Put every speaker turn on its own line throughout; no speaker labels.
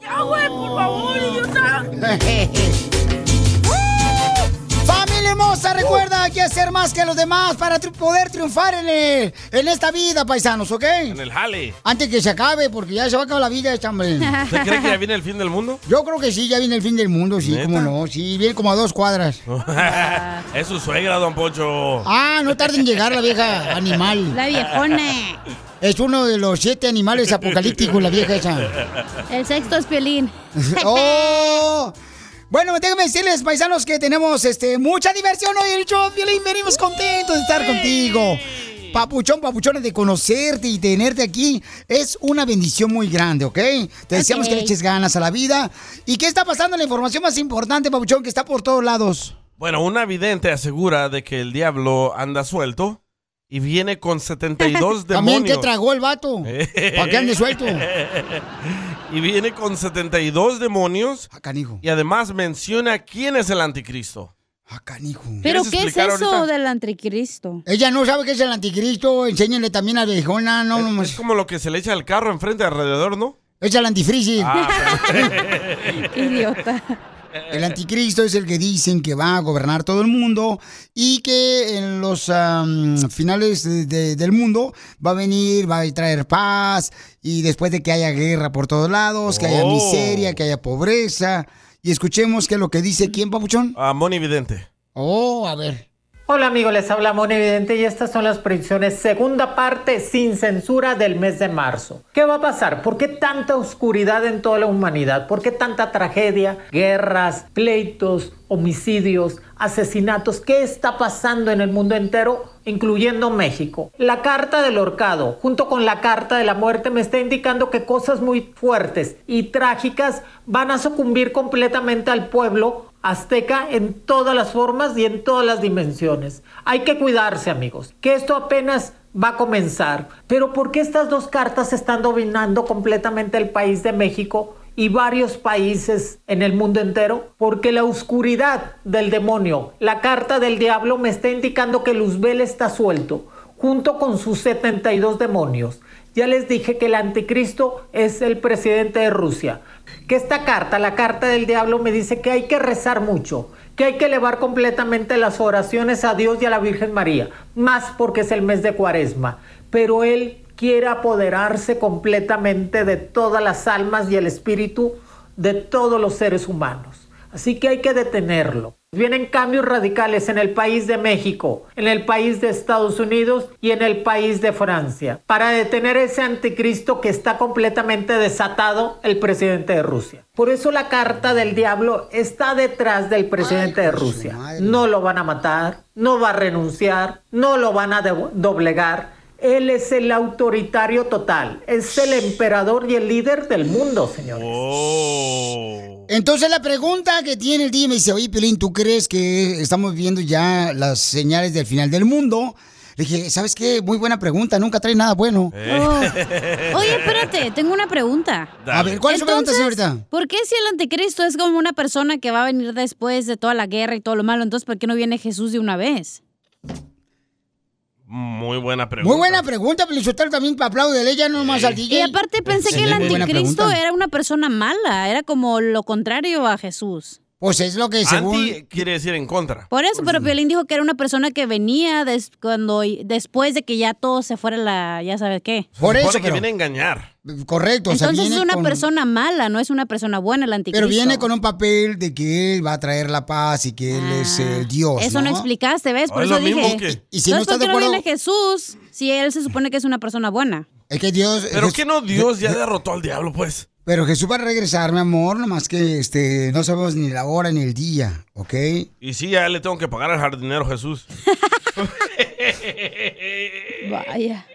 güey, por favor, idiota.
Familia hermosa, recuerda que hacer más que los demás para tri- poder triunfar en, el- en esta vida, paisanos, ¿ok?
En el jale.
Antes que se acabe, porque ya se va a acabar la vida esta hombre.
¿Usted cree que ya viene el fin del mundo?
Yo creo que sí, ya viene el fin del mundo, sí, cómo no, sí, viene como a dos cuadras.
es su suegra, don Pocho.
Ah, no tarda en llegar la vieja animal.
La viejona.
Es uno de los siete animales apocalípticos, la vieja esa.
El sexto es Piolín.
¡Oh! Bueno, déjenme decirles, paisanos, que tenemos este, mucha diversión hoy en el show, Piolín. Venimos contentos de estar contigo. Papuchón, papuchones, de conocerte y tenerte aquí es una bendición muy grande, ¿ok? Te deseamos
Ok.
que le eches ganas a la vida. ¿Y qué está pasando? La información más importante, papuchón, que está por todos lados.
Bueno, una vidente asegura de que el diablo anda suelto y viene con 72
También, ¿qué
demonios.
tragó el vato? ¿Para qué ande suelto?
y viene con 72 demonios.
Ah,
Y además menciona quién es el anticristo. ¿Quieres
¿Pero qué es
explicar
eso
ahorita?
del anticristo?
Ella no sabe qué es el anticristo. Enséñenle también a la viejona, no, no,
Es como lo que se le echa al carro enfrente alrededor, ¿no?
Es el antifrisis.
Ah, pues.
Idiota.
El anticristo es el que dicen que va a gobernar todo el mundo y que en los am, finales de- de- del mundo va a venir, va a traer paz y después de que haya guerra por todos lados, que haya
Oh.
miseria, que haya pobreza. Y escuchemos que lo que dice quién, papuchón.
a Ah, Moni Vidente.
Oh, a ver.
Hola amigos, les habla Moni Vidente y estas son las predicciones segunda parte sin censura del mes de marzo. ¿Qué va a pasar? ¿Por qué tanta oscuridad en toda la humanidad? ¿Por qué tanta tragedia? Guerras, pleitos, homicidios, asesinatos. ¿Qué está pasando en el mundo entero, incluyendo México? La carta del horcado, junto con la carta de la muerte, me está indicando que cosas muy fuertes y trágicas van a sucumbir completamente al pueblo azteca en todas las formas y en todas las dimensiones. Hay que cuidarse, amigos, que esto apenas va a comenzar. Pero ¿por qué estas dos cartas están dominando completamente el país de México y varios países en el mundo entero? Porque la oscuridad del demonio, la carta del diablo me está indicando que Luzbel está suelto, junto con sus 72 demonios. Ya les dije que el anticristo es el presidente de Rusia. Que esta carta, la carta del diablo, me dice que hay que rezar mucho, que hay que elevar completamente las oraciones a Dios y a la Virgen María, más porque es el mes de cuaresma. Pero él quiere apoderarse completamente de todas las almas y el espíritu de todos los seres humanos. Así que hay que detenerlo. Vienen cambios radicales en el país de México, en el país de Estados Unidos y en el país de Francia, para detener ese anticristo que está completamente desatado el presidente de Rusia. Por eso la carta del diablo está detrás del presidente de Rusia. No lo van a matar, no va a renunciar, no lo van a de- doblegar. Él es el autoritario total, es el emperador y el líder del mundo, señores.
Entonces la pregunta que tiene el día me dice, oye, Pelín, ¿tú crees que estamos viendo ya las señales del final del mundo? Le dije, ¿sabes qué? Muy buena pregunta, nunca trae nada bueno. Eh,
Oh. Oye, espérate, tengo una pregunta.
A ver, ¿cuál es su pregunta,
Entonces,
señorita?
¿Por qué si el anticristo es como una persona que va a venir después de toda la guerra y todo lo malo, entonces por qué no viene Jesús de una vez?
Muy buena
Muy
pregunta.
buena pregunta, Pelizotelo también para aplaudirle ya nomás al DJ.
Y aparte pensé que el
Muy buena
anticristo
pregunta.
era una persona mala, era como lo contrario a Jesús.
Pues es lo que
Anti quiere decir en contra.
Por eso, pero Piolín dijo que era una persona que venía des- cuando después de que ya todo se fuera la, ya sabes qué.
Por
Se supone
eso,
que
pero-
viene a engañar.
Correcto, o sea,
Entonces es
viene
una
con-
persona mala, no es una persona buena el
Pero
anticristo.
viene con un papel de que él va a traer la paz y que él es el Dios.
Ah, Eso no, explicaste, ¿ves? Por
Ah, es
eso
lo mismo
dije.
que-
Y,
Pues Y si no estás de
no viene
acuerdo-
Jesús si él se supone que es una persona buena?
Es que Dios.
Pero
Jes-
que no Dios ya derrotó al diablo, pues.
Pero Jesús va a regresar, mi amor, nomás que este, no sabemos ni la hora ni el día, ¿ok?
Y sí, ya le tengo que pagar al jardinero Jesús.
Vaya.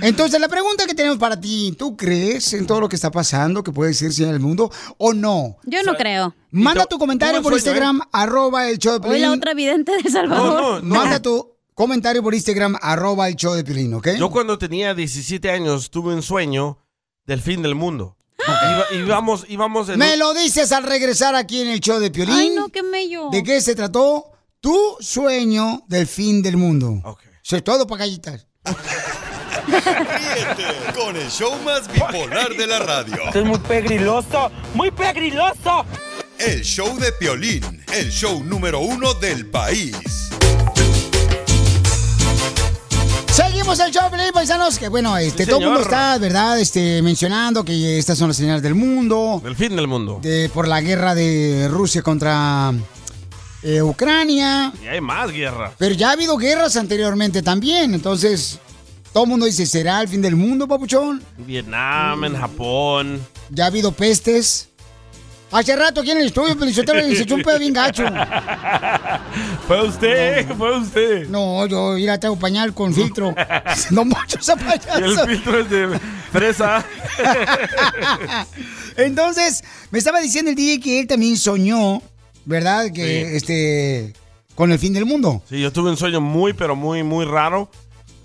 Entonces, la pregunta que tenemos para ti, ¿tú crees en todo lo que está pasando, que puede decirse en el mundo o no?
Yo no creo.
Manda tu comentario por
tuve sueño,
Instagram, arroba el show de
Hoy la
Piolín.
otra vidente de Salvador.
Manda tu comentario por Instagram, arroba el show de Piolín, ¿ok?
Yo cuando tenía 17 años tuve un sueño del fin del mundo. Iba- íbamos, íbamos en
Ah. Me
un-
lo dices al regresar aquí en el show de Piolín.
Ay, no, qué mello.
¿De qué se trató? Tu sueño del fin del mundo. Eso es todo, pacallitas.
Ríete con el show más bipolar de la radio.
Esto es muy pegriloso, muy pegriloso.
El show de Piolín, el show número uno del país.
Seguimos el show, Felipe Paisanos, que bueno, este,
Sí,
todo el mundo
señor.
está, ¿verdad? Este, mencionando que estas son las señales del mundo,
El fin del mundo.
de, por la guerra de Rusia contra eh, Ucrania,
Y hay más guerra.
pero ya ha habido guerras anteriormente también, entonces todo el mundo dice, ¿será el fin del mundo, papuchón?
Vietnam, en Japón.
Ya ha habido pestes. Hace rato aquí en el estudio, Felicitero, se echó un pedo bien gacho.
Fue usted, fue usted.
No, yo ir a trago pañal con filtro. no muchos a
Y el
payaso.
filtro es de fresa.
Entonces, me estaba diciendo el DJ que él también soñó, ¿verdad? Que
Sí.
este con el fin del mundo.
Sí, yo tuve un sueño muy, pero muy, muy raro.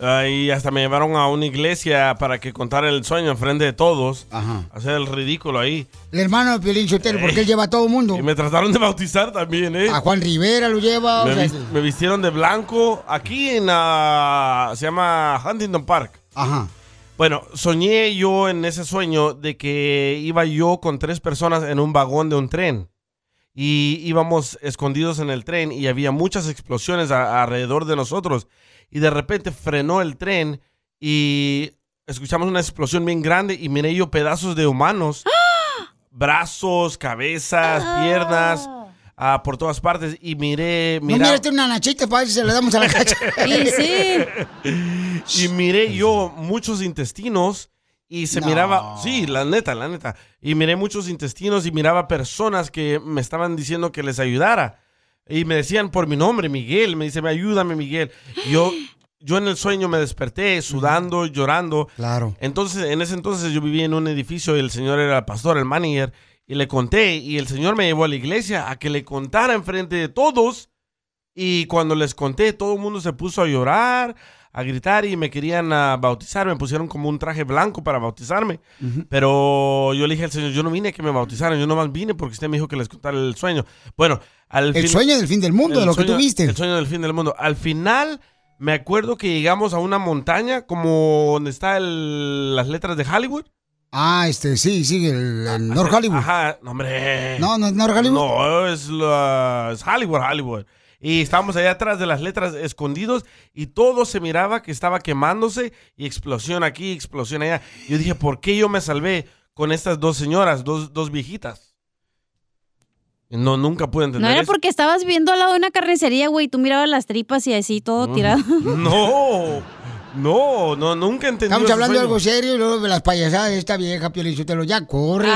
Ah, y hasta me llevaron a una iglesia para que contara el sueño enfrente de todos.
Ajá.
Hacer el ridículo ahí.
El hermano de Piolín Sotelo, porque él lleva a todo el mundo.
Y me trataron de bautizar también, ¿eh?
A Juan Rivera lo lleva. o
Me,
sea,
vis- me vistieron de blanco aquí en. ah, se llama Huntington Park.
Ajá.
Bueno, soñé yo en ese sueño de que iba yo con tres personas en un vagón de un tren. Y íbamos escondidos en el tren y había muchas explosiones a- alrededor de nosotros. Y de repente frenó el tren y escuchamos una explosión bien grande y miré yo pedazos de humanos. Brazos, cabezas, piernas, ah, por todas partes. Y miré...
No
mira-
mírate una nachita para ver si se le damos a la cacha.
Y sí.
Y miré yo muchos intestinos y se
No.
miraba, sí, la neta, la neta. Y miré muchos intestinos y miraba personas que me estaban diciendo que les ayudara. Y me decían por mi nombre, Miguel, me dice, ayúdame, Miguel. Y Yo, yo en el sueño me desperté sudando, llorando.
Claro.
Entonces, en ese entonces yo vivía en un edificio y el señor era el pastor, el manager, y le conté y el señor me llevó a la iglesia a que le contara enfrente de todos y cuando les conté todo el mundo se puso a llorar, a gritar y me querían ah, bautizar, me pusieron como un traje blanco para bautizarme, pero yo le dije al señor, yo no vine a que me bautizaran, yo nomás vine porque usted me dijo que les contara el sueño. Bueno, al
El sueño del fin del mundo, de
el
lo que
sueño-
tú viste.
El sueño del fin del mundo. Al final, me acuerdo que llegamos a una montaña como donde están las letras de Hollywood.
Ah, este, sí, sí, el, el North Hollywood.
Ajá, no, hombre.
No, no es North Hollywood.
No, es, la- es Hollywood, Hollywood. Y estábamos allá atrás de las letras escondidos y todo se miraba que estaba quemándose y explosión aquí, explosión allá. Yo dije, ¿por qué yo me salvé con estas dos señoras, dos, dos viejitas? No, nunca pude entender
No era
eso.
porque estabas viendo al lado de una carnicería, güey, y tú mirabas las tripas y así todo tirado.
No, no, no, nunca entendí.
Estamos
ese
hablando de algo
sueño.
serio y luego de las payasadas de esta vieja Piolín Sotelo. Ya, corre.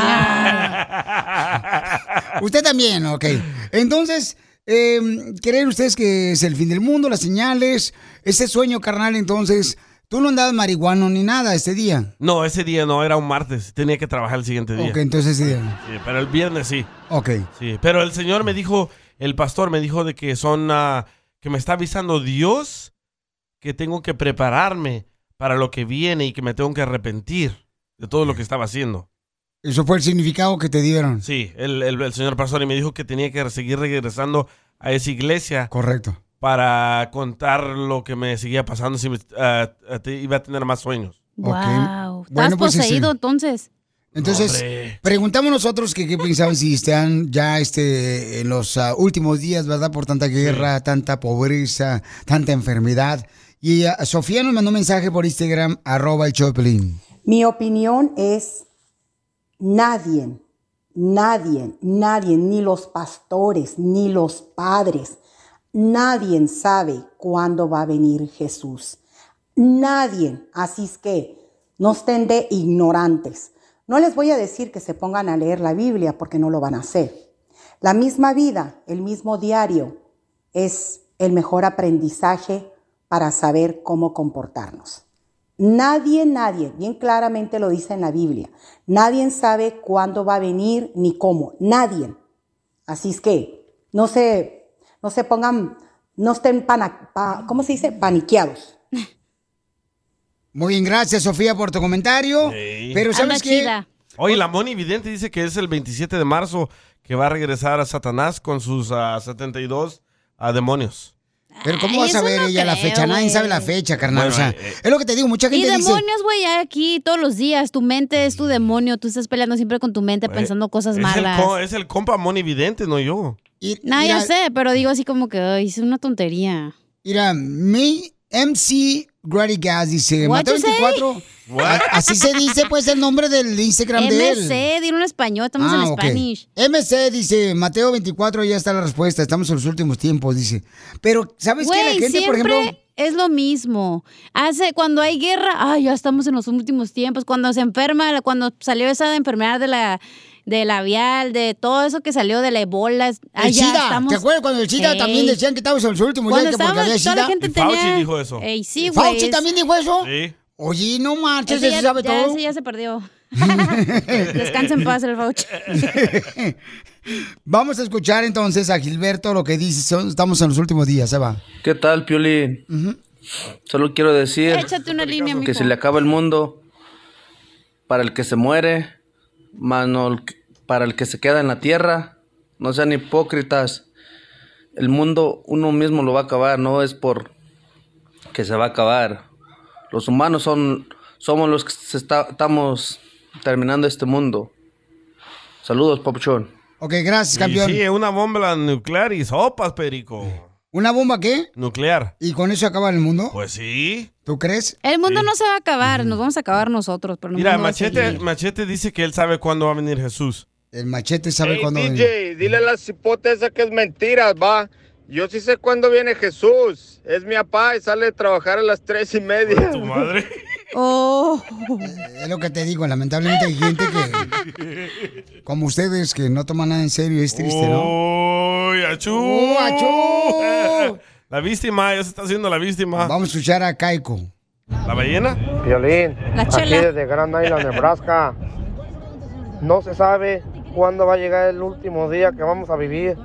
Usted también, ok. Entonces, eh, ¿creen ustedes que es el fin del mundo, las señales? Ese sueño carnal, entonces, tú no andabas marihuano ni nada este día.
No, ese día no, era un martes. Tenía que trabajar el siguiente día.
Ok, entonces ese día.
Sí, pero el viernes sí.
Ok.
Sí, pero el señor me dijo, el pastor me dijo de que son, ah, que me está avisando Dios que tengo que prepararme para lo que viene y que me tengo que arrepentir de todo lo que estaba haciendo.
Eso fue el significado que te dieron.
Sí, el, el- el señor pastor y me dijo que tenía que seguir regresando a esa iglesia
Correcto.
para contar lo que me seguía pasando si me- ah, ah, te- iba a tener más sueños.
Wow. Estás
Bueno, pues,
poseído
este-
entonces.
Entonces,
Hombre.
preguntamos nosotros que qué pensaban si están ya este, en los ah, últimos días, ¿verdad? Por tanta guerra, tanta pobreza, tanta enfermedad. Y ah, Sofía nos mandó un mensaje por Instagram, arroba el Choplin.
Mi opinión es nadie, nadie, nadie, ni los pastores, ni los padres, nadie sabe cuándo va a venir Jesús. Nadie. Así es que no estén de ignorantes. No les voy a decir que se pongan a leer la Biblia porque no lo van a hacer. La misma vida, el mismo diario, es el mejor aprendizaje para saber cómo comportarnos. Nadie, nadie, bien claramente lo dice en la Biblia, nadie sabe cuándo va a venir ni cómo, nadie. Así es que no se, no se pongan, no estén, pana- pa- ¿cómo se dice? Paniqueados.
Muy bien, gracias Sofía por tu comentario.
Sí.
Pero
Anda
sabes que
chida.
Oye, la Moni Vidente dice que es el 27 de marzo que va a regresar a Satanás con sus ah, 72 a ah, demonios.
Pero ¿cómo
Ay,
vas a
eso
ver
no
ella la
creo,
fecha? Nadie
güey.
sabe la fecha, carnal.
Bueno,
o sea,
eh, eh.
es lo que te digo, mucha
Y
gente dice...
demonios, güey, hay aquí todos los días. Tu mente es tu demonio. Tú estás peleando siempre con tu mente, pensando cosas
Es el
malas.
co- es el compa monividente, no yo.
y-
No,
mira-
ya sé, pero digo así como que, ay, es una tontería.
Mira, mi MC Grady Gas dice,
What
Mateo
you say?
24.
What?
a- Así se dice, pues, el nombre del Instagram de él.
MC, dile un español, estamos
Ah,
en
ok.
Spanish.
MC dice, Mateo 24, ya está la respuesta, estamos en los últimos tiempos, dice. Pero, ¿sabes qué? La
Güey,
gente,
siempre
por ejemplo...
es lo mismo. Hace, cuando hay guerra, ay, ya estamos en los últimos tiempos. Cuando se enferma, la- cuando salió esa enfermedad de la de labial, de todo eso que salió de la ebola, es- ay,
El
ya
SIDA,
estamos-
¿te acuerdas cuando el SIDA
Ey.
también decían que estábamos en los últimos
Cuando
ya que porque
estábamos,
había
toda la
SIDA?
gente
Y Fauci
tenía-
dijo eso.
Ey, sí, güey.
¿Fauci
es-
también dijo eso?
Sí.
Oye, no marches,
ese
ese
ya,
sabe
ya-
todo.
ese ya se perdió. Descansa en paz el Fauci.
Vamos a escuchar entonces a Gilberto lo que dice, son- estamos en los últimos días, se va.
¿Qué tal, Piolín? Solo quiero decir
Échate una línea, mijo.
que se le acaba el mundo para el que se muere, mas no el que- para el que se queda en la tierra. No sean hipócritas. El mundo uno mismo lo va a acabar, no es por que se va a acabar. Los humanos son somos los que se está- estamos terminando este mundo. Saludos, Papuchón.
Ok, gracias,
Y
campeón.
sí, es una bomba nuclear y sopas, perico.
¿Una bomba qué?
Nuclear.
¿Y con eso acaba el mundo?
Pues sí.
¿Tú crees?
El mundo no se va a acabar, nos vamos a acabar nosotros. Pero el
Mira,
mundo va a
Machete,
seguir.
Machete dice que él sabe cuándo va a venir Jesús.
El machete sabe
Ey,
cuándo viene.
DJ, dile a la cipote esa que es mentira, va. Yo sí sé cuándo viene Jesús. Es mi papá y sale a trabajar a las tres y media.
Tu madre.
Oh.
Es lo que te digo, lamentablemente hay gente que, como ustedes, que no toman nada en serio, es triste,
Oh.
¿no?
Uy, achú.
¡Oh, achú!
La víctima, ya se está haciendo la víctima.
Vamos a escuchar a Kaiko.
¿La ballena?
Violín,
La
aquí
chela.
desde Grand Island, Nebraska. No se sabe cuándo va a llegar el último día que vamos a vivir.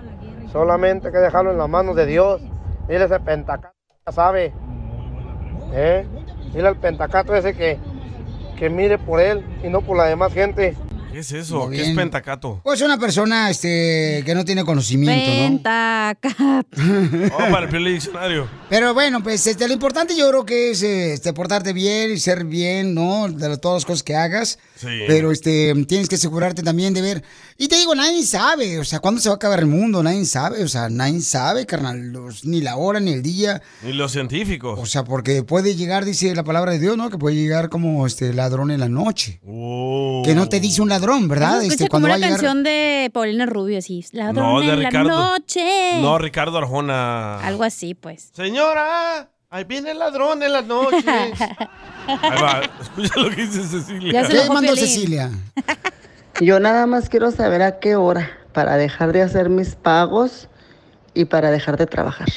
Solamente hay que dejarlo en las manos de Dios. Dile ese pentacato, ya sabe. ¿Eh? Dile al pentacato ese que, que mire por él y no por la demás gente.
¿Qué es eso?
Muy
¿Qué es
bien.
pentacato?
Pues una persona este, que no tiene conocimiento, ¿no?
Pentacat.
Oh, para el Piolín diccionario.
Pero bueno, pues este, lo importante yo creo que es este, portarte bien y ser bien, ¿no? De todas las cosas que hagas.
Sí.
Pero este, tienes que asegurarte también de ver. Y te digo, nadie sabe, o sea, cuándo se va a acabar el mundo, nadie sabe, o sea, nadie sabe, carnal, los- ni la hora, ni el día.
Ni los
O
científicos.
sea, porque puede llegar, dice la palabra de Dios, ¿no? Que puede llegar como este ladrón en la noche.
Oh.
Que no te dice un ladrón, ¿verdad?
Se
Este,
escucha como
cuando va
una
a llegar.
canción de Paulina Rubio, así. Ladrón
No, de
en
Ricardo.
la noche.
No, Ricardo Arjona.
Algo así, pues.
Señora, ahí viene el ladrón en las noches. Ahí va, escucha lo que dice Cecilia.
Ya se
¿Qué
enojó
mandó
Piolín.
Cecilia?
Yo nada más quiero saber a qué hora para dejar de hacer mis pagos y para dejar de trabajar.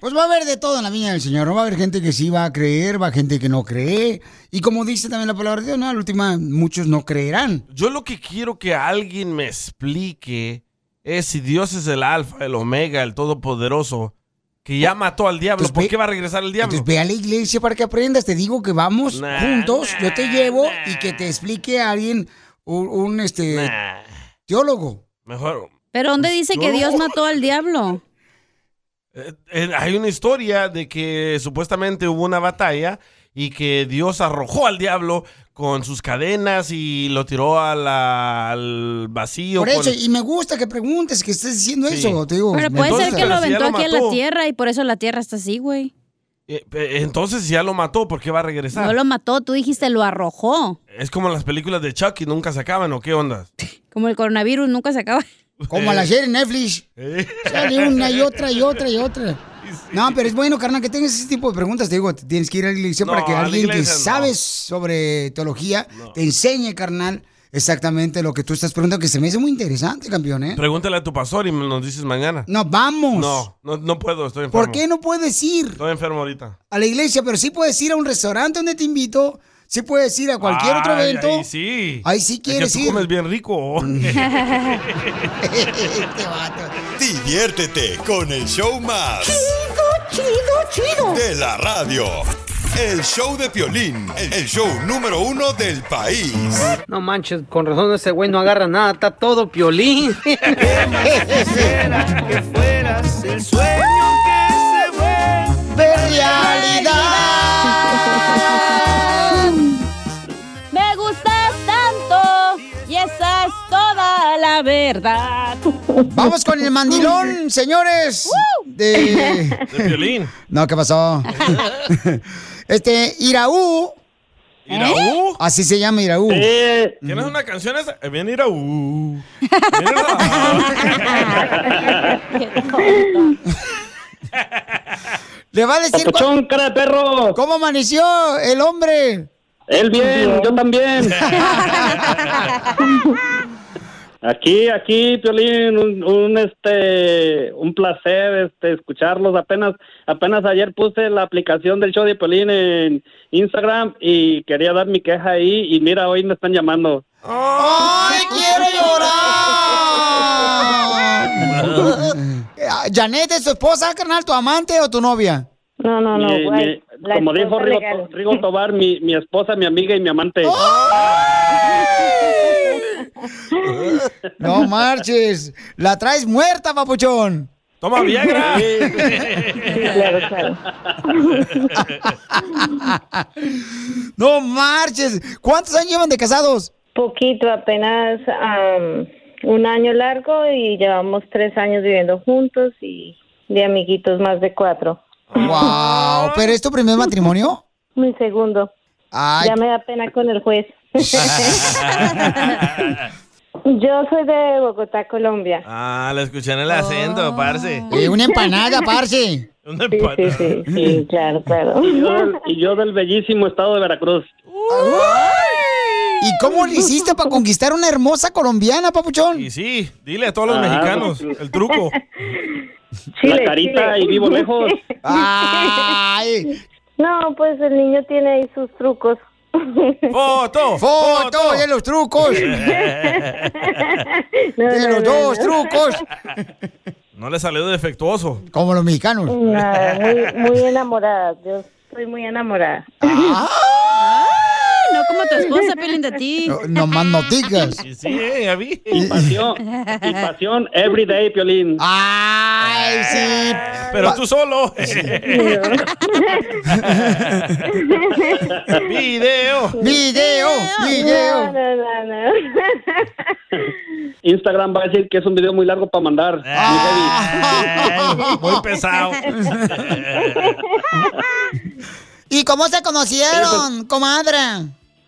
Pues va a haber de todo en la viña del Señor, ¿no? Va a haber gente que sí va a creer, va a gente que no cree. Y como dice también la palabra de Dios, ¿no? Al última, muchos no creerán.
Yo lo que quiero que alguien me explique es si Dios es el alfa, el omega, el todopoderoso, que ya mató al diablo,
Entonces,
¿por
ve-
qué va a regresar el diablo?
Entonces ve a la iglesia para que aprendas. Te digo que vamos
Nah,
juntos,
nah,
yo te llevo
nah.
y que te explique a alguien, un, un, este,
Nah,
teólogo.
mejor.
Pero ¿dónde dice que
No.
Dios mató al diablo?
Eh, eh, hay una historia de que supuestamente hubo una batalla y que Dios arrojó al diablo con sus cadenas y lo tiró a la- al vacío.
Por
con-
eso, y me gusta que preguntes, que estés diciendo
Sí.
eso, te digo.
Pero
me
puede
gusta.
ser que
pero
lo
si ya lo
aventó aquí a la
mató.
tierra y por eso la tierra está así, güey.
Eh, eh, Entonces si ya lo mató, ¿por qué va a regresar?
No lo mató, tú dijiste lo arrojó.
Es como las películas de Chucky, nunca se acaban, ¿o qué onda?
Como el coronavirus nunca se acaba.
Como la serie Netflix.
Eh.
Sale una y otra y otra y otra. No, pero es bueno, carnal, que tengas ese tipo de preguntas. Te digo, tienes que ir a la iglesia
No,
para que
a la
alguien que
iglesia no.
sabe sobre teología te enseñe, carnal, exactamente lo que tú estás preguntando, que se me hace muy interesante, campeón, ¿eh?
Pregúntale a tu pastor y me lo dices mañana.
No, vamos.
No, no, no puedo, estoy enfermo.
¿Por qué no puedes ir
Estoy enfermo ahorita.
a la iglesia? Pero sí puedes ir a un restaurante donde te invito, sí puedes ir a cualquier otro
Ay,
evento.
Ahí sí.
Ahí sí
Es que
quieres
tú
ir.
comes bien rico.
Este vato.
Diviértete con el show más.
Chido, chido, chido.
de la radio. El show de Piolín, el el show número uno del país.
No manches, con razón ese güey no agarra nada, está todo Piolín.
Quisiera que fueras el sueño que
realidad.
Me gustas tanto y esa es toda la verdad.
Vamos con el mandilón, señores. De...
De violín.
No, ¿qué pasó? este, Iraú.
¿Iraú?
Así se llama Iraú.
Eh, ¿Tienes una canción esa? Eh, Bien, Iraú.
Le va a decir.
Papuchón, cara de perro.
¿Cómo amaneció el hombre?
Él bien, yo también. Aquí, aquí, Piolín, un, un, este, un placer, este, escucharlos. Apenas, apenas ayer puse la aplicación del show de Piolín en Instagram y quería dar mi queja ahí y mira, hoy me están llamando.
¡Ay, quiero llorar! Eh, Janet, ¿es tu esposa, carnal, tu amante o tu novia?
No, no,
Mi- mi- como dijo Rigo, To- Rigo Tobar, mi, mi esposa, mi amiga y mi amante.
No marches. La traes muerta, papuchón.
Toma Viagra.
Claro, claro.
No marches. ¿Cuántos años llevan de casados?
Poquito, apenas am, un año largo y llevamos tres años viviendo juntos y de amiguitos más de cuatro.
Wow, pero es tu primer matrimonio.
Mi segundo.
Ay.
Ya me da pena con el juez. Yo soy de Bogotá, Colombia.
Ah, la escuché en el acento, parce.
Eh, una empanada, parce.
Una empanada.
Sí, sí, sí, sí, claro, claro.
Y yo, y yo del bellísimo estado de Veracruz.
¿Y cómo le hiciste para conquistar una hermosa colombiana, papuchón?
Y sí, dile a todos los
Ah,
mexicanos el truco.
la carita y vivo lejos.
Ah,
No, pues el niño tiene ahí sus trucos.
¡Foto!
¡Foto de los trucos! de los dos trucos.
No le salió defectuoso.
Como los mexicanos.
Nada, muy, muy enamorada. Yo estoy muy enamorada.
Ah,
No como tu esposa, Pelín, de ti.
No más noticas.
Sí, eh, ya vi.
Y pasión, y pasión everyday, Piolín.
¡Ay, sí!
Pero tú solo. Video.
Video,
No, no, no, no.
Instagram va a decir que es un video muy largo para mandar. Muy
Ah,
heavy.
Muy pesado.
¿Y cómo se conocieron, comadre?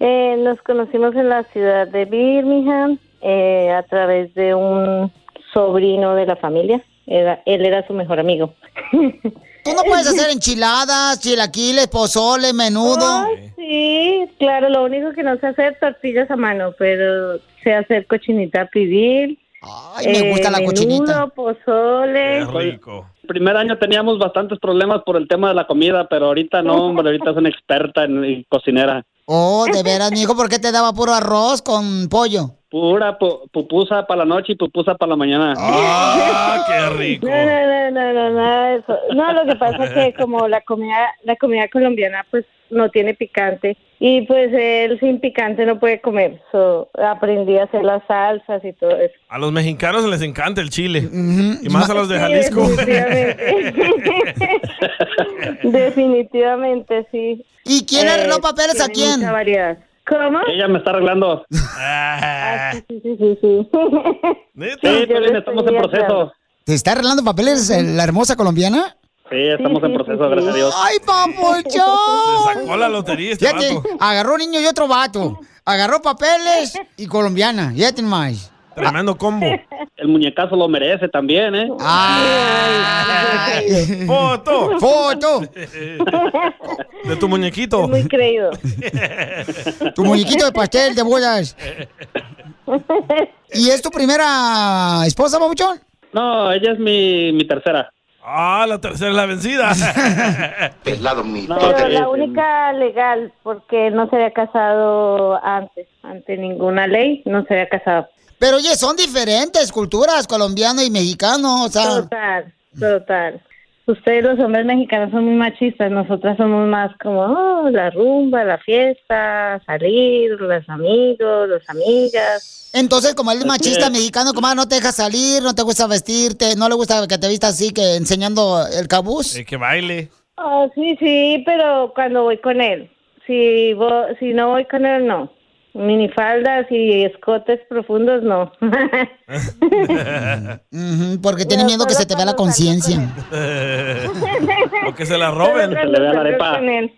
Eh, nos conocimos en la ciudad de Birmingham eh, a través de un sobrino de la familia. Era, él era su mejor amigo.
Tú no puedes hacer enchiladas, chilaquiles, pozole, menudo.
Sí, claro, lo único que no sé hacer tortillas a mano, pero sé hacer cochinita pibil. Eh,
Ay, me gusta la cochinita.
pozole.
pues, Primer año teníamos bastantes problemas por el tema de la comida, pero ahorita no, hombre, ahorita es una experta en, en cocinera.
Oh, de veras, mi hijo, ¿por qué te daba puro arroz con pollo?
Pura pu- pupusa para la noche y pupusa para la mañana.
¡Ah, qué rico!
No, no, no, no, no, nada de eso. No, lo que pasa es que como la comida, la comida colombiana pues no tiene picante y pues él sin picante no puede comer. So, aprendí a hacer las salsas y todo eso.
A los mexicanos les encanta el chile. Y más a los de Jalisco.
Sí, definitivamente. Definitivamente, sí. Eh,
¿Y quién arregló papeles a quién?
Mucha variedad. ¿Cómo?
Ella me está arreglando. Ah,
Sí, sí, sí, sí.
Sí,
yo
Piolín,
le
estamos
estoy
en proceso.
¿Te está arreglando papeles eh, la hermosa colombiana?
Sí, estamos en proceso, gracias a Dios.
¡Ay,
Se
papuchón!
sacó la lotería este
Fíjate,
vato.
agarró niño y otro vato. Agarró papeles y colombiana. Fíjate más.
Tremendo combo.
El muñecazo lo merece también, ¿eh?
Ay.
¡Foto!
¡Foto!
De tu muñequito.
Muy creído.
Tu muñequito de pastel de bodas. ¿Y es tu primera esposa, papuchón?
No, ella es mi, mi tercera.
Ah, la tercera es la vencida.
Es la domingo.
Pero
sí, sí.
la única legal, porque él no se había casado antes, ante ninguna ley, no se había casado.
Pero oye, son diferentes culturas, colombiano y mexicano, o sea.
Total, total. Ustedes los hombres mexicanos son muy machistas, nosotras somos más como oh, la rumba, la fiesta, salir, los amigos, las amigas.
Entonces, como él es machista
es.
mexicano, como ah, no te deja salir, no te gusta vestirte, no le gusta que te vistas así, que enseñando el cabuz.
Eh, que baile.
Oh, sí, sí, pero cuando voy con él. Si, vo- si no voy con él, no. Minifaldas y escotes profundos, no.
Ujú, Porque tiene miedo que se te vea la conciencia.
o que se la roben.
Solo cuando salgo con él.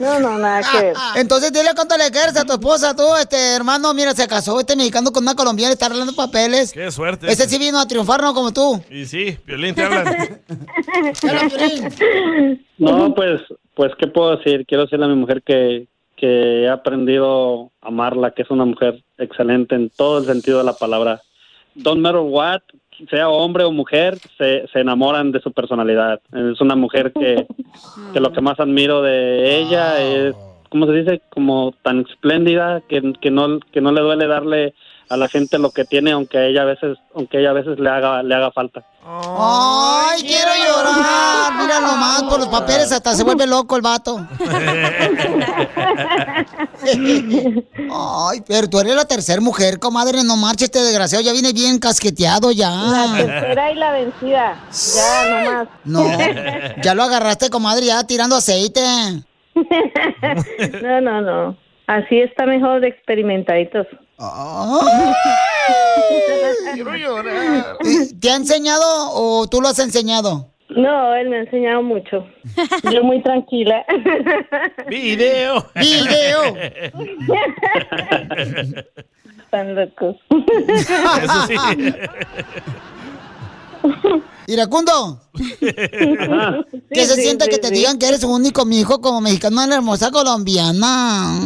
No, no, nada que ver.
Ah, Entonces dile cuánto le quieres a tu esposa, tú, este hermano, mira, se casó este mexicano con una colombiana, está arreglando papeles.
Qué suerte.
Ese sí vino a triunfar, no como tú.
Y sí, Piolín, te hablan.
No, pues, pues, ¿qué puedo decir? Quiero decirle a mi mujer que, que he aprendido a amarla, que es una mujer excelente en todo el sentido de la palabra. Don't matter what, sea hombre o mujer, se, se enamoran de su personalidad. Es una mujer que, que lo que más admiro de ella es, ¿cómo se dice? Como tan espléndida que, que, no, que no le duele darle a la gente lo que tiene, aunque a ella a veces, aunque ella a veces le haga, le haga falta.
Ay, quiero llorar. Mira nomás, por los papeles hasta se vuelve loco el vato. Ay, pero tú eres la tercera mujer, comadre, no marches, este desgraciado ya viene bien casqueteado ya.
La tercera y la vencida. Ya, no más.
No, ya lo agarraste, comadre, ya tirando aceite.
No, no, no. Así está mejor de experimentaditos.
¿Te ha enseñado o tú lo has enseñado?
No, él me ha enseñado mucho. Yo muy tranquila.
Video.
Video. Están locos.
Eso sí.
Iracundo, que se siente que te digan que eres un único mijo como mexicano en la hermosa colombiana.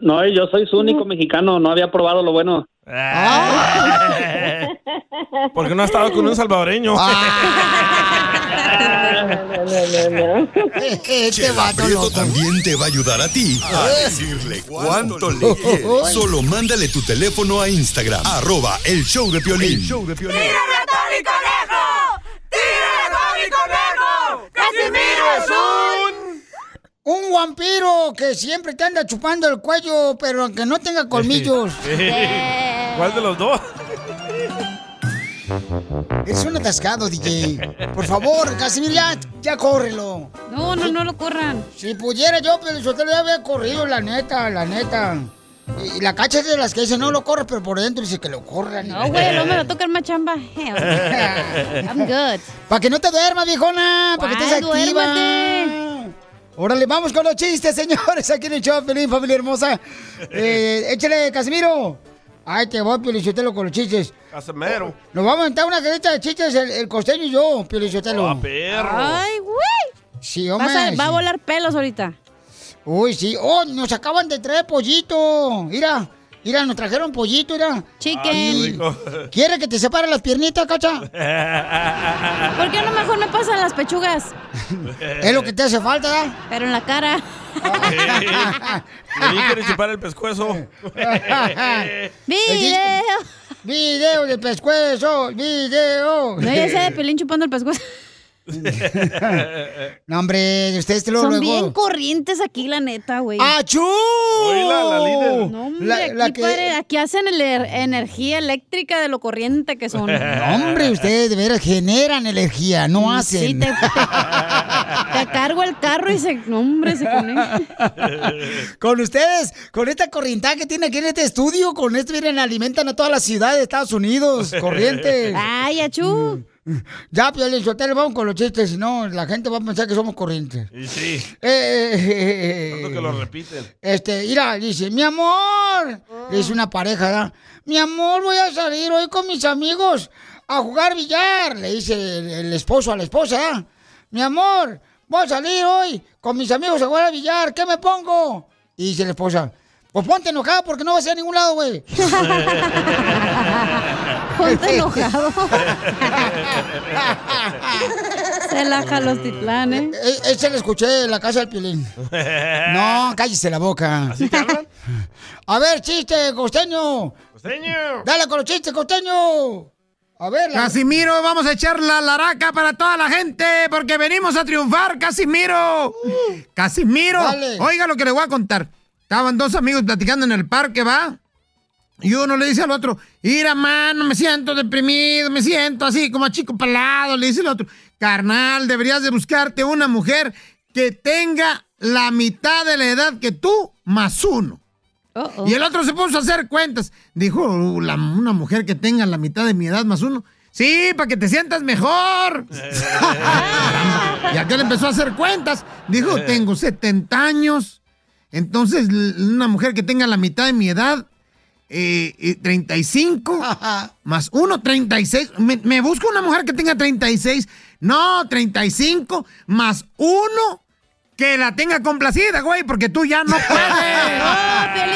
No, y yo soy su único mexicano, no había probado lo bueno.
Ah.
Porque no ha estado con un salvadoreño.
Ah. Este
Chela Prieto también te va a ayudar a ti a
¿Eh?
decirle cuánto le quieres. Solo mándale tu teléfono a Instagram, arroba el show de Piolín.
ratón y conejo! ¡Tira ratón y conejo! ¡Casimiro es un...
Un vampiro que siempre te anda chupando el cuello, pero que no tenga colmillos.
Eh.
¿Cuál de los dos?
Eres un atascado, DJ. Por favor, Casimir, ya, ya córrelo.
No, no, no lo corran.
Si pudiera yo, pero yo te lo había corrido, la neta, la neta. Y, y la cacha es de las que dice, no lo corres, pero por dentro dice que lo corran.
No, güey, no me lo toca el machamba. I'm good.
Para que no te duermas, viejona, para que estés
¿Cuál?
activa.
Duérmate.
Órale, vamos con los chistes, señores. Aquí en el show, feliz familia hermosa. Eh, échale, Casimiro. Ay, te voy, Piolichotelo, con los chistes.
Casimiro.
Nos vamos a aventar una carita de chistes el, el costeño y yo, Piolichotelo.
Ah, perro.
Ay, güey.
Sí,
Vas
hombre.
a- va a
sí.
volar pelos ahorita.
Uy, sí. Oh, nos acaban de traer pollito. Mira, mira, nos trajeron pollito, mira.
Chicken.
¿Quiere que te separe las piernitas, cacha?
¿Por qué a lo mejor me pasan las pechugas?
Es lo que te hace falta, ¿verdad?
Pero en la cara.
Piolín quiere chupar el pescuezo.
Video. Video de pescuezo, video.
No, ya sé, pelín chupando el pescuezo.
No, hombre, ustedes te lo
Son
Este, luego.
bien corrientes aquí, la neta, güey.
¡Achú! Oíla, la líder.
No,
La-
hombre,
la
aquí,
que-
padre, aquí hacen el- er, energía eléctrica de lo corriente que son.
No, hombre, ustedes de veras generan energía, no hacen.
Sí, te, te- te cargo el carro y se, no, hombre, se conecta.
con ustedes, con esta corriente que tiene aquí en este estudio, con esto, miren, alimentan a toda la ciudad de Estados Unidos, corrientes.
Ay, achú.
Ya, Piolín, Sotelo, vamos con los chistes, si no, la gente va a pensar que somos corrientes.
Y sí.
Eh, eh, eh,
Tanto que lo repiten.
Este, mira, dice, mi amor, le dice una pareja, ¿verdad? Mi amor, voy a salir hoy con mis amigos a jugar billar, le dice el, el esposo a la esposa, ¿verdad? Mi amor, voy a salir hoy con mis amigos a jugar a billar, ¿qué me pongo? Y dice la esposa, pues ponte enojada porque no vas a ir a ningún lado, güey.
Ponte enojado. Se la ¿eh? los titlanes.
Ese lo escuché en Eh, la casa del Pilín. No, Ah, cállese la boca. A ver, chiste, costeño.
Costeño.
Dale con los chistes, costeño. A ver. la-
Casimiro, vamos a echar la laraca para toda la gente porque venimos a triunfar, Casimiro. Casimiro,
Dale.
oiga lo que le voy a contar. Estaban dos amigos platicando en el parque, ¿va? Y uno le dice al otro, mira, mano, me siento deprimido, me siento así como a chico palado, le dice el otro. Carnal, deberías de buscarte una mujer que tenga la mitad de la edad que tú, más uno.
Oh.
Y el otro se puso a hacer cuentas. Dijo, "Uh, la- una mujer que tenga la mitad de mi edad más uno. Sí, para que te sientas mejor. Caramba. y aquel empezó a hacer cuentas. Dijo, tengo 70 años. Entonces, l- una mujer que tenga la mitad de mi edad, eh, eh, 35, más uno, 36. Me, me busco una mujer que tenga 36. No, 35, más uno, que la tenga complacida, güey, porque tú ya no puedes.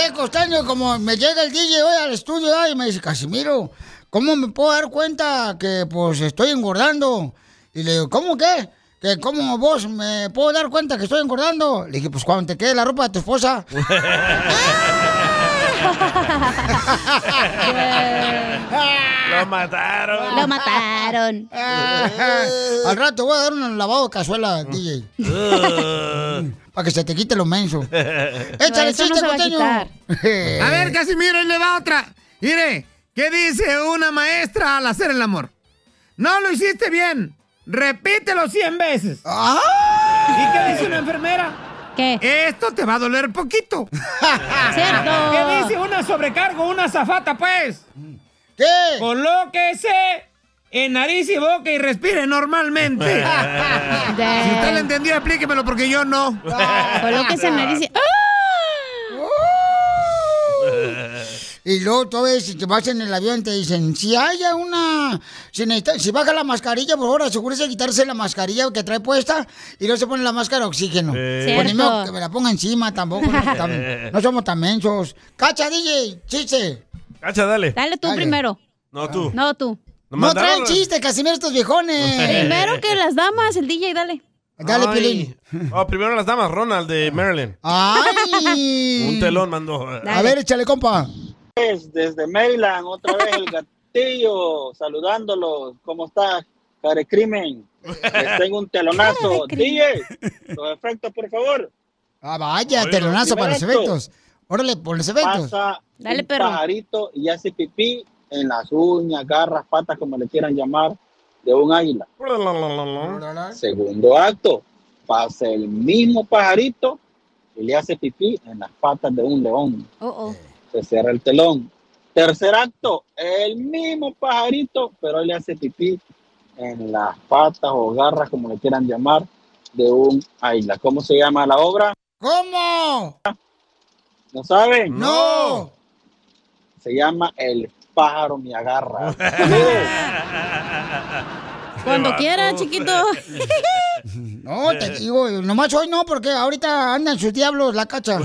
Eh, Costeño, como me llega el DJ hoy al estudio ah, y me dice, Casimiro, ¿cómo me puedo dar cuenta que pues estoy engordando? Y le digo, ¿cómo qué? ¿Que ¿Cómo vos me puedo dar cuenta que estoy engordando? Le dije, pues cuando te quede la ropa de tu esposa.
Lo mataron.
Lo mataron.
Al rato voy a dar un lavado de cazuela, DJ. Para que se te quite lo menso. Échale
eso no
chiste,
se va a
Costeño.
quitar.
A ver, Casimiro, ahí le va otra. Mire, ¿qué dice una maestra al hacer el amor? No lo hiciste bien. Repítelo 100 veces. ¿Y qué dice una enfermera?
¿Qué?
Esto te va a doler poquito.
Cierto.
¿Qué dice una sobrecargo, una zafata, pues?
¿Qué?
Colóquese en nariz y boca y respire normalmente. si usted lo entendió, explíquemelo porque yo no.
Colóquese en nariz y-
Y luego todavía si te vas en el avión te dicen, si haya una, si, necesita- si baja la mascarilla, por favor, asegúrese de quitarse la mascarilla que trae puesta y luego se pone la máscara de oxígeno.
Eh.
Pues ni modo
Cierto.
que me la ponga encima tampoco. No, tam- no somos tan mensos. Cacha, DJ, chiste.
Cacha, dale.
Dale tú primero.
No, tú.
No, tú.
No
No traen
mandaron-
chiste, Casimiro, estos viejones.
Primero que las damas, el DJ, dale.
Ay. Oh, primero las damas, Ronald de Maryland.
Ay.
Un telón mandó.
A ver, échale, compa.
Pues, desde Maryland, otra vez el gatillo, saludándolos. ¿Cómo estás, Carecrimen? Les tengo un telonazo. DJ, los efectos, por favor.
Ah, vaya,
Oye,
telonazo para los
primer acto.
efectos. Órale, por los efectos.
Pasa
Dale,
un
perro.
pajarito y hace pipí en las uñas, garras, patas, como le quieran llamar, de un águila. Segundo acto, pasa el mismo pajarito y le hace pipí en las patas de un león.
Oh, oh.
se cierra el telón. Tercer acto, el mismo pajarito, pero él le hace pipí en las patas o garras, como le quieran llamar, de un águila. ¿Cómo se llama la obra?
¿Cómo?
¿No saben?
No.
Se llama El pájaro me agarra.
Cuando quieras, chiquito.
No, te digo, nomás hoy no, porque ahorita andan sus diablos la cacha.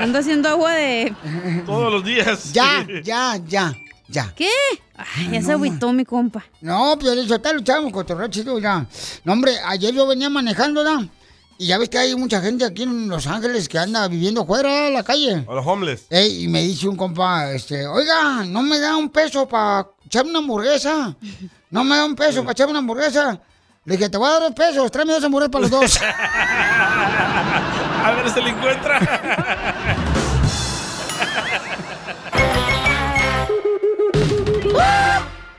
Ando haciendo agua de.
Todos los días.
Ya, ya, ya, ya.
¿Qué? Ay, ya se agüitó mi compa.
No, pues, pero eso está luchando, cotorreo chido, ya. No, hombre, ayer yo venía manejando, ¿no? Y ya ves que hay mucha gente aquí en Los Ángeles que anda viviendo fuera de la calle.
O los homeless.
Ey, y me dice un compa, este, oiga, no me da un peso para echarme una hamburguesa. No me da un peso para echarme una hamburguesa. Le dije, te voy a dar dos pesos, tráeme dos hamburguesas para los dos.
A ver, se le encuentra.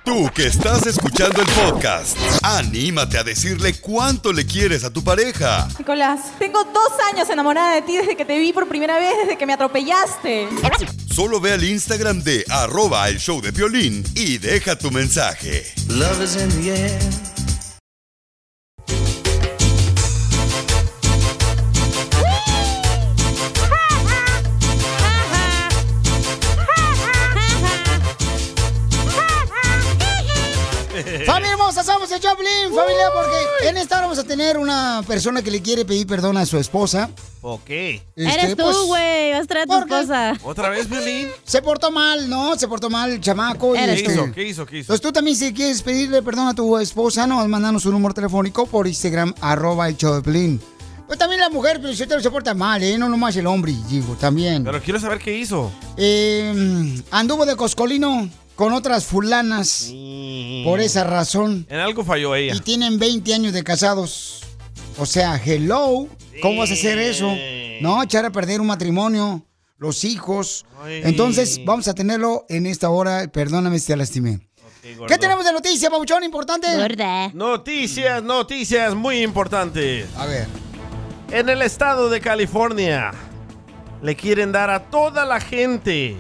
Tú que estás escuchando el podcast, anímate a decirle cuánto le quieres a tu pareja.
Nicolás, tengo dos años enamorada de ti desde que te vi por primera vez, desde que me atropellaste.
Solo ve al Instagram de arroba el show de violín y deja tu mensaje.
Familia hermosa, somos el Chaplin, familia, porque en esta hora vamos a tener una persona que le quiere pedir perdón a su esposa.
Ok.
Este,
Eres
pues,
tú, güey. Vas a traer a tu esposa.
¿Otra vez, Violín?
Se portó mal, ¿no? Se portó mal el chamaco. y
¿Qué
este-
hizo? ¿Qué hizo? ¿Qué hizo?
Entonces tú también si quieres pedirle perdón a tu esposa, no, mandanos un número telefónico por Instagram, arroba el Chaplin. Pues también la mujer, pero si te lo se porta mal, ¿eh? No nomás el hombre, digo, también.
Pero quiero saber qué hizo.
Eh, anduvo de coscolino con otras fulanas. Por esa razón.
En algo falló ella.
Y tienen 20 años de casados. O sea, hello, ¿cómo vas a hacer eso? No, echar a perder un matrimonio, los hijos. Entonces, vamos a tenerlo en esta hora. Perdóname si te lastimé.
gordo.
¿Qué tenemos de noticia, Pabuchón? Importante.
Noticias, noticias muy importantes.
A ver.
En el estado de California le quieren dar a toda la gente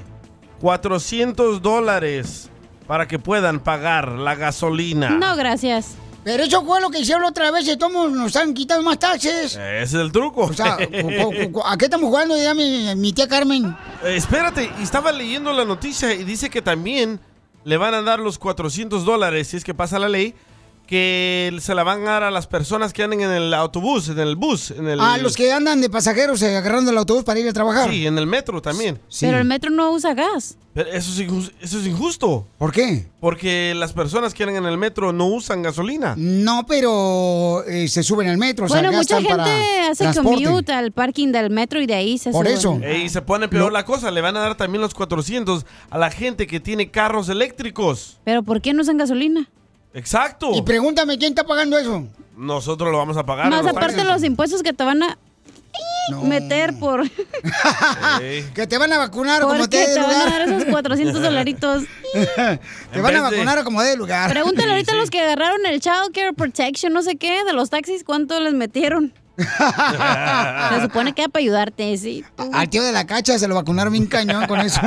400 dólares para que puedan pagar la gasolina.
No, gracias.
Pero eso fue lo que hicieron la otra vez, estamos, nos han quitado más taxes.
Eh, Ese es el truco.
O sea, cu- cu- cu- ¿a qué estamos jugando ya mi, mi tía Carmen?
Eh, Espérate, y estaba leyendo la noticia y dice que también le van a dar los 400 dólares, si es que pasa la ley, que se la van a dar a las personas que anden en el autobús, en el bus, en el...
A Ah, los que andan de pasajeros eh, agarrando el autobús para ir a trabajar.
Sí, en el metro también.
Pero el metro no usa gas.
Pero eso, es injus- eso es injusto.
¿Por qué?
Porque las personas que andan en el metro no usan gasolina.
No, pero eh, se suben al metro. o sea,
bueno, mucha
gastan
gente
para
hace
transporte.
commute al parking del metro y de ahí se suben.
Eh, Y se pone peor la cosa. Le van a dar también los 400 a la gente que tiene carros eléctricos.
Pero ¿por qué no usan gasolina?
Exacto.
Y pregúntame quién está pagando eso.
Nosotros lo vamos a pagar.
Más
los
aparte
taxis.
los impuestos que te van a meter por...
Sí.
Que te van a vacunar
Porque
como te dé
te van a
lugar.
dar esos 400 dolaritos.
te van a vacunar como dé lugar.
Pregúntale ahorita a los que agarraron el Child Care Protection, no sé qué, de los taxis, ¿cuánto les metieron?
Ah.
Se supone que era para ayudarte, sí. tú.
Al tío de la cacha se lo vacunaron bien cañón con eso.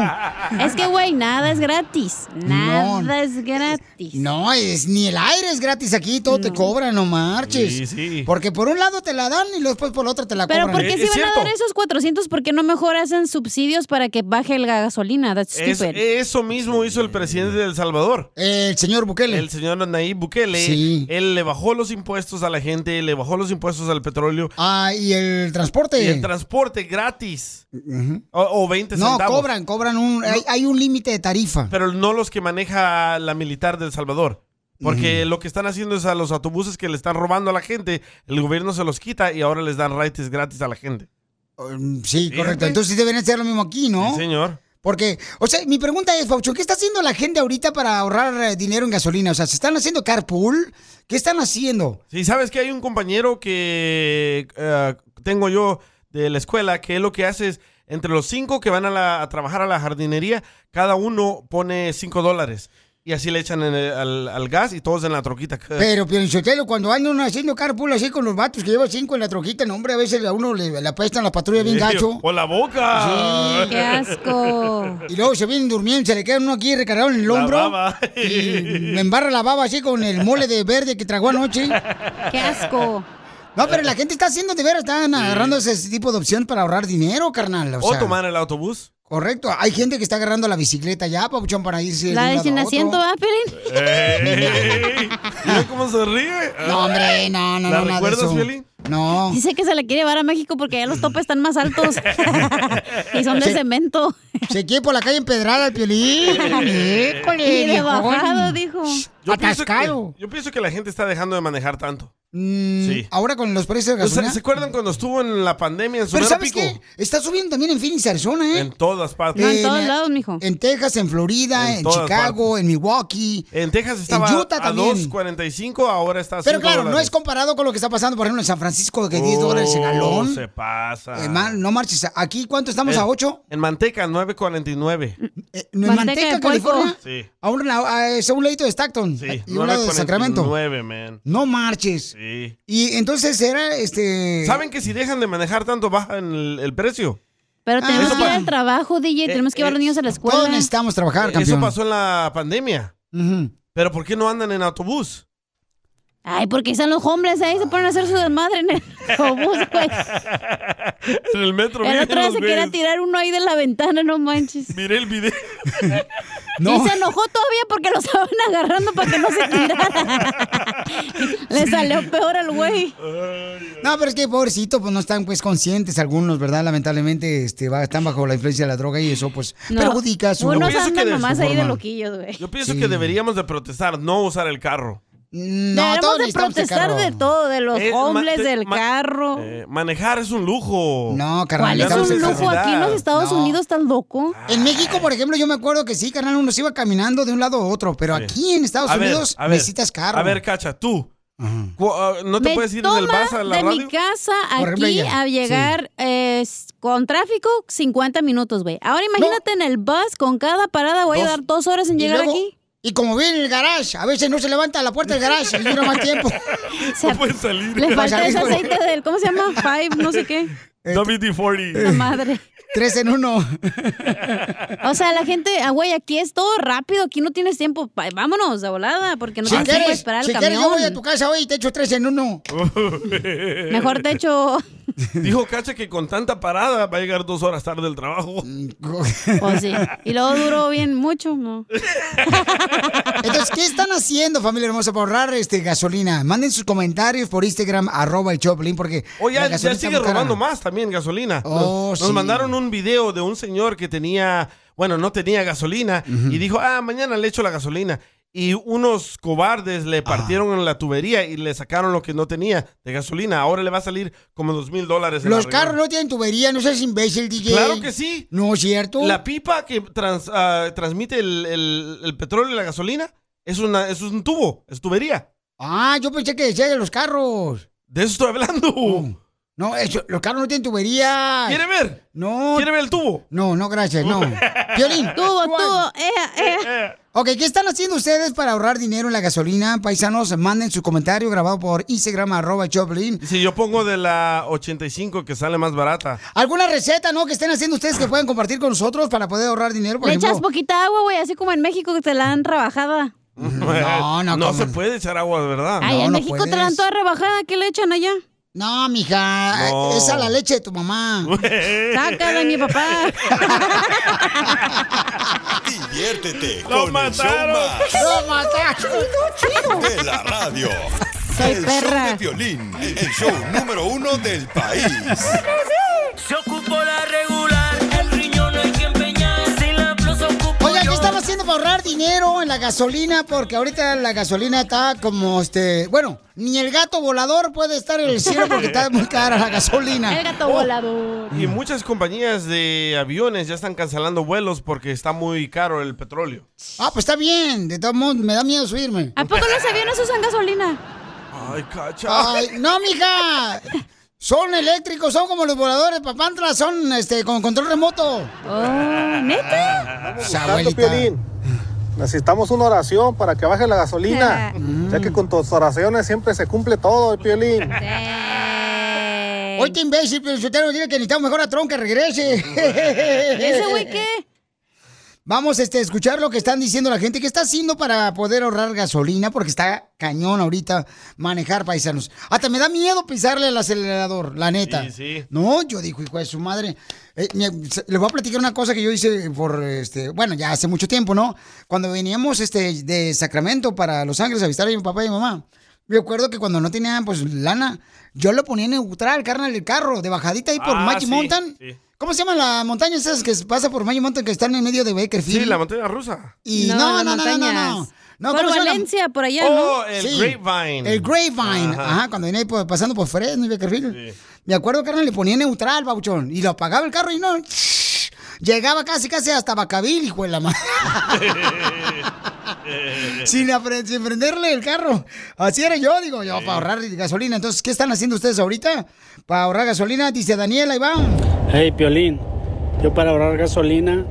Es que, güey, nada es gratis. Nada
No.
es gratis.
No, es ni el aire es gratis aquí, todo te cobran, no marches.
Sí,
Porque por un lado te la dan y después por el otro te la
Pero
cobran.
¿por qué si van a dar esos 400? ¿Por qué no mejor hacen subsidios para que baje la gasolina? That's
Es-
stupid.
eso mismo hizo el presidente de El Salvador.
El señor Bukele.
El señor Nayib Bukele.
Sí.
Él le bajó los impuestos a la gente, le bajó los impuestos al petróleo.
Ah, y el transporte.
Y el transporte gratis.
Ujú.
O, o 20
No,
centavos.
cobran, cobran un... Hay, hay un límite de tarifa.
Pero no los que maneja la militar de El Salvador. Porque lo que están haciendo es a los autobuses que le están robando a la gente, el gobierno se los quita y ahora les dan rides gratis a la gente.
Mm, Sí, correcto. Entonces deben ser lo mismo aquí, ¿no?
Sí, señor.
Porque, o sea, mi pregunta es, Faucho, ¿qué está haciendo la gente ahorita para ahorrar eh, dinero en gasolina? O sea, ¿se están haciendo carpool? ¿Qué están haciendo?
Sí, sabes que hay un compañero que eh, tengo yo de la escuela que él lo que hace es, entre los cinco que van a, la- a trabajar a la jardinería, cada uno pone cinco dólares. Y así le echan en el- al, al gas y todos en la troquita.
Pero, Pielichotelo, cuando andan uno haciendo carpool así con los vatos que lleva cinco en la troquita, no, hombre, a veces a uno le, le apestan la patrulla bien gacho.
¡O la boca!
Sí. Qué asco. Y luego se vienen durmiendo, se le queda uno aquí recargado en el
La
hombro.
baba.
Y me embarra la baba así con el mole de verde que tragó anoche.
Qué asco.
No, pero la gente está haciendo de veras, están agarrando ese tipo de opción para ahorrar dinero, carnal. O,
O
sea,
tomar el autobús.
Correcto, hay gente que está agarrando la bicicleta ya, Papuchón, para irse.
La
de
de
un
sin
lado a
asiento,
otro.
¿verdad, Pelín?
¡Ey! Mira cómo se ríe?
No, hombre, no, no,
¿La
no. nada de
recuerdas,
eso.
Piolín?
No.
Dice que se la quiere llevar a México porque allá los topes están más altos. y son de
Se-
cemento.
Se quiere por la calle empedrada el piolín. Híjole,
Y de
viejón.
bajado, dijo.
Yo pienso,
Atascado.
que, yo pienso que la gente está dejando de manejar tanto.
Mm,
Sí.
Ahora con los precios de
¿No se-
gasolina.
¿Se acuerdan cuando estuvo en la pandemia en su
Pero ¿sabes
pico?
qué? Está subiendo también en Phoenix, Arizona, ¿eh?
En todas partes.
mijo. En Texas, en Florida,
En
en,
todas
Chicago, en Milwaukee.
En Texas estaba
En Utah
a
también.
2.45, ahora está a
Pero
5
claro, no es
dólares.
comparado con lo que está pasando, por ejemplo, en San Francisco, que 10
Oh,
dólares en Alón.
se pasa.
Eh, man, no marches. ¿Aquí cuánto estamos?
En-
¿A 8?
En Manteca, 9.49.
¿En Manteca, California?
Sí.
A un, la- a- es a un ladito de Stockton eh, y un lado de Sacramento.
9.49, man.
No marches.
Sí.
Y entonces era este.
¿Saben que si dejan de manejar tanto bajan el, el precio?
Ah,
Pero tenemos
Eso
que ir
pa-
al trabajo, DJ. Tenemos que llevar a los niños a la escuela.
Eh, Todos necesitamos trabajar,
Eso
campeón.
pasó en la pandemia.
Ujú.
¿Pero por qué no andan en autobús?
Ay, porque están los hombres ahí, se ponen a hacer su desmadre en el autobús, güey.
En el metro.
El
miren
otro día
los
se quería
güeyes.
tirar uno ahí de la ventana, no manches.
Miré el video.
Y se enojó todavía porque lo estaban agarrando para que no se tirara. Le salió peor al güey.
No, pero es que pobrecito, pues no están pues conscientes algunos, ¿verdad? Lamentablemente este, va- están bajo la influencia de la droga y eso pues
No.
perjudica su...
Unos
pienso que
andan
de
nomás
su
ahí de
forma.
loquillos, güey.
Yo pienso que deberíamos de protestar, no usar el carro.
todos
Debemos de
necesitamos el
protestar
carro.
de todo, de los
Eh, ma-
hombres,
te-
del
ma-
carro.
Eh, manejar es un lujo.
No,
¿Cuál
carnal.
es un lujo aquí en los Estados Unidos tan loco?
En México, por ejemplo, yo me acuerdo que sí, carnal, uno se iba caminando de un lado a otro, pero aquí en Estados
A ver,
Unidos
a ver,
necesitas carro.
A ver, Cacha, tú. cu- ah, ¿No te
Me
puedes ir
toma
del bus a la
de
radio?
mi casa
Por ejemplo,
aquí
ella.
a llegar eh, s- con tráfico 50 minutos, güey. Ahora imagínate en el bus con cada parada voy a
Dos.
dar dos horas en
Y
llegar
luego,
aquí.
Y como vive en el garage, a veces no se levanta la puerta del Este garage y dura más tiempo.
No puede salir.
Le falta ese aceite del, ¿cómo se llama? Five, no sé qué.
Este-
La
WD-40.
madre.
Tres en uno.
O sea, la gente, ah, güey, aquí es todo rápido, aquí no tienes tiempo. pa- Vámonos de volada, porque no
si
tienes tiempo de
quieres,
esperar
si
el
quieres,
camión.
yo voy a tu casa hoy y te echo tres en uno.
Mejor te echo.
Dijo Cacha que con tanta parada va a llegar dos horas tarde del trabajo.
Pues sí. Y luego duró bien mucho, ¿no?
Entonces, ¿qué están haciendo, familia hermosa, para ahorrar este, gasolina? Manden sus comentarios por Instagram, arroba el Choplin, porque.
O ya,
la
ya
gasolina está
sigue
muy cara.
robando más también gasolina.
Oh,
nos, nos
sí.
mandaron un video de un señor que tenía, bueno, no tenía gasolina y dijo, ah, mañana le echo la gasolina. Y unos cobardes le partieron en la tubería y le sacaron lo que no tenía de gasolina. Ahora le va a salir como dos mil dólares. en
Los
arreglar.
carros no tienen tubería, no seas imbécil, DJ.
Claro que sí.
No es cierto.
La pipa que trans- ah, transmite el, el- el petróleo y la gasolina es, una, es un tubo, es tubería.
Ah, yo pensé que decía de los carros.
De eso estoy hablando.
No, eso- los carros no tienen tubería.
¿Quiere ver?
No.
¿Quiere ver el tubo?
No, no, gracias, no. Violín.
Tubo,
¿cuál?
tubo, eh, eh.
Ok, ¿qué están haciendo ustedes para ahorrar dinero en la gasolina? Paisanos, manden su comentario grabado por Instagram, arroba el Choplin.
Si yo pongo de la 85 que sale más barata.
¿Alguna receta, no, que estén haciendo ustedes que puedan compartir con nosotros para poder ahorrar dinero? Por
Le
ejemplo?
echas poquita agua, güey, así como en México que te la han rebajada.
No,
no,
No
¿cómo?
se puede echar agua, de verdad.
Ay, en México te la han toda rebajada, ¿qué le echan allá?
No, mija, eh,
No. esa la
leche de tu mamá.
Sácala, mi papá.
Diviértete con el show más de la radio.
Soy
el
perra.
show de violín, el show número uno del país.
Se ocupó la regular, el riñón no hay que empeñar. Si la blusa ocupó
Oiga, ¿qué están haciendo para ahorrar dinero en la gasolina? Porque ahorita la gasolina está como este. Bueno, ni el gato volador puede estar en el cielo porque está muy cara la gasolina. Oh.
El gato volador.
Y muchas compañías de aviones ya están cancelando vuelos porque está muy caro el petróleo.
Ah, pues está bien. De todos modos, me da miedo subirme.
¿A poco los aviones usan gasolina?
Ay, cacha.
Ay, no, mija. Son eléctricos, son como los voladores, papantla, son este con control remoto.
Oh,
Ah,
¿Neta?
abuelita.
Piolín. Necesitamos una oración para que baje la gasolina, ya que con tus oraciones siempre se cumple todo, Piolín.
Hoy te imbécil, pero yo tengo que decir que necesitamos mejor a Tron que regrese.
¿Ese güey qué?
Vamos este, a escuchar lo que están diciendo la gente. ¿Qué está haciendo para poder ahorrar gasolina? Porque está cañón ahorita manejar paisanos. Hasta me da miedo pisarle al acelerador, la neta.
Sí, sí.
No, yo digo, hijo de su madre. Eh, mira, se- les voy a platicar una cosa que yo hice por, este, bueno, ya hace mucho tiempo, ¿no? Cuando veníamos este, de Sacramento para Los Ángeles a visitar a mi papá y mi mamá. Me acuerdo que cuando no tenía, pues, lana, yo lo ponía en neutral, carnal, el carro, de bajadita ahí por
Ah,
Magic
sí,
Mountain.
sí.
¿Cómo se llaman las montañas esas que pasa por Magic Mountain que están en medio de Bakerfield?
Sí, la montaña rusa.
Y no, no, no, no,
las
no, no.
montañas.
No,
Por
¿cómo se llama?
Valencia, por allá,
Oh,
¿no?
el
Sí.
Grapevine.
El Grapevine,
Ajá.
ajá, cuando venía ahí por- pasando por Fresno y Bakerfield. Me acuerdo que le ponía neutral, babuchón, y lo apagaba el carro y no. Llegaba casi, casi hasta Bacavil, hijo de la madre. sin, apre- sin prenderle el carro. Así era yo, digo yo, para ahorrar gasolina. Entonces, ¿qué están haciendo ustedes ahorita? Para ahorrar gasolina, dice Daniela, ahí va.
Hey, Piolín, yo para ahorrar gasolina,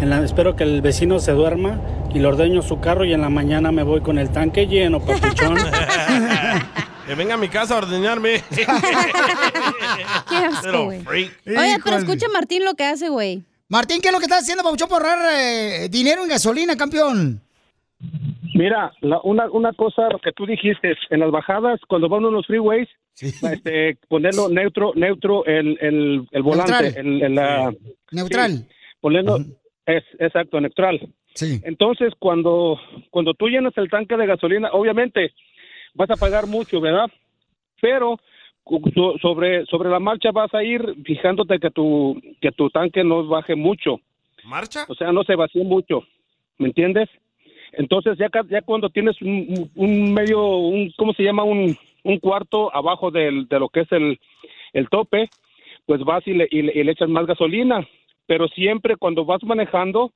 en la- espero que el vecino se duerma y le ordeño su carro y en la mañana me voy con el tanque lleno, papuchón.
Que venga a mi casa a ordeñarme.
Qué asco,
Pero
güey.
freak.
Oye, pero
Híjole.
escucha a Martín lo que hace, güey.
Martín, ¿qué es lo que estás haciendo, babuchón, para ahorrar eh, dinero en gasolina, campeón?
Mira, la- una, una cosa que tú dijiste, en las bajadas, cuando van unos freeways, este, ponerlo neutro, neutro el, el, el volante,
Neutral.
el, el, la-
Neutral.
sí, ponerlo, es, exacto, neutral.
Sí.
Entonces, cuando, cuando tú llenas el tanque de gasolina, obviamente vas a pagar mucho, ¿verdad? Pero cu- so- sobre, sobre la marcha vas a ir fijándote que tu, que tu tanque no baje mucho.
¿Marcha?
O sea, no se vacíe mucho, ¿me entiendes? Entonces, ya, ca- ya cuando tienes un, un medio, un, ¿cómo se llama? Un, un cuarto abajo del, de lo que es el, el tope, pues vas y le, y le- y le echas más gasolina. Pero siempre cuando vas manejando,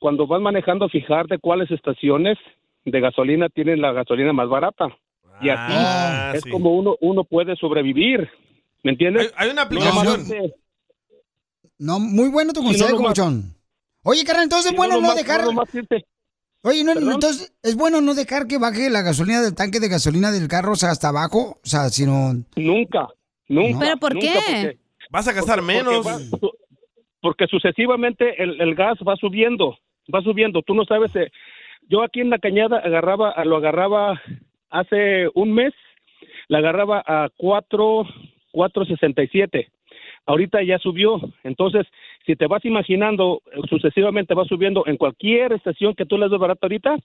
cuando vas manejando, fijarte cuáles estaciones de gasolina tienen la gasolina más barata. Y así
Ah,
es
sí.
como uno, uno puede sobrevivir, ¿me entiendes?
Hay, una
aplicación. No, muy bueno tu
Sí, no
consejo,
nomás-
babuchón. Oye, carnal, entonces,
Sí,
bueno, no
nomás-
dejar...
nomás irte-
Oye, no,
¿Perdón?
entonces, ¿es bueno no dejar que baje la gasolina del tanque de gasolina del carro o sea, hasta abajo? O sea, sino...
Nunca, nunca.
¿Pero por
nunca,
qué?
porque-
Vas a gastar
porque-
menos.
Porque, va- porque sucesivamente el, el gas va subiendo, va subiendo. Tú no sabes. eh, yo aquí en la cañada agarraba, lo agarraba hace un mes, la agarraba a cuatro, cuatro sesenta y siete. Ahorita ya subió. Entonces, si te vas imaginando, eh, sucesivamente va subiendo en cualquier estación que tú le des barata ahorita,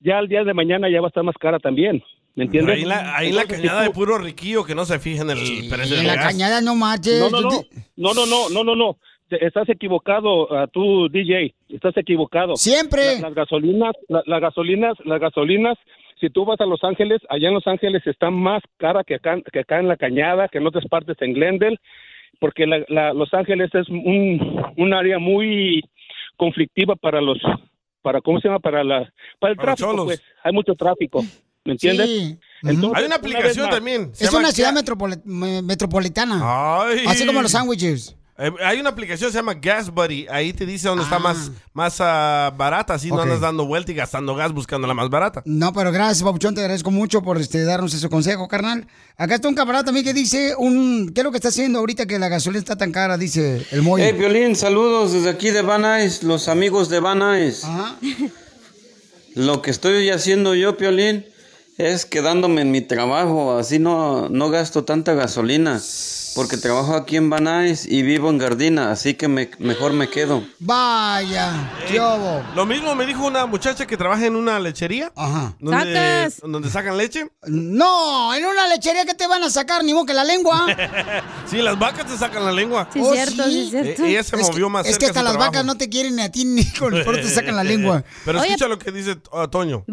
ya al día de mañana ya va a estar más cara también. ¿Me entiendes?
Ahí en la, ahí en la
Entonces, si
cañada de
tú-
puro riquillo que no se fija en el precio
En
del
la
gas.
cañada no marches.
no, no, no, no, no, no, no, no, no. Te- Estás equivocado, ah, tú DJ, estás equivocado.
Siempre.
las gasolinas, la- las gasolinas, las gasolinas. Si tú vas a Los Ángeles, allá en Los Ángeles está más cara que acá, que acá en la Cañada, que en otras partes en Glendale, porque la- la- Los Ángeles es un, un área muy conflictiva para los, para cómo se llama, para la, para el
Para los
tráfico,
cholos.
pues. Hay mucho tráfico, ¿me entiendes?
Sí.
Entonces,
Hay una
vez
aplicación
más,
también. se
Es
llama
una ciudad
Ga-
metropolit- me- metropolitana.
Ay.
Así como los sándwiches.
Eh, hay una aplicación que se llama Gas Buddy. Ahí te dice dónde está más, más ah, barata. Así no
Ok.
andas dando vuelta y gastando gas buscando la más barata.
No, pero gracias, Papuchón, te agradezco mucho por este, darnos ese consejo, carnal. Acá está un camarada también que dice, un, ¿qué es lo que está haciendo ahorita que la gasolina está tan cara? Dice el Moy.
Hey, Violín, saludos desde aquí de Van Nuys, los amigos de Van Nuys.
Ah.
Lo que estoy haciendo yo, Piolín, es quedándome en mi trabajo, así no, no gasto tanta gasolina, porque trabajo aquí en Van Nuys y vivo en Gardina, así que me- mejor me quedo.
Vaya, qué obo.
Eh, Lo mismo me dijo una muchacha que trabaja en una lechería. Donde,
Tacas.
donde sacan leche.
No, en una lechería que te van a sacar, ni modo que la lengua.
sí, las vacas te sacan la lengua.
Oh,
Eh, ella se
Es
movió
que-
más
Es que
cerca
hasta
de
las
su trabajo.
vacas no te quieren ni a ti ni con el te sacan la lengua.
Pero
Oye,
escucha lo que dice uh, Toño.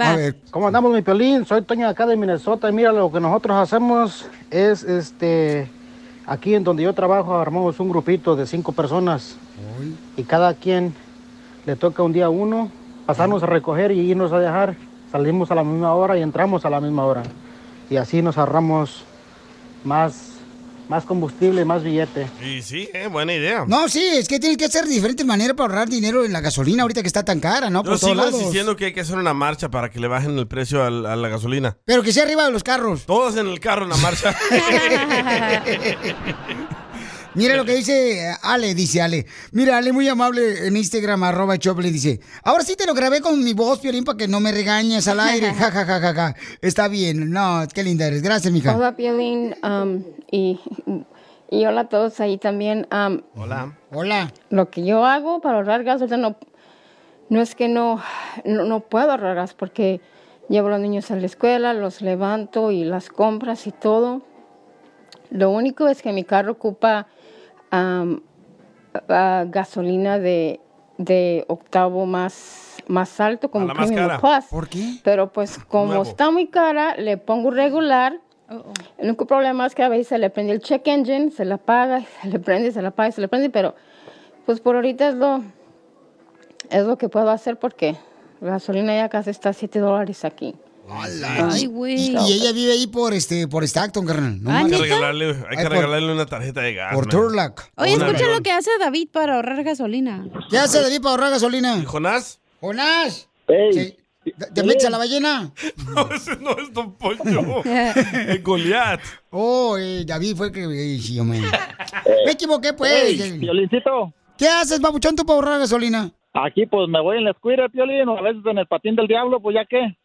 ¿Cómo andamos, mi Piolín? Soy Toño de acá de Minnesota y mira, lo que nosotros hacemos es, este, aquí en donde yo trabajo armamos un grupito de cinco personas y cada quien le toca un día a uno pasarnos a recoger y irnos a dejar. Salimos a la misma hora y entramos a la misma hora. Y así nos ahorramos más, más combustible, más billete.
Y sí, eh, buena idea.
No, sí, es que tienes que hacer diferentes maneras para ahorrar dinero en la gasolina ahorita que está tan cara, ¿no?
Yo
Por todos
sigo
lados.
insistiendo que hay que hacer una marcha para que le bajen el precio al- a la gasolina.
Pero que sea arriba de los carros.
Todos en el carro en la marcha.
Mira lo que dice eh, Ale, dice Ale. Mira, Ale, muy amable en Instagram, arroba Chople, dice. Ahora sí te lo grabé con mi voz, Piolín, para que no me regañes al aire. Ja, ja, ja, ja, ja. Está bien. No, qué linda eres. Gracias, mija.
Hola, Piolín, um, y, y hola a todos ahí también. um,
Hola.
Hola.
Lo que yo hago para ahorrar gas, ahorita no, no es que no, no, no puedo ahorrar gas porque llevo a los niños a la escuela, los levanto y las compras y todo. Lo único es que mi carro ocupa um, ah, gasolina de, de octavo más, más alto, como
la más
Premium
cara.
Plus.
¿Por qué?
Pero pues como
Nuevo.
está muy cara, le pongo regular. El único problema es que a veces se le prende el check engine, se la apaga, y se le prende, se la apaga, y se le prende, pero pues por ahorita es lo, es lo que puedo hacer porque la gasolina ya casi está a 7 dólares aquí.
Ay,
güey.
Y, y ella vive ahí por este, por Stockton, carnal. No
hay que
marches.
regalarle, hay que
Ay, por-
regalarle una tarjeta de gas.
Por
man.
Turlock.
Oye,
Una
escucha
avión.
lo que hace David para ahorrar gasolina.
¿Qué hace David para ahorrar gasolina?
¿Y Jonás?
Jonás.
Ey.
Sí. ¿Te metes a la ballena?
No, ese no es Don Poncho. es Goliat.
Oh, eh, David fue el que... eh, sí, hombre. Me equivoqué, pues.
Ey, Piolincito,
¿Qué haces, babuchón, tú para ahorrar gasolina?
aquí pues me voy en la escuira, Piolín, o a veces en el patín del diablo, pues ya qué.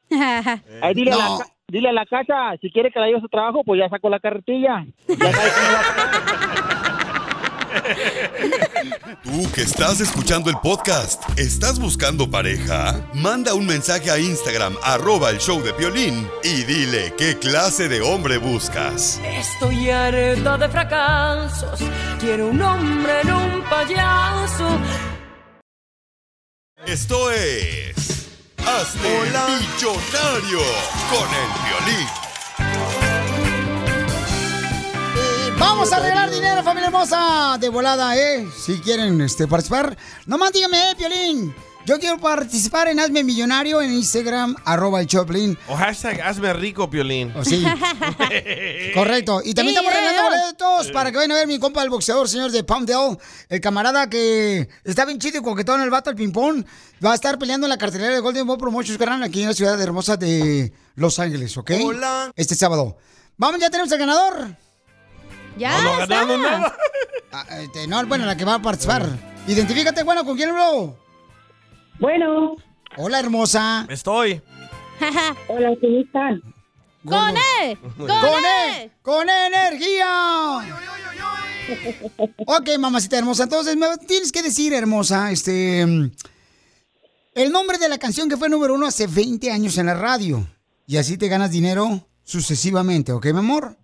Ahí dile, a
No.
la, ca- dile a la cacha, si quiere que la lleve a su trabajo, pues ya saco la carretilla.
Tú que estás escuchando el podcast, ¿estás buscando pareja? Manda un mensaje a Instagram, arroba el show de Piolín, y dile qué clase de hombre buscas.
Estoy harta de fracasos. Quiero un hombre en un payaso.
Esto es... Hazte millonario con el Piolín.
Vamos a arreglar dinero, familia hermosa, de volada, ¿eh? Si quieren este, participar, nomás díganme, ¿eh, Piolín? Yo quiero participar en Hazme Millonario en Instagram, arroba el Choplin.
O hashtag hazme rico, Piolín.
Oh, sí. Correcto. Y también
Sí,
estamos regalando
eh, eh.
boletos para que vayan a ver mi compa, el boxeador, señor de Palmdale. El camarada que está bien chido y coquetón en el vato al ping-pong. Va a estar peleando en la cartelera de Golden Ball Promotions, carnal, aquí en la ciudad hermosa de Los Ángeles, ¿ok?
Hola.
Este sábado. Vamos, ya tenemos el ganador.
Ya
No, no ganamos está. nada. Ah, este, no, bueno, la que va a participar. Identifícate, bueno, ¿con quién hablo? Bueno. Hola, hermosa.
Estoy.
Hola, ¿cómo están?
¡Con él!
¡Con
¡Con
él! ¡Con E, energía! ok, mamacita hermosa, entonces me tienes que decir, hermosa, este... El nombre de la canción que fue número uno hace 20 años en la radio. Y así te ganas dinero sucesivamente, ¿ok, mi amor?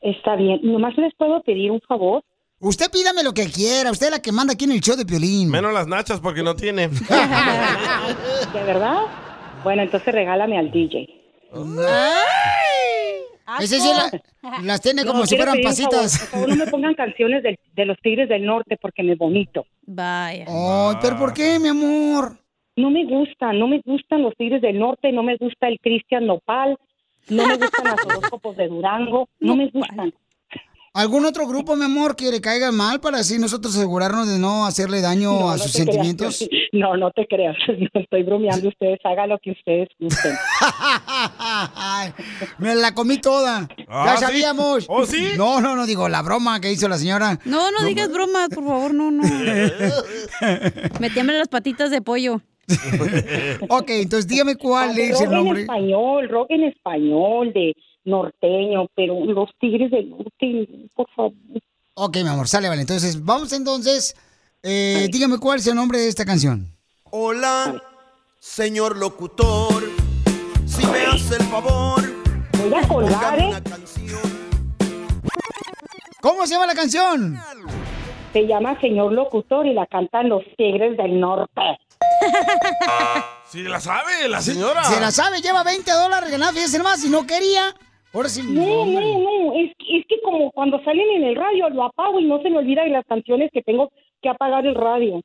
Está bien. Nomás les puedo pedir un favor.
Usted pídame lo que quiera. Usted es la que manda aquí en el show de Piolín.
Menos las nachas porque no tiene.
¿De verdad? Bueno, entonces regálame al DJ.
Ah, Ese sí la- las tiene como si
quiero
fueran
pedir un favor.
pasitas.
Por favor, no me pongan canciones del- de, los Tigres del Norte porque me vomito.
Vaya.
Ay, pero ¿por qué, mi amor?
No me gustan, no me gustan los Tigres del Norte, no me gusta el Cristian Nopal, no me gustan los horóscopos de Durango, no me gustan.
¿Algún otro grupo, mi amor, que le caiga mal para así nosotros asegurarnos de no hacerle daño
No,
a
no
sus
te creas.
sentimientos?
No, no te creas, no estoy bromeando, ustedes hagan lo que ustedes gusten.
Ay, me la comí toda.
Ah,
ya
¿sí?
sabíamos.
¿Oh, sí?
No, no, no, digo, la broma que hizo la señora.
No, no digas bromas, por favor, no, no. Me tiemblan las patitas de pollo.
ok, entonces dígame cuál
rock en español, rock en español, de norteño, pero los Tigres del Norte, por favor.
Ok, mi amor, sale, vale. Entonces, vamos entonces. eh, dígame cuál es el nombre de esta canción.
Hola, señor locutor, si me hace el favor.
Voy a colgar, ¿eh?
¿Cómo se llama la canción?
Se llama Señor Locutor y la cantan los Tigres del Norte.
Sí, la sabe, la señora.
Se la sabe, lleva 20 dólares ganados, fíjense nomás, si no quería. Ahora sí.
No, no, no, es, es que como cuando salen en el radio lo apago y no se me olvida de las canciones que tengo que apagar el radio.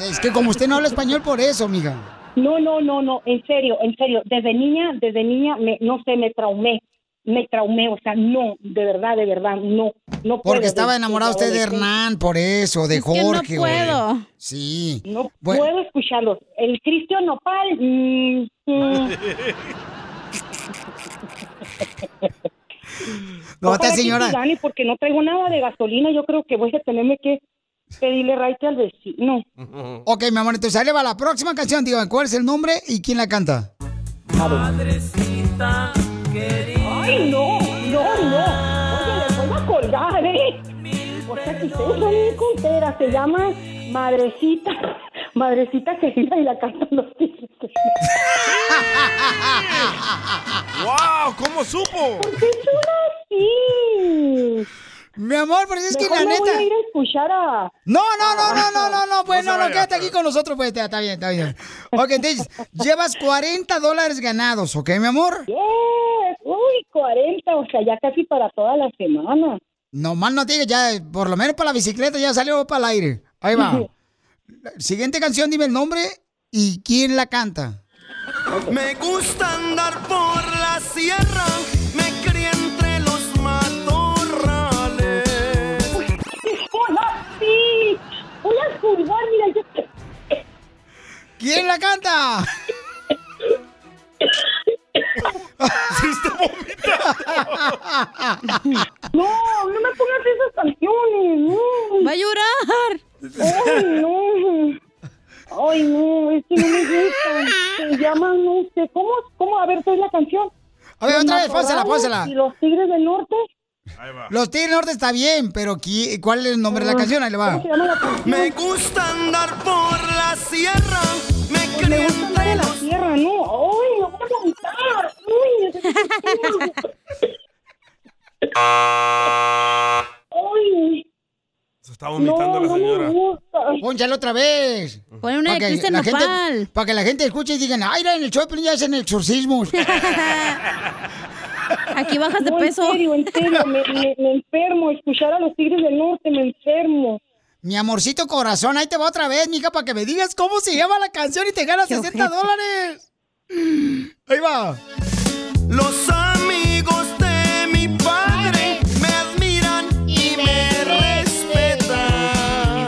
Es que como usted no habla español, por eso, mija.
No, no, no, no, en serio, en serio, desde niña, desde niña, me, no sé, me traumé, me traumé, o sea, no, de verdad, de verdad, no, no puedo,
Porque estaba
desde-
enamorado usted de
desde-
Hernán, por eso, de
que no
Jorge. güey.
puedo.
Sí.
No
Bueno.
puedo escucharlos. El Cristian Nopal, mm, mm.
No, esta
Ojalá que
señora-
sí gane, porque no traigo nada de gasolina, yo creo que voy a tenerme que pedirle raite al vecino.
Ok, mi amor, entonces ahí le va la próxima canción. Dígame cuál es el nombre y quién la canta.
Madrecita querida.
Ay, no, no, no. Oye, le voy a colgar, ¿eh? O sea, que ustedes son bien conteras. Se llama Madrecita. Madrecita querida y la cantan los tigres.
¡Wow! ¿Cómo supo?
Pues Sí.
Mi amor, pero Pues es que
Mejor
la
me voy
neta-
a ir a escuchar a...
No, no, no, no, no, no, no, pues
No
no,
se
no,
vaya.
quédate aquí con nosotros, pues está está bien, está bien. Ok, entonces, llevas 40 dólares ganados, ¿ok, mi amor?
Yes. Uy, 40, o sea, ya casi para toda la semana.
No, mal no te digas, ya, por lo menos para la bicicleta ya salió para el aire. Ahí va. Siguiente canción, dime el nombre y quién la canta.
Me gusta andar por la sierra, me crié entre los matorrales.
¡Hola, sí! Voy a colgar, mira, yo...
¿Quién la canta?
Se está vomitando.
No, no me pongas esas canciones, no.
¡Va a llorar!
Ay, no. Ay, no, es que no me gustan. Se llaman, no sé, ¿cómo? ¿Cómo? A ver, ¿cuál es la canción?
A ver,
Los
otra vez, pónsela,
matorrales
pónsela.
¿Y los tigres del norte?
Los Tigres Norte está bien, pero ¿qui- ¿cuál es el nombre
Ah.
de la canción? Ahí le va.
Me gusta andar por la sierra, me crié entre
La
los
tierra, no. Ay, no voy a cantar. Ay, necesito- Ay,
Se está vomitando la señora.
Pónchalo otra vez.
Pon una de Cristian Nopal.
Para que la gente escuche y digan, ay, era en el show, pero ya hacen exorcismos.
Aquí bajas de
no,
peso.
En serio, en serio, me, me- me enfermo. Escuchar a los tigres del norte, me enfermo.
Mi amorcito corazón, ahí te va otra vez, mija, para que me digas cómo se llama la canción y te ganas 60 dólares. Ahí va.
Los amigos de mi padre me admiran y me respetan.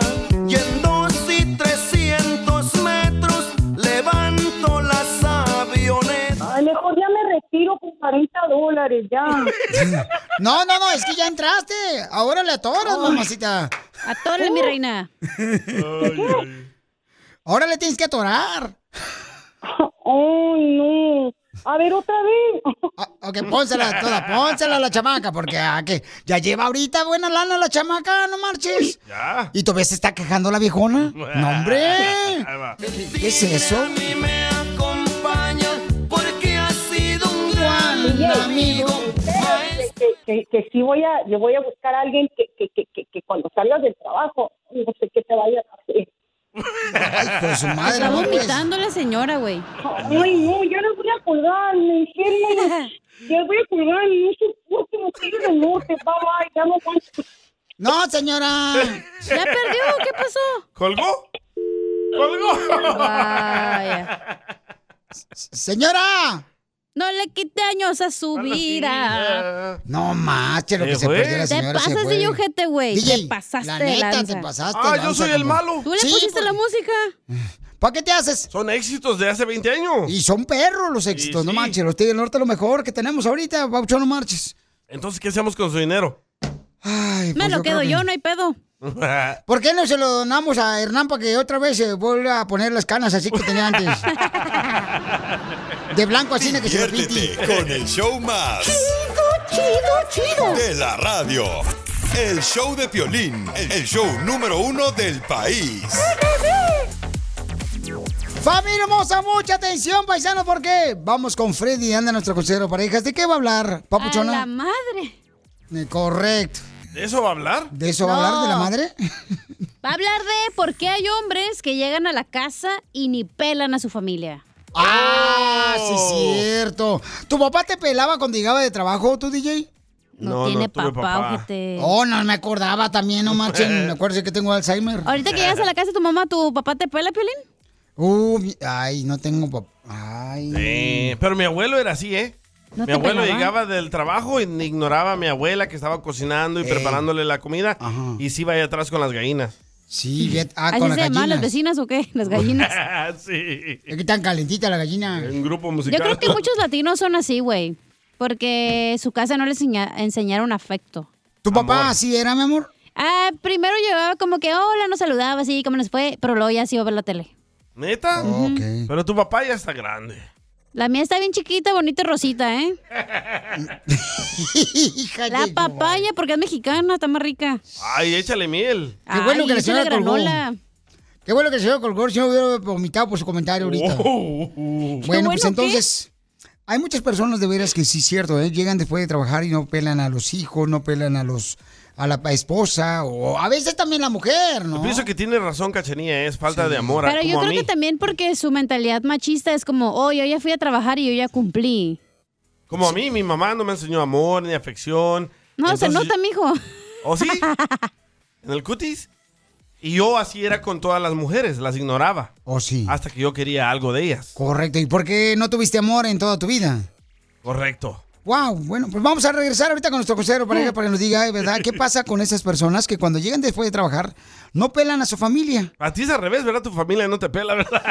Y en dos y trescientos metros levanto las avionetas.
Ay, mejor ya me retiro con 40 dólares, ya.
No, no, no, es que ya entraste. Ahora le atoras, mamacita. Uh.
Atórale, mi reina.
Ahora le tienes que atorar.
Ay, no. A ver, otra vez.
Ah, ok, pónsela toda, pónsela a la chamaca, porque ah, que ya lleva ahorita buena lana la chamaca, no marches.
Ya.
¿Y tu vez se está quejando la viejona? ¡No, hombre!
Ahí va.
¿Qué es eso?
me acompaña porque ha sido un gran
Miguel,
amigo.
Que, que, que, que sí voy a, yo voy a buscar a alguien que, que, que, que, que cuando salgas del trabajo, no sé qué te vaya a hacer.
Pues su madre,
Está
no, pues.
vomitando la señora, güey.
Ay, no, yo no voy a colgar, me enfermo. Ya voy a colgar, no soporto, me quiero de norte, bye bye, ya no aguanto.
No, señora.
Ah, ¿Ya perdió? ¿Qué pasó?
¿Colgó?
¡Colgó!
¡Señora!
No le quite años a su vida.
No marches lo
Se
que se
fue.
perdió la
Te
señora. se
pasas
fue.
de ojete, güey.
DJ,
Te pasaste
la
de
neta,
lanza.
te pasaste
Ah, yo soy el malo.
Tú le
Sí,
pusiste
por-
la música.
¿Para qué te haces?
Son éxitos de hace 20 años.
Y son perros los éxitos, no manches. Los Tigres del Norte lo mejor que tenemos ahorita, Pauchón, no marches.
Entonces, ¿qué hacemos con su dinero?
Ay,
Me
pues
lo
yo creo
quedo
que-
yo, no hay pedo.
¿Por qué no se lo donamos a Hernán para que otra vez se vuelva a poner las canas así que tenía antes? De blanco así, ¿no? que se lo
Diviértete con el show más.
Chido, chido, chido.
De la radio. El show de Piolín, el show número uno del país.
Familia hermosa, mucha atención, paisanos, porque vamos con Freddy, anda nuestro consejero de parejas. ¿De qué va a hablar,
A la
papuchona?
madre.
Eh, Correcto.
¿De eso va a hablar?
¿De eso va a hablar de la
No.
madre?
Va a hablar de por qué hay hombres que llegan a la casa y ni pelan a su familia.
Ah, sí,
Oh.
cierto. ¿Tu papá te pelaba cuando llegaba de trabajo, tú, DJ?
No No, no tiene tuve papá, papá. ojete.
Oh, no, me acordaba también, no marchen. Me acuerdo que tengo Alzheimer.
Ahorita que llegas a la casa de tu mamá, ¿tu papá te pela, Piolín?
Uh, mi- ay, no tengo papá. Ay.
Sí, pero mi abuelo era así, ¿eh?
¿No
mi
te
abuelo
pelaba?
llegaba del trabajo y ignoraba a mi abuela que estaba cocinando y preparándole la comida y se iba ahí atrás con las gallinas.
Sí, ve- ah,
¿Así
con
se
las
llamaban
gallinas.
las vecinas o qué? Las gallinas.
sí.
Es que tan calentita la gallina.
Un grupo
Yo
musical.
creo que muchos latinos son así, güey. Porque su casa no les enseña- enseñaron afecto.
¿Tu papá así era, mi amor?
Ah, primero llegaba como que, hola, nos saludaba, así, ¿cómo les fue? Pero luego ya se iba a ver la tele.
¿Neta?
Oh,
Pero tu papá ya está grande.
La mía está bien chiquita, bonita y rosita, ¿eh? la papaya, porque es mexicana, está más rica.
Ay, échale miel.
Qué bueno
Ay,
que la
échale
señora colgó.
granola.
Qué bueno que el señor colgó, si no hubiera vomitado por su comentario ahorita. Bueno, pues entonces, hay muchas personas de veras que sí es cierto, ¿eh? llegan después de trabajar y no pelan a los hijos, no pelan a los a la pa- esposa o a veces también la mujer,
Yo
¿no?
pienso que tiene razón, Cachenía, es falta de amor. ah,
Pero
como
yo
a
creo
mí.
que también porque su mentalidad machista es como, oh, yo ya fui a trabajar y yo ya cumplí.
Como a mí, mi mamá no me enseñó amor ni afección.
No, se
Entonces,
nota, mijo.
¿O sí? ¿En el cutis? Y yo así era con todas las mujeres, las ignoraba.
¿O sí?
Hasta que yo quería algo de ellas.
Correcto. ¿Y por qué no tuviste amor en toda tu vida?
Correcto.
Wow, bueno, pues vamos a regresar ahorita con nuestro consejero pareja para que nos diga, ¿eh, ¿verdad? ¿Qué pasa con esas personas que cuando llegan después de trabajar no pelan a su familia?
A ti es al revés, ¿verdad? Tu familia no te pela, ¿verdad?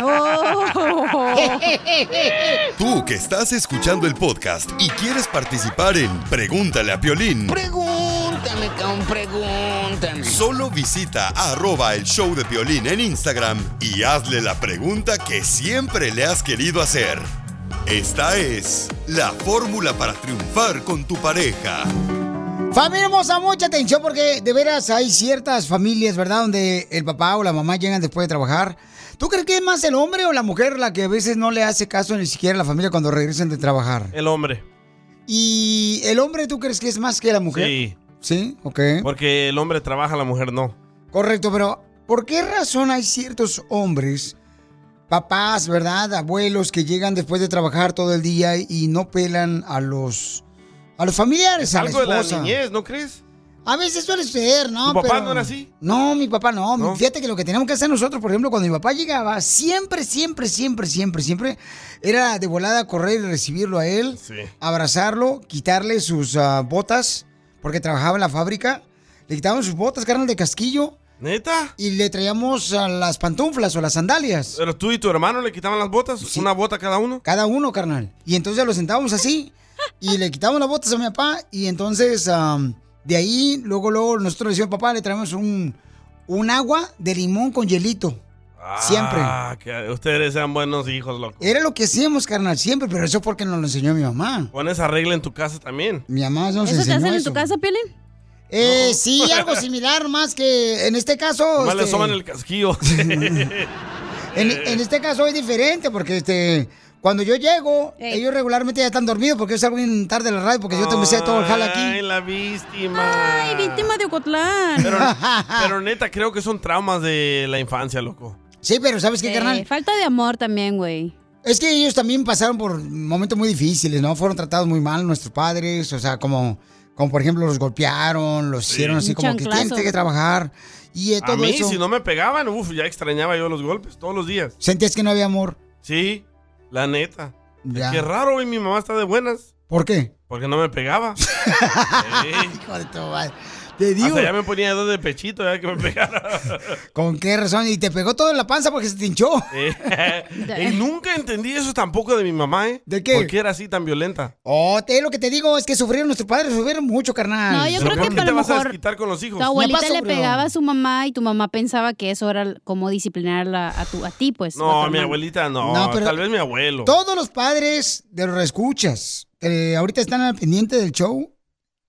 Tú que estás escuchando el podcast y quieres participar en Pregúntale a Piolín,
Pregúntame, con pregúntame.
solo visita arroba el show de Piolín en Instagram y hazle la pregunta que siempre le has querido hacer. Esta es la fórmula para triunfar con tu pareja.
Familia hermosa, mucha atención porque de veras hay ciertas familias, ¿verdad? Donde el papá o la mamá llegan después de trabajar. ¿Tú crees que es más el hombre o la mujer la que a veces no le hace caso ni siquiera a la familia cuando regresan de trabajar?
El hombre.
¿Y el hombre tú crees que es más que la mujer?
Sí.
Sí, ok.
Porque el hombre trabaja, la mujer no.
Correcto, pero ¿por qué razón hay ciertos hombres, papás, ¿verdad? Abuelos que llegan después de trabajar todo el día y no pelan a los, a los familiares, a la
Algo de la
esposa?
niñez, ¿no crees?
A veces suele ser, ¿no?
¿Tu papá
Pero-
no era así?
No, mi papá no. Fíjate que lo que teníamos que hacer nosotros, por ejemplo, cuando mi papá llegaba, siempre, siempre, siempre, siempre, siempre, era de volada correr y recibirlo a él, abrazarlo, quitarle sus ah, botas, porque trabajaba en la fábrica. Le quitaban sus botas, carnal, de casquillo.
¿Neta?
Y le traíamos ah, las pantuflas o las sandalias.
¿Pero tú y tu hermano le quitaban las botas? ¿Una bota cada uno?
Cada uno, carnal. Y entonces lo sentábamos así y le quitábamos las botas a mi papá y entonces am, de ahí, luego, luego nosotros le decíamos, papá, le traemos un, un agua de limón con hielito. Siempre.
Ah, que ustedes sean buenos hijos, loco.
Era lo que hacíamos, carnal, siempre, pero eso porque nos lo enseñó mi mamá.
Pon esa regla en tu casa también.
Mi mamá nos
¿Eso te
enseñó
hacen en
eso.
tu casa, Piolín?
Eh, sí, algo similar, más que en este caso...
Nomás le
este,
soban el casquillo.
En, en este caso es diferente porque este cuando yo llego, ellos regularmente ya están dormidos porque yo salgo bien tarde de la radio porque yo también sé todo el jala aquí.
Ay, la víctima.
Ay, víctima de Ocotlán.
Pero, pero neta, creo que son traumas de la infancia, loco.
Sí, pero ¿sabes qué,
Eh,
carnal?
Falta de amor también, güey.
Es que ellos también pasaron por momentos muy difíciles, ¿no? Fueron tratados muy mal nuestros padres, o sea, como, como por ejemplo los golpearon, los hicieron así
Un
como que
chanclazo.
tienes que trabajar y eh,
A
todo
mí,
eso.
si no me pegaban, uff, ya extrañaba yo los golpes todos los días.
Sentías que no había amor.
Sí, la neta.
Ya.
Qué raro, hoy mi mamá está de buenas.
¿Por qué?
Porque no me pegaba.
Hijo de tu madre. Te digo.
Hasta ya me ponía dos de pechito, ya que me pegara.
¿Con qué razón? Y te pegó todo en la panza porque se te hinchó.
Eh, y nunca entendí eso tampoco de mi mamá, ¿eh?
¿De qué?
¿Por qué era así tan violenta?
Oh, te, lo que te digo es que sufrieron nuestros padres, sufrieron mucho, carnal.
No, yo creo
¿Por
que
qué
a
te
lo
vas a
mejor
desquitar con los hijos?
Tu abuelita
pasó,
le
bro.
pegaba a su mamá y tu mamá pensaba que eso era como disciplinarla a, tu, a ti, pues. o a tu
No, mi
hermano.
abuelita no.
No, pero-
Tal vez mi abuelo.
Todos los padres de los escuchas que ahorita están al pendiente del show,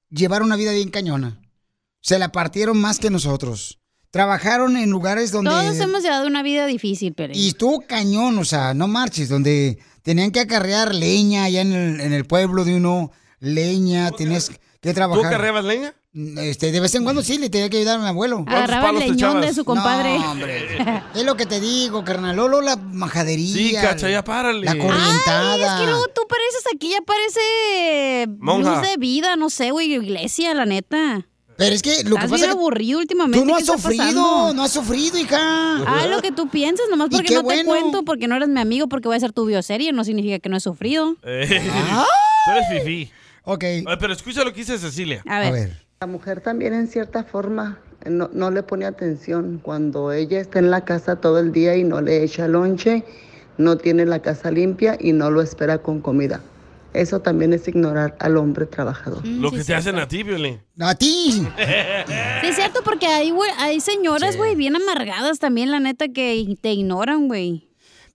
llevaron una vida bien cañona. Se la partieron más que nosotros. Trabajaron en lugares donde...
Todos hemos llevado una vida difícil, pero
Y estuvo cañón, o sea, no marches, donde tenían que acarrear leña allá en el, en el pueblo de uno, leña, tenías que
¿Tú
trabajar.
carreabas leña?
Este, de vez en cuando sí, le tenía que ayudar a mi abuelo.
¿Cuántos Agarraba el palos te leñón de echabas? su compadre.
No, hombre. Es lo que te digo, carnal. Lolo, la majadería.
Sí, cacha, ya párale.
La corrientada.
Ay, es que luego tú pareces aquí, ya parece
Monja.
luz de vida, no sé, güey, iglesia, la neta.
Pero es que lo que
Estás
pasa
bien
que
aburrido últimamente.
tú no has
¿qué está
sufrido,
pasando?
no has sufrido, hija.
Ah, lo que tú piensas, nomás
Y
porque
qué
no te
bueno.
cuento, porque no eres mi amigo, porque voy a hacer tu bioserie, no significa que no he sufrido.
Eh, Tú eres fifí.
Ah. Ok.
pero escucha lo que dice Cecilia.
La mujer también en cierta forma no, no le pone atención. Cuando ella está en la casa todo el día y no le echa lonche, no tiene la casa limpia y no lo espera con comida. Eso también es ignorar al hombre trabajador.
Lo que te hacen a ti, Violín.
A ti.
Sí, es cierto, porque hay, güey, hay señoras, güey, bien amargadas también, la neta, que te ignoran, güey.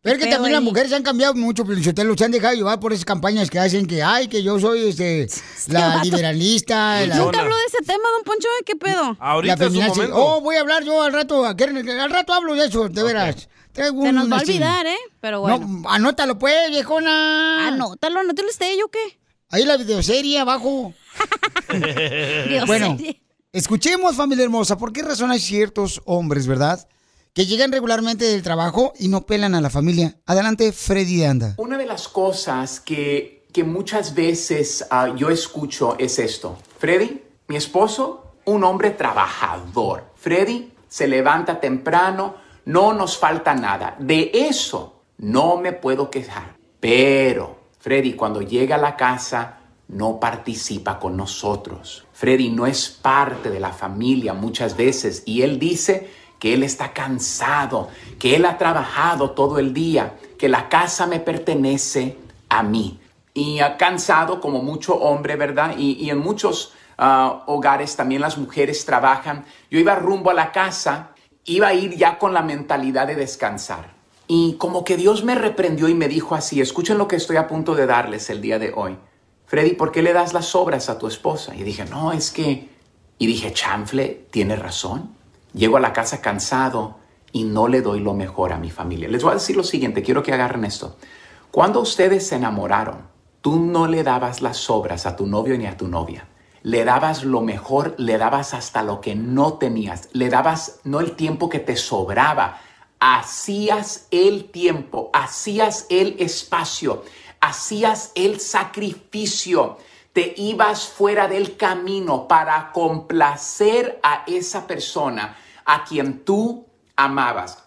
Pero es que
Qué
también las
feo ahí.
mujeres se han cambiado mucho, Pelichotelo, se han dejado llevar por esas campañas que hacen que, ay, que yo soy este, la
vato.
liberalista. la-
Nunca habló de ese tema, don Poncho, ¿eh? ¿qué pedo?
la feminazi. Oh, voy a hablar yo al rato, al al rato hablo de eso, de veras. Traigo
Se nos
un,
va a
este,
olvidar, ¿eh? Pero bueno.
No, anótalo pues, viejona.
Anótalo, no te lo esté yo qué.
Ahí la videoserie abajo. Bueno, escuchemos, familia hermosa, ¿por qué razón hay ciertos hombres, verdad? Que llegan regularmente del trabajo y no pelan a la familia. Adelante, Freddy de Anda.
Una de las cosas que, que muchas veces ah, yo escucho es esto. Freddy, mi esposo, un hombre trabajador. Freddy se levanta temprano, no nos falta nada. De eso no me puedo quejar. Pero Freddy cuando llega a la casa no participa con nosotros. Freddy no es parte de la familia muchas veces y él dice que él está cansado, que él ha trabajado todo el día, que la casa me pertenece a mí. Y ah, cansado como mucho hombre, ¿verdad? Y, y en muchos ah, hogares también las mujeres trabajan. Yo iba rumbo a la casa, iba a ir ya con la mentalidad de descansar. Y como que Dios me reprendió y me dijo así, escuchen lo que estoy a punto de darles el día de hoy. Freddy, ¿por qué le das las obras a tu esposa? Y dije, no, es que... Y dije, chanfle, tiene razón. Llego a la casa cansado y no le doy lo mejor a mi familia. Les voy a decir lo siguiente, quiero que agarren esto. Cuando ustedes se enamoraron, tú no le dabas las obras a tu novio ni a tu novia. Le dabas lo mejor, le dabas hasta lo que no tenías, le dabas no el tiempo que te sobraba, hacías el tiempo, hacías el espacio, hacías el sacrificio, te ibas fuera del camino para complacer a esa persona a quien tú amabas.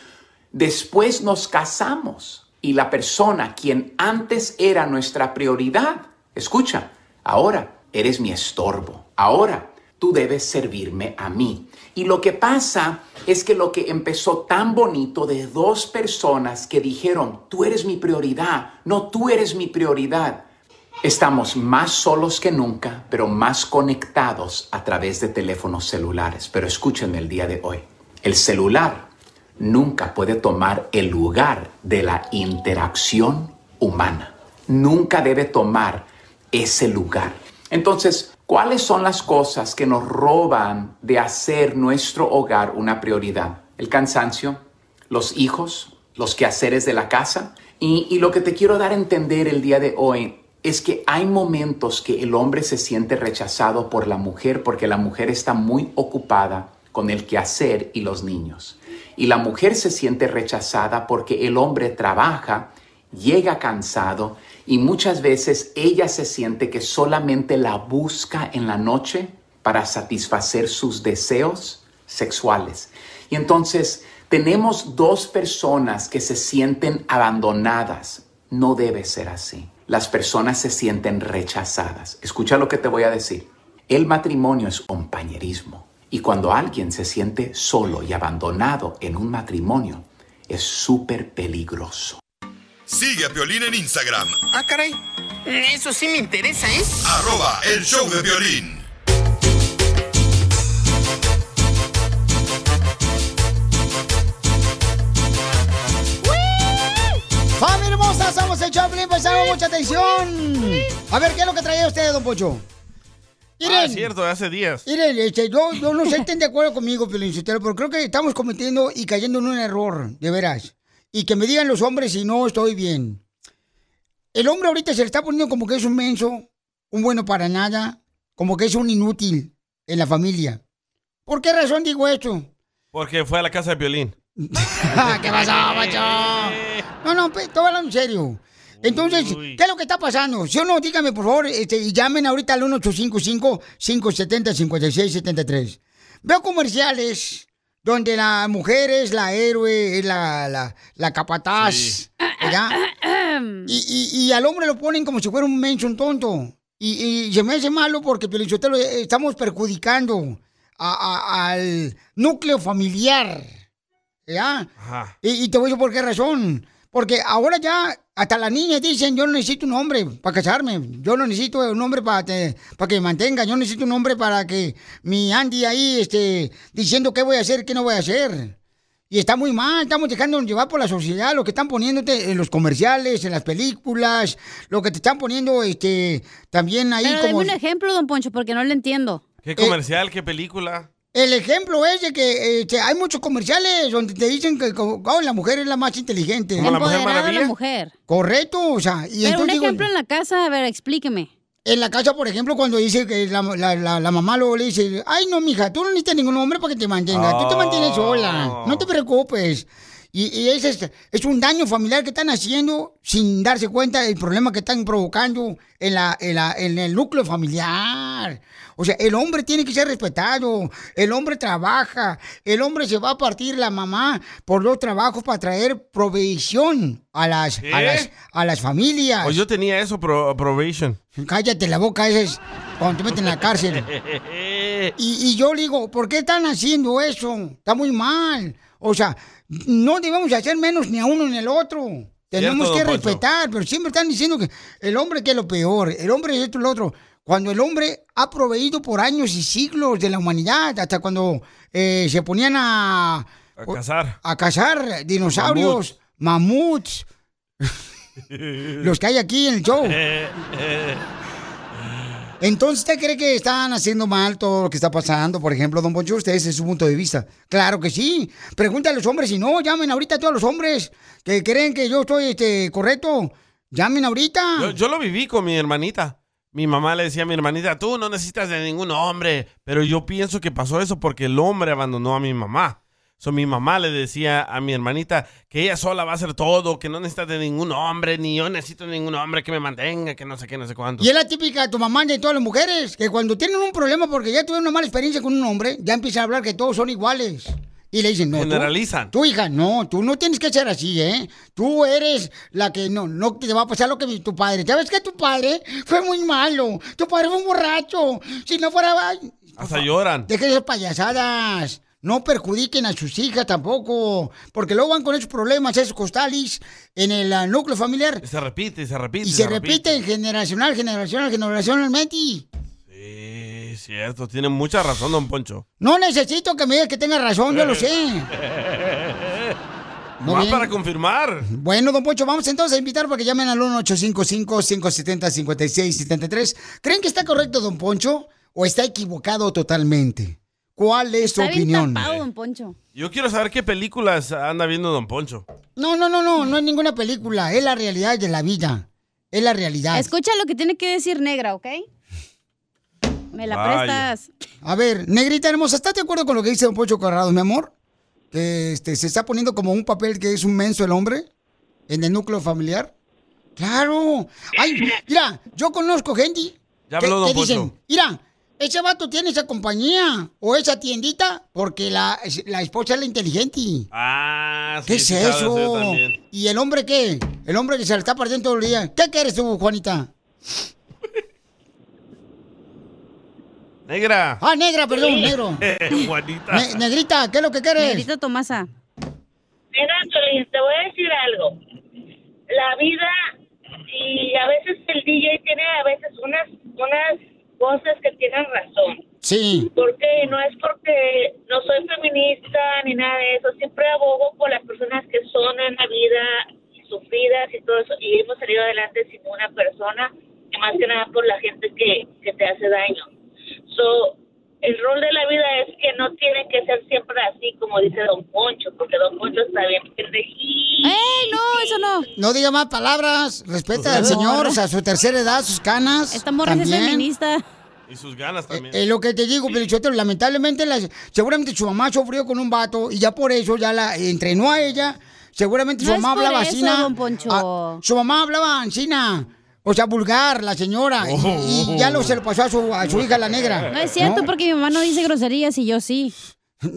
Después nos casamos y la persona quien antes era nuestra prioridad, escucha, ahora eres mi estorbo. Ahora tú debes servirme a mí. Y lo que pasa es que lo que empezó tan bonito de dos personas que dijeron, tú eres mi prioridad, no tú eres mi prioridad. Estamos más solos que nunca, pero más conectados a través de teléfonos celulares. Pero escúchenme el día de hoy. El celular nunca puede tomar el lugar de la interacción humana. Nunca debe tomar ese lugar. Entonces, ¿cuáles son las cosas que nos roban de hacer nuestro hogar una prioridad? El cansancio, los hijos, los quehaceres de la casa. Y, y lo que te quiero dar a entender el día de hoy es que hay momentos que el hombre se siente rechazado por la mujer porque la mujer está muy ocupada con el quehacer y los niños. Y la mujer se siente rechazada porque el hombre trabaja, llega cansado y muchas veces ella se siente que solamente la busca en la noche para satisfacer sus deseos sexuales. Y entonces tenemos dos personas que se sienten abandonadas. No debe ser así. Las personas se sienten rechazadas. Escucha lo que te voy a decir. El matrimonio es compañerismo. Y cuando alguien se siente solo y abandonado en un matrimonio, es súper peligroso.
Sigue a Piolín en Instagram,
Ah, caray. Eso sí me interesa, ¿eh?
arroba el show de violín.
¡Familia hermosa! Somos el Choplin, paisano, mucha atención. A ver, ¿qué es lo que traía usted, don Pocho?
Ah, es cierto, hace días.
Miren, este, yo, yo no sé si estén de acuerdo conmigo, Piolinchotero, pero creo que estamos cometiendo y cayendo en un error, de veras. Y que me digan los hombres si no estoy bien. El hombre ahorita se le está poniendo como que es un menso, un bueno para nada, como que es un inútil en la familia. ¿Por qué razón digo esto?
Porque fue a la casa de violín.
Ah, ¿Qué pasó, macho? No, no, pe- estoy hablando en serio. Entonces, ¿qué es lo que está pasando? Si o no, dígame, por favor, este, y llamen ahorita al 1855-570-5673. Veo comerciales donde la mujer es la héroe, es la, la, la capataz, ¿verdad? y, y- y al hombre lo ponen como si fuera un menso, un tonto. Y, y se me hace malo porque, Pelichotelo, estamos perjudicando a- a- al núcleo familiar, ¿verdad?
Ajá.
Y, y te voy a decir por qué razón. Porque ahora ya hasta las niñas dicen, yo no necesito un hombre para casarme, yo no necesito un hombre para que me mantenga, yo necesito un hombre para que mi Andy ahí esté diciendo qué voy a hacer, qué no voy a hacer. Y está muy mal, estamos dejándonos llevar por la sociedad, lo que están poniéndote en los comerciales, en las películas, lo que te están poniendo este también ahí
Pero
como...
dame un ejemplo, don Poncho, porque no lo entiendo.
Eh.
¿Qué comercial? ¿Qué película?
El ejemplo es de que este, hay muchos comerciales donde te dicen que co- oh, la mujer es la más inteligente.
¿Como la Mujer Empoderada la Maravilla? mujer.
Correcto, o sea, y
Pero
entonces
un
digo,
ejemplo en la casa, a ver, explíqueme.
en la casa, por ejemplo, cuando dice que la, la- la- la mamá luego le dice, ay no, mija, tú no necesitas ningún hombre para que te mantenga, tú te mantienes sola, no te preocupes. Y, y ese es, es un daño familiar que están haciendo sin darse cuenta del problema que están provocando en, la- en la- en el núcleo familiar. O sea, el hombre tiene que ser respetado, el hombre trabaja, el hombre se va a partir la mamá por los trabajos para traer provisión a las, a
¿Qué?
las, a las familias.
O Pues yo tenía eso, pro, probation.
Cállate la boca, ese es cuando te meten en la cárcel. Y, y yo le digo, ¿por qué están haciendo eso? Está muy mal. O sea, no debemos hacer menos ni a uno ni al otro. Tenemos
Cierto,
que
don Poncho.
respetar, pero siempre están diciendo que el hombre que es lo peor, el hombre es esto y lo otro. Cuando el hombre ha proveído por años y siglos de la humanidad, hasta cuando eh, se ponían a,
A cazar.
a cazar dinosaurios, mamuts, los que hay aquí en el show. Entonces, ¿usted cree que están haciendo mal todo lo que está pasando? Por ejemplo, don Poncho, usted ese es su punto de vista. Claro que sí. Pregúntale a los hombres, si no, llamen ahorita a todos los hombres que creen que yo estoy este, correcto. Llamen ahorita.
Yo, yo lo viví con mi hermanita. Mi mamá le decía a mi hermanita, tú no necesitas de ningún hombre. Pero yo pienso que pasó eso porque el hombre abandonó a mi mamá. So, mi mamá le decía a mi hermanita que ella sola va a hacer todo, que no necesita de ningún hombre, ni yo necesito de ningún hombre que me mantenga, que no sé qué, no sé cuánto.
Y es la típica de tu mamá y de todas las mujeres, que cuando tienen un problema porque ya tuvieron una mala experiencia con un hombre, ya empiezan a hablar que todos son iguales. Y le dicen, no. tú-
Generalizan.
Tú, hija, no, tú no tienes que ser así, ¿eh? Tú eres la que no, no te va a pasar lo que vi- tu padre. ¿Sabes que tu padre fue muy malo? Tu padre fue un borracho. Si no fuera. ay,
Hasta lloran.
Dejen esas payasadas. No perjudiquen a sus hijas tampoco. Porque luego van con esos problemas, esos costales, en el ah, núcleo familiar.
Y se repite, y se repite.
Y se repiten generacional, generacional, generacionalmente.
Sí, cierto, tiene mucha razón, don Poncho.
No necesito que me digas que tenga razón,
Eh.
yo lo sé. Muy
Más
bien.
para confirmar.
Bueno, don Poncho, vamos entonces a invitar para que llamen al 1-855-570-5673. ¿Creen que está correcto, don Poncho? ¿O está equivocado totalmente? ¿Cuál es su
Está bien
opinión?
tapado, don Poncho.
Yo quiero saber qué películas anda viendo don Poncho.
No, no, no, no, no es ninguna película. Es la realidad de la vida. Es la realidad.
Escucha lo que tiene que decir negra, ¿ok? Me la
Vaya.
prestas.
A ver, negrita hermosa, ¿estás de acuerdo con lo que dice don Poncho Corrado, mi amor? Que este, se está poniendo como un papel que es un menso el hombre en el núcleo familiar. Claro. Ay, mira, yo conozco gente
Ya
que,
habló don
que dicen,
Poncho.
mira, ese vato tiene esa compañía o esa tiendita porque la, la esposa es la inteligente.
Ah, sí,
¿Qué
sí
es
sabe hacer
eso?
también.
¿Y el hombre qué? El hombre que se le está perdiendo todo el día. ¿Qué quieres tú, Juanita?
Negra.
Ah, negra, perdón, negro.
Juanita.
Ne- negrita, ¿qué es lo que quieres? Negrita
Tomasa.
Mira, Piolín, te voy a decir algo. La vida y a veces el DJ tiene a veces unas unas cosas que tienen razón.
Sí.
Porque no es porque no soy feminista ni nada de eso. Siempre abogo por las personas que son en la vida sufridas y todo eso. Y hemos salido adelante sin una persona. Y más que nada por la gente que, que te hace daño. So, el rol de la vida es que no tiene que ser siempre así como dice Don Poncho, porque Don Poncho está bien pendejito.
¡Ey, ¡Eh, no! Eso no.
No diga más palabras. Respeta al
Esa
señor,
morra.
o sea, su tercera edad, sus canas.
Esta morra sí es
también.
feminista.
Y sus ganas también.
Eh, lo que te digo, Pelichotero, lamentablemente, la- seguramente su mamá sufrió con un vato y ya por eso ya la entrenó a ella. Seguramente su
No es
mamá
por
hablaba
eso,
así.
don Poncho.
su mamá hablaba ansina. O sea, vulgar, la señora. y- Y, ya lo se lo pasó a su, a su hija, la negra.
No es cierto, porque mi mamá no dice groserías y yo sí.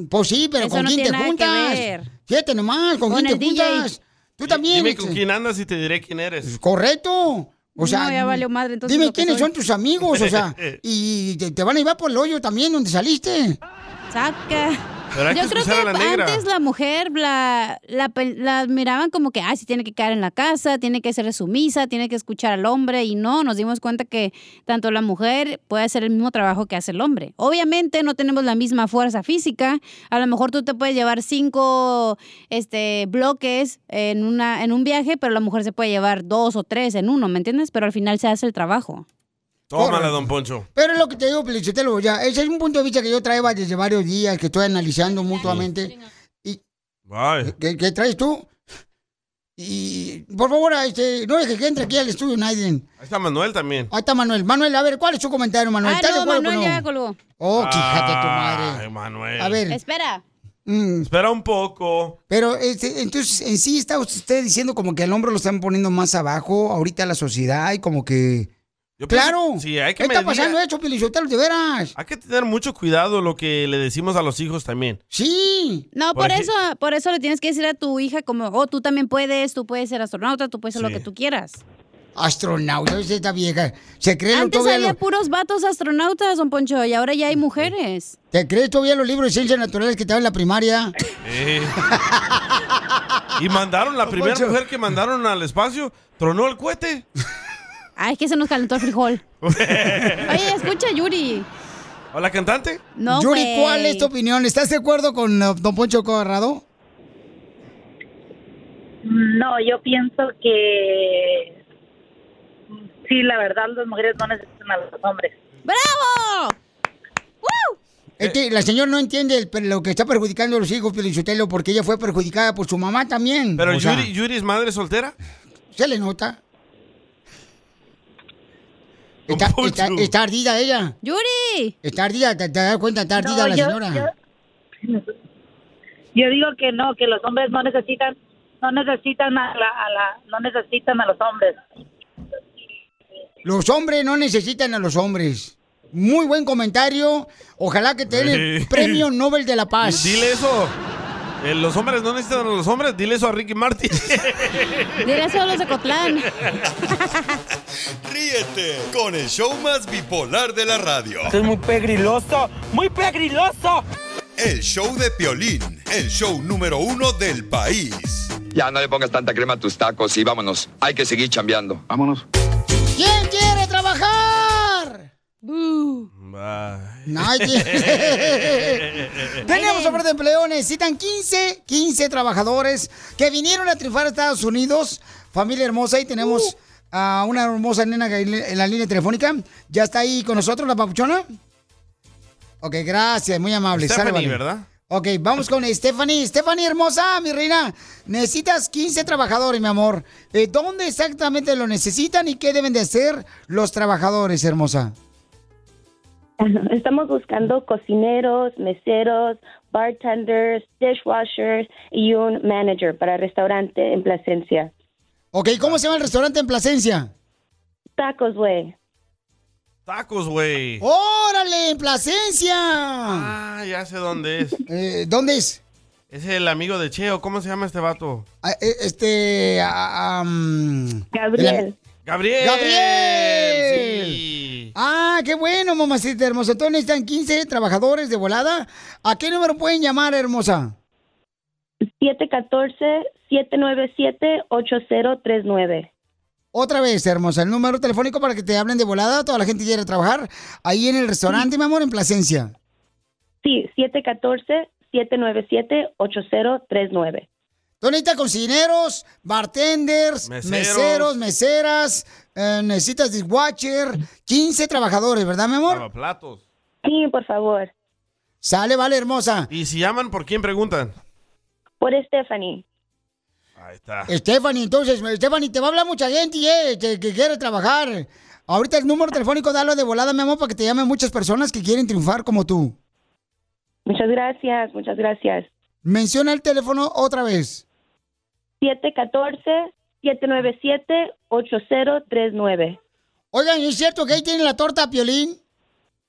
Pues sí, pero
Eso
¿con
no
quién
tiene
te
nada que
juntas?
ver.
Fíjate nomás, ¿con,
Con
quién
el
te
DJ.
juntas? Tú también. Pues,
Dime
este,
con quién andas y te diré quién eres.
Correcto. O sea,
No, ya valió madre, entonces
dime
lo que
quiénes
soy.
son tus amigos, o sea, y te, te van a llevar por el hoyo también donde saliste.
Saca.
Pero hay
Yo
que
creo que
escuchar a la negra.
antes la mujer la, la, pe- la miraban como que, ah, sí tiene que quedar en la casa, tiene que ser sumisa, tiene que escuchar al hombre. Y no, nos dimos cuenta que tanto la mujer puede hacer el mismo trabajo que hace el hombre. Obviamente no tenemos la misma fuerza física. A lo mejor tú te puedes llevar cinco este, bloques en, una, en un viaje, pero la mujer se puede llevar dos o tres en uno, ¿me entiendes? Pero al final se hace el trabajo.
Tómala, don Poncho.
Pero es lo que te digo, Pelichotelo, ya, ese es un punto de vista que yo traía desde varios días, que estoy analizando mutuamente.
Ay.
¿Qué, qué traes tú? Y, por favor, este, no dejes que entre aquí al estudio nadie.
Ahí está Manuel también.
Ahí está Manuel. Manuel, a ver, ¿cuál es tu comentario, Manuel?
Ah,
¿Estás de
no,
acuerdo
Manuel
o no?
ya colgó.
Oh, fíjate tu madre.
Ay, Manuel.
A ver.
Espera.
Espera un poco.
Mm. Pero este, entonces, en sí está usted diciendo como que al hombre lo están poniendo más abajo ahorita la sociedad y como que...
Yo pienso-
claro, pues,
Sí, hay que
¿qué está
medir-
pasando eso, Pelichotelo, de veras?
Hay que tener mucho cuidado lo que le decimos a los hijos también.
Sí.
No, por,
Por ej-
eso, por eso le tienes que decir a tu hija como, oh, tú también puedes, tú puedes ser astronauta, tú puedes ser lo que tú quieras.
Astronauta, es esta vieja. Se cree lo-
Antes
todavía
había
lo-
puros vatos astronautas, don Poncho, y ahora ya hay mujeres.
¿Te crees todavía los libros de ciencias naturales que te dan en la primaria?
Eh. y mandaron, la primera
Poncho.
mujer que mandaron al espacio, tronó el cohete.
Ay, es que se nos calentó el frijol. Oye, escucha, Yuri.
¿O la cantante?
No,
Yuri,
güey.
¿cuál es tu opinión? ¿Estás de acuerdo con eh, don Poncho Corrado?
No, yo pienso que sí, la verdad, las mujeres no necesitan a los hombres.
¡Bravo!
Es que la señora no entiende el- pero lo que está perjudicando a los hijos, Pelichotelo, porque ella fue perjudicada por su mamá también.
Pero
O sea,
Yuri, Yuri es madre soltera.
Se le nota. Está,
Don
está-
Poncho.
está ardida ella.
¡Yuri!
Está ardida, te, te das cuenta, está ardida
No,
la
yo-
señora.
yo-
Yo digo que no, que los hombres no necesitan, no necesitan a la, a la- no necesitan a los hombres.
Los hombres no necesitan a los hombres. Muy buen comentario. Ojalá que te den el
Sí.
premio Nobel de la Paz.
Dile eso. Eh, los hombres no necesitan a los hombres. Dile eso a Ricky Martin.
Dile eso a los de Cotlán.
Ríete con el show más bipolar de la radio.
es muy pegriloso, muy pegriloso.
El show de Piolín, el show número uno del país.
Ya no le pongas tanta crema a tus tacos y vámonos. Hay que seguir chambeando. Vámonos.
¿Quién quiere trabajar? Nadie. Tenemos oferta de empleo. Necesitan 15, 15 trabajadores que vinieron a triunfar a Estados Unidos. Familia hermosa. Y tenemos
Uh.
a una hermosa nena que hay en la línea telefónica. Ya está ahí con nosotros, la papuchona. Ok, gracias. Muy amable.
Stephanie,
Sálvale.
¿verdad?
Ok, vamos con Stephanie. Stephanie, hermosa, mi reina. Necesitas 15 trabajadores, mi amor. Eh, ¿Dónde exactamente lo necesitan y qué deben de hacer los trabajadores, hermosa?
Estamos buscando cocineros, meseros, bartenders, dishwashers y un manager para restaurante en Plasencia.
Ok, ¿cómo se llama el restaurante en Plasencia?
Tacos, güey.
Tacos, güey.
Oh. ¡Órale, en Plasencia!
Ah, ya sé dónde es.
Eh, ¿Dónde es?
Es el amigo de Cheo. ¿Cómo se llama este vato?
Ah, eh, Este... ah, am,
Gabriel.
Gabriel.
¡Gabriel!
Sí.
Ah, qué bueno, mamacita hermosa. Entonces necesitan 15 trabajadores de volada. ¿A qué número pueden llamar, hermosa?
714-797-8039.
Otra vez, hermosa, el número telefónico para que te hablen de volada. Toda la gente quiere trabajar ahí en el restaurante, mi amor, en Plasencia.
Sí, 714-797-8039.
Tú necesitas cocineros, bartenders,
Meseros.
meseros, meseras, eh, necesitas dishwasher, 15 trabajadores, ¿verdad, mi amor?
Platos.
Sí, por favor.
Sale, vale, hermosa.
Y si llaman, ¿por quién preguntan?
Por Stephanie.
Ahí está.
Stephanie, entonces, Stephanie, te va a hablar mucha gente eh, que, que quiere trabajar. Ahorita el número telefónico, dalo de volada, mi amor, para que te llamen muchas personas que quieren triunfar como tú.
Muchas gracias, muchas gracias.
Menciona el teléfono otra vez.
714-797-8039.
Oigan, ¿y ¿es cierto que ahí tienen la torta Piolín?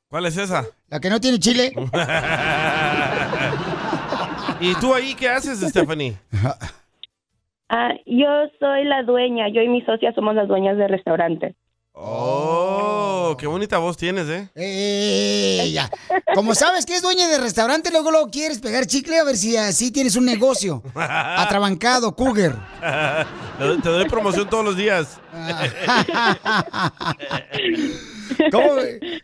¿Cuál es esa?
La que no tiene chile.
¿Y tú ahí qué haces, Stephanie?
Ah, yo soy la dueña, yo y mi socia somos las dueñas del restaurante.
Oh, qué bonita voz tienes, ¿eh?
Ella. Como sabes que es dueña de restaurante, luego luego quieres pegar chicle a ver si así tienes un negocio. Atrabancado, Cougar.
Te doy- te doy promoción todos los días.
Ah. ¿Cómo,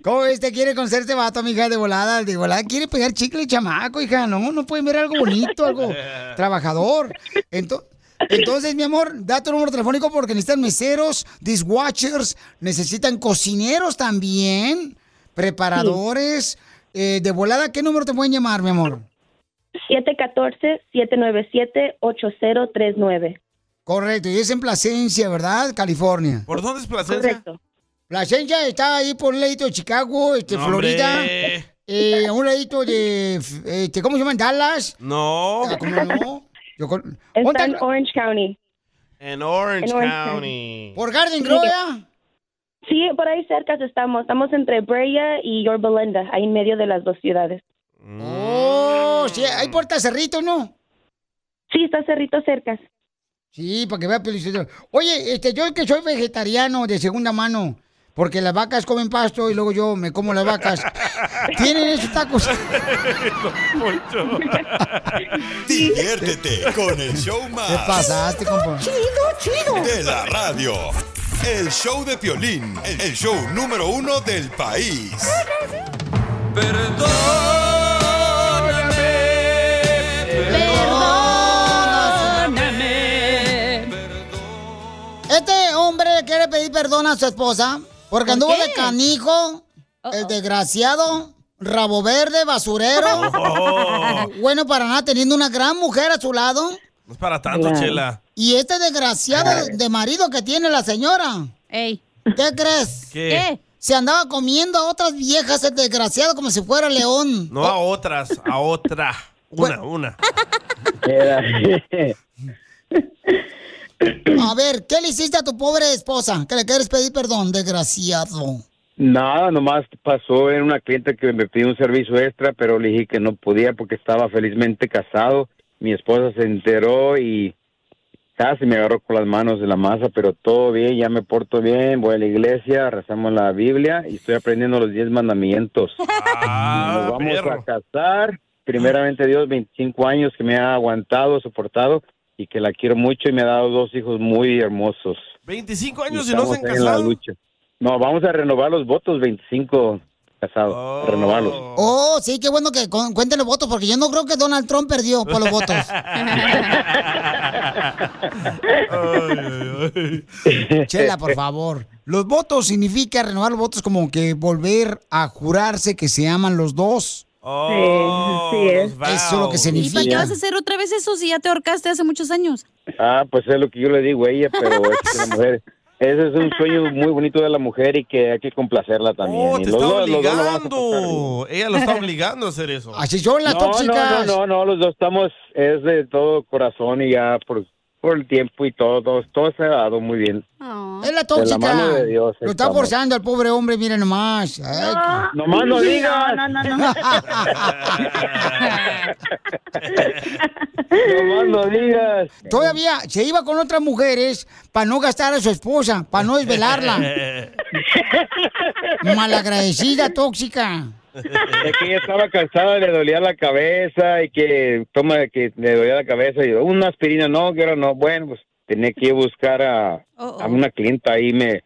cómo ves? ¿Te quiere conocer este vato, amiga, de volada? De volada quiere pegar chicle, chamaco, hija. No, no pueden ver algo bonito, algo trabajador. Ento- entonces, mi amor, da tu número telefónico porque necesitan meseros, dishwashers, necesitan cocineros también, preparadores. Eh, de volada, ¿qué número te pueden llamar, mi amor?
714-797-8039.
Correcto, y es en Plasencia, ¿verdad? California.
¿Por dónde es Placencia?
Correcto.
Plasencia está ahí por un ladito de Chicago, este,
No,
Florida.
hombre.
Eh, a un ladito de, f- este, ¿cómo se llama? Dallas.
No.
Ah, ¿cómo no? Yo con-
Está
¿Dónde
en Orange County.
En Orange
En Orange
County.
¿Por Garden Grove? ya?
Sí, por ahí cerca estamos. Estamos entre Brea y Yorba Linda, ahí en medio de las dos ciudades.
Oh, sí, ahí puerta Cerrito, ¿no?
Sí, está Cerrito cerca.
Sí, para que vea Pelicotero. Oye, este, yo que soy vegetariano de segunda mano, porque las vacas comen pasto y luego yo me como las vacas. ¿Tienen esos tacos?
Diviértete con el show más.
¿Qué pasaste, compa?
Chido, chido. De la radio. El show de Piolín, el show número uno del país.
Este hombre le quiere pedir perdón a su esposa porque
¿Por
anduvo
qué? Oh,
de canijo, el desgraciado, rabo verde, basurero.
Oh.
Bueno, para nada, teniendo una gran mujer a su lado.
No es para tanto,
Claro.
Chela.
Y este desgraciado de- de marido que tiene la señora. ¿Qué crees?
¿Qué? ¿Qué?
Se andaba comiendo a otras viejas el desgraciado como si fuera león.
No a otras, a otra. Una, una.
A ver, ¿qué le hiciste a tu pobre esposa? Que le quieres pedir perdón,
Oh.
desgraciado.
Nada, nomás pasó en una cliente que me pidió un servicio extra, pero le dije que no podía porque estaba felizmente casado. Mi esposa se enteró y casi me agarró con las manos de la masa, pero todo bien, ya me porto bien, voy a la iglesia, rezamos la Biblia y estoy aprendiendo los diez mandamientos.
Ah,
Ah,
Nos vamos a casar, primeramente Dios, 25 años que me ha aguantado, soportado y que la quiero mucho y me ha dado dos hijos muy hermosos.
25
Y
años y no se han
estamos en la
casado.
lucha. No, vamos a renovar los votos 25 casados, a renovarlos.
Oh, sí, qué bueno que con- cuenten los votos, porque yo no creo que Donald Trump perdió por los votos. Chela, por favor. Los votos significa renovar los votos como que volver a jurarse que se aman los dos.
Oh, Sí, sí es. los
Eso es lo que
¿Y para
vows.
qué
significa.
vas a hacer otra vez eso si ya te ahorcaste hace muchos años?
Ah, pues es lo que yo le digo a ella, pero es que la mujer, ese es un sueño muy bonito de la mujer y que hay que complacerla también.
Oh,
Y
te
los
está
dos- los dos lo vamos a
obligando. Ella lo está obligando a hacer eso.
Así son
no, No, no, no, no, los dos estamos, es de todo corazón y ya por, por el tiempo y todo, todo, todo se ha dado muy bien.
Es la
De la
tóxica.
mano de Dios
lo está
estamos.
forzando al pobre hombre, miren nomás. Ay,
No. Nomás no digas.
No, no,
no. Nomás no digas.
Todavía se iba con otras mujeres para no gastar a su esposa, para no desvelarla.
Eh,
Malagradecida, tóxica.
Es que ella estaba cansada, le dolía la cabeza y que toma que le dolía la cabeza y yo, una aspirina, no, que ahora no, bueno, pues tenía que ir a buscar a,
Oh, oh.
a una clienta ahí me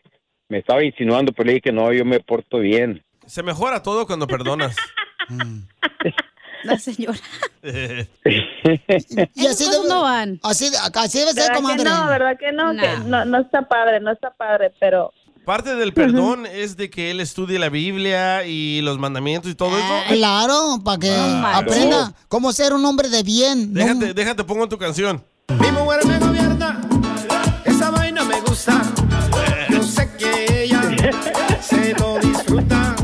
me estaba insinuando, pero le dije que no, yo me porto bien.
Se mejora todo cuando perdonas.
Mm.
La señora.
Y así debe, Así, así debe ser,
¿Verdad que
comadre.
no? ¿Verdad que no? Que no, no está padre, no está padre, pero...
Parte del perdón es de que él estudie la Biblia y los mandamientos y todo eso.
Ah, Claro, para que
Ah,
aprenda cómo ser un hombre de bien. ¿no?
Déjate, déjate, pongo tu canción.
Mi mujer me gobierna, esa vaina me gusta. Yo sé que ella se lo disfruta.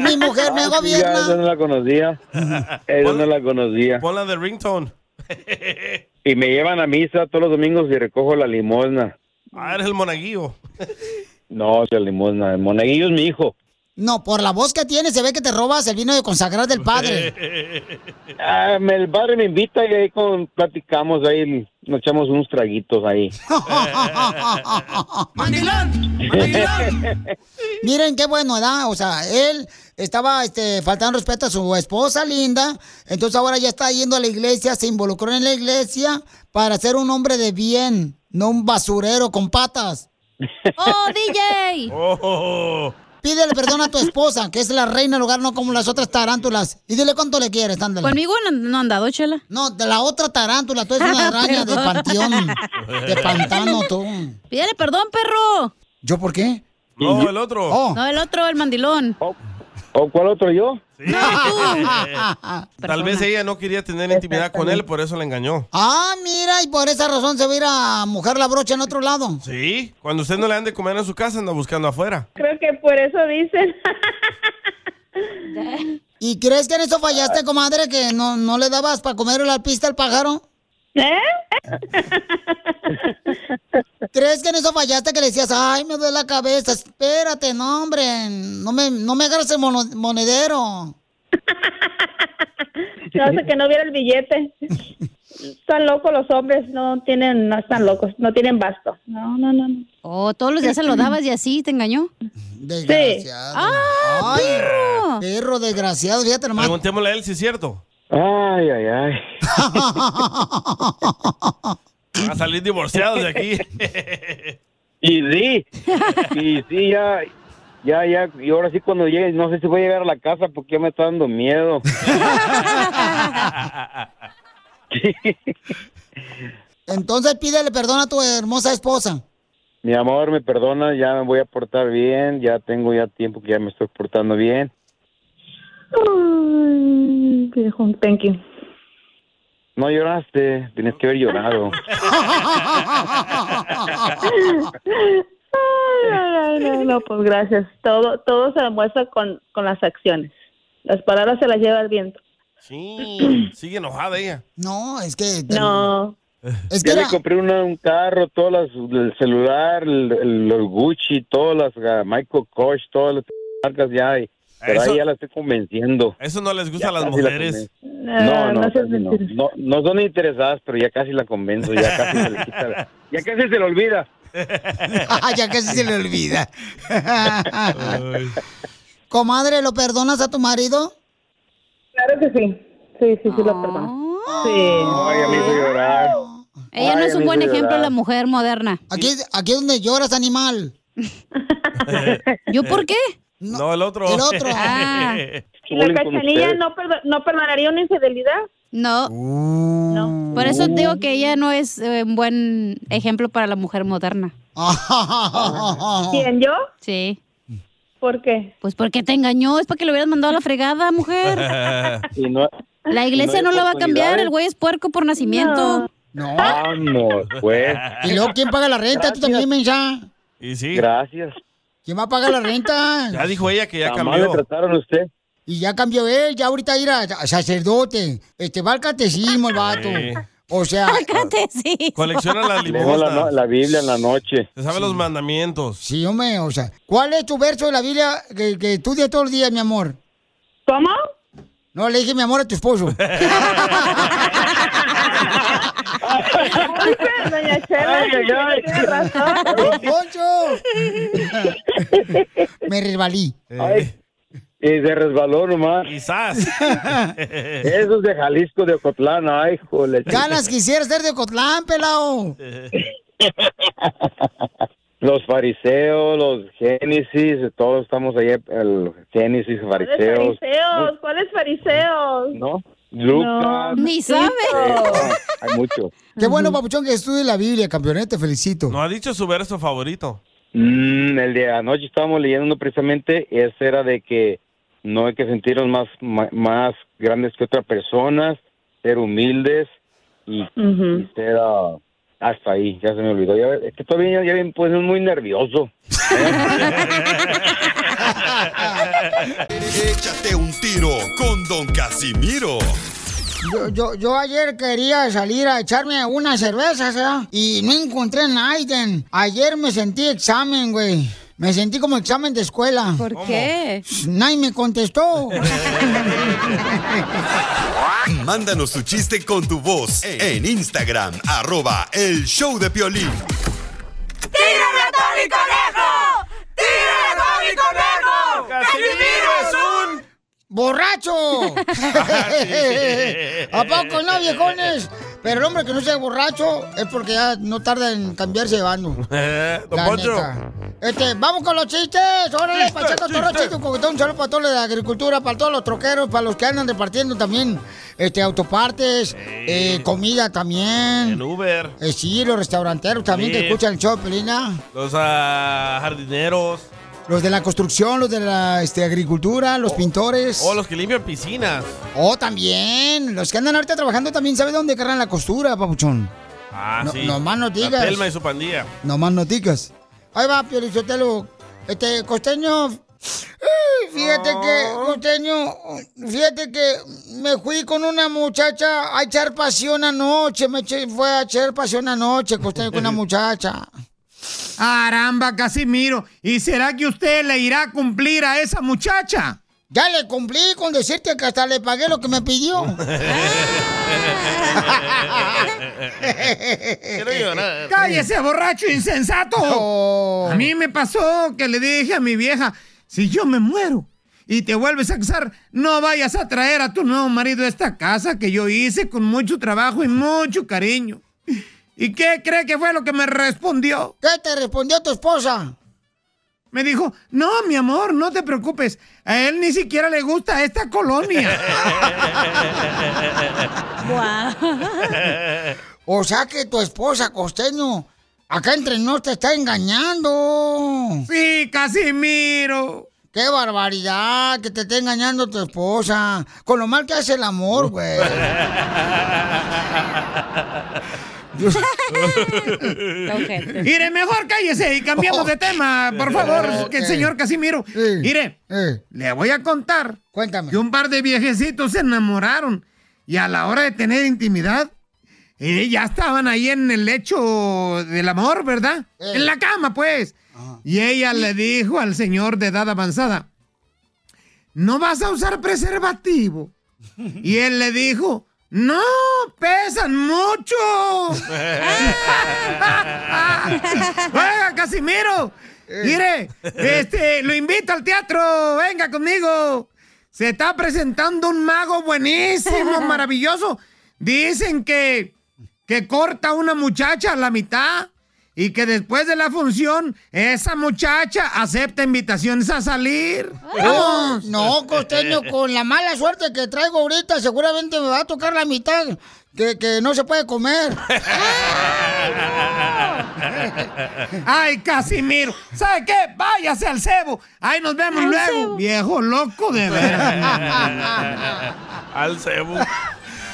Mi mujer me
Sí, ya,
gobierna.
esa no la conocía. Esa no la conocía.
Pon la de ringtone.
Y me llevan a misa todos los domingos y recojo la limosna.
Ah, eres el monaguillo.
No, la limosna. El monaguillo es mi hijo.
No, por la voz que tienes se ve que te robas el vino de consagrar del padre.
Ah, me- el padre me invita y ahí con, platicamos, ahí nos echamos unos traguitos ahí.
Miren qué bueno, ¿verdad? O sea, él estaba este, faltando respeto a su esposa linda, entonces ahora ya está yendo a la iglesia, se involucró en la iglesia para ser un hombre de bien, no un basurero con patas.
¡Oh, DJ!
Pídele perdón a tu esposa, que es la reina del hogar, no como las otras tarántulas. Y dile cuánto le quieres, ándale.
Conmigo no, no han dado, chela.
No, de la otra tarántula, tú eres una araña de panteón, de pantano, tú.
Pídele perdón, perro.
¿Yo por qué? Oh.
No, el otro. Oh.
No, el otro, el mandilón.
¿O cuál otro yo?
Tal vez ella no quería tener intimidad con él, por eso la engañó.
Ah, mira, y por esa razón se va a ir a mojar la brocha en otro lado.
Sí, cuando usted no le han de comer en su casa, anda buscando afuera.
Creo que por eso dicen.
¿Y crees que en eso fallaste, comadre, que no, no le dabas para comer la pista al pájaro?
¿Eh?
¿Crees que en eso fallaste que le decías, ay, me duele la cabeza, espérate, no, hombre, no me, no me agarres el mono- monedero?
No, hasta que no viera el billete. Están locos los hombres, no tienen, no están locos, no tienen basto. No, no, no. no.
Oh, todos los días se lo dabas y así te engañó.
Desgraciado. ¡Ah, perro! Perro desgraciado, fíjate nomás.
Preguntémosle a él si es cierto.
Ay, ay, ay.
Van a salir divorciados de aquí.
Y sí, y sí, ya, ya, ya. Y ahora sí cuando llegue, no sé si voy a llegar a la casa porque ya me está dando miedo.
Entonces pídele perdón a tu hermosa esposa.
Mi amor, me perdona, ya me voy a portar bien, ya tengo ya tiempo que ya me estoy portando bien.
Ay, viejo, thank you.
No lloraste, tienes que haber llorado.
Ay, ay, ay, no, no, pues gracias. Todo, todo se demuestra con, con las acciones. Las palabras se las lleva el viento.
Sí, sigue enojada ella.
No, es que.
No.
Es
que
Yo
era-
le compré una- un carro, todas las, el celular, el- el- los Gucci, todas las ah, Michael Kors, todas las marcas ya hay. Pero
Eso-
ahí ya la estoy convenciendo.
Eso no les gusta
Ya
a las
casi la
mujeres.
convenzo. No, no, casi no, no, no son interesadas, pero ya casi la convenzo, ya casi se le quita la- ya casi se le olvida.
ya casi se le olvida. Comadre, ¿lo perdonas a tu marido?
Claro que sí. Sí, sí, sí, lo perdono.
Ah.
Ay, ya me hizo llorar.
Ella no
Ay,
es un
amigo,
buen
de
ejemplo de
verdad.
la mujer moderna.
Aquí, aquí es donde lloras, animal.
¿Yo por qué?
No, el otro.
El otro. Ah.
¿Y la cachanilla no, perdo- no perdonaría una infidelidad?
No.
No.
Por eso digo que ella no es eh, un buen ejemplo para la mujer moderna.
¿Quién, yo?
Sí.
¿Por qué?
Pues porque te engañó, es para que lo hubieras mandado a la fregada, mujer.
Y no-
La iglesia
y
no,
hay
la va a cambiar,
oportunidades.
el güey es puerco por nacimiento.
Vamos, pues.
Y luego, ¿quién paga la renta? Tú también, men, ya.
Y sí.
Gracias.
¿Quién va a pagar la renta?
Ya dijo ella que ya
Tan mal le
cambió.
trataron a usted.
Y ya cambió él, ya ahorita ir a a sacerdote. Este va al catecismo el vato.
Sí.
O sea.
Al
catecismo.
Colecciona las
Leo la,
limosnas.
la Biblia en la noche.
Se sabe los mandamientos.
Sí, hombre, o sea. ¿Cuál es tu verso de la Biblia que, que estudias todos los días, mi amor? ¿Cómo? No, le dije mi amor a tu esposo.
Doña Chela,
Ay, ay, ay.
tiene razón.
¡Don Poncho! Me resbalí.
Ay, y se resbaló nomás.
Quizás.
Esos de Jalisco, de Ocotlán, ay, jole.
Ganas quisiera ser de Cotlán, pelao.
Los fariseos, los génesis, todos estamos ahí, el génesis,
¿Cuáles
fariseos,
fariseos? ¿Cuáles fariseos?
¿no? Lucas.
Ni sabe.
eh, hay mucho.
Qué bueno, papuchón, que estudies la Biblia, campeonete, felicito.
No ha dicho su verso favorito.
Mm, el de anoche estábamos leyendo uno precisamente, ese era de que no hay que sentirnos más, ma- más grandes que otras personas, ser humildes y, y ser ah, hasta ahí, ya se me olvidó. Ya, es que todavía ya, ya me puse muy nervioso.
Échate un tiro con Don Casimiro.
Yo, yo, yo ayer quería salir a echarme unas cervezas, ¿eh? Y no encontré Naiden. Ayer me sentí examen, güey. Me sentí como examen de escuela. ¿Por
qué?
Nadie me contestó.
Mándanos tu chiste con tu voz en Instagram, arroba el show de Piolín.
¡Tírame a Tony Conejo! ¡Tírame a Tony Conejo! ¡Casimiro es un...
¡Borracho! ¿A poco no, viejones? Pero el hombre que no sea borracho es porque ya no tarda en cambiarse de bando.
Eh, Don
La
Poncho.
neta. Este, vamos con los chistes. Órale,
Chiste,
Pacheco Toro,
chiste.
chiste, un coquetón. Un saludo para todos los de la agricultura, para todos los troqueros, para los que andan repartiendo también este, autopartes, eh, comida también.
En Uber.
Eh, sí, los restauranteros también que
Sí.
escuchan el show, de Pelina.
Los ah, jardineros.
Los de la construcción, los de la este, agricultura, los pintores.
O Oh, los que limpian piscinas.
Oh, también. Los que andan ahorita trabajando también, ¿sabe dónde cargan la costura, papuchón?
Ah,
No-
sí.
nomás no
La
digas.
Telma y su pandilla.
Nomás no ticas. Ahí va, Piolichotelo. Este, costeño. ay, Fíjate que, costeño, fíjate que me fui con una muchacha a echar pasión anoche. Me eché- fue a echar pasión anoche, costeño, con una muchacha.
Caramba, Casimiro. ¿Y será que usted le irá a cumplir a esa muchacha?
Ya le cumplí con decirte que hasta le pagué lo que me pidió.
Quiero
eh.
llorar.
Cállese, borracho insensato. A mí me pasó que le dije a mi vieja, si yo me muero y te vuelves a casar, no vayas a traer a tu nuevo marido a esta casa que yo hice con mucho trabajo y mucho cariño. ¿Y qué cree que fue lo que me respondió?
¿Qué te respondió tu esposa?
Me dijo, no, mi amor, no te preocupes. A él ni siquiera le gusta esta colonia.
O sea que tu esposa, costeño, acá entre nos te está engañando.
Sí, Casimiro.
Qué barbaridad que te esté engañando tu esposa. Con lo mal que hace el amor, güey.
Mire, mejor cállese y cambiamos de tema, por favor, que el
Ok.
señor Casimiro. Mire, le voy a contar.
Cuéntame.
Que un par de viejecitos se enamoraron y a la hora de tener intimidad, eh, ya estaban ahí en el lecho del amor, ¿verdad? En la cama, pues. Y ella le dijo al señor de edad avanzada, ¿no vas a usar preservativo? Y él le dijo, no, pesan mucho.
Ah.
Ah. Oiga, Casimiro, mire, este, lo invito al teatro, venga conmigo. Se está presentando un mago buenísimo, maravilloso. Dicen que, que corta a una muchacha a la mitad y que después de la función, esa muchacha acepta invitaciones a salir.
No,
¡Vamos!
Oh, no, costeño, con la mala suerte que traigo ahorita, seguramente me va a tocar la mitad que, que no se puede comer.
Ah.
Ay, Casimiro, ¿sabe qué? Váyase al cebo. Ahí nos vemos luego. Viejo loco de veras.
Al cebo.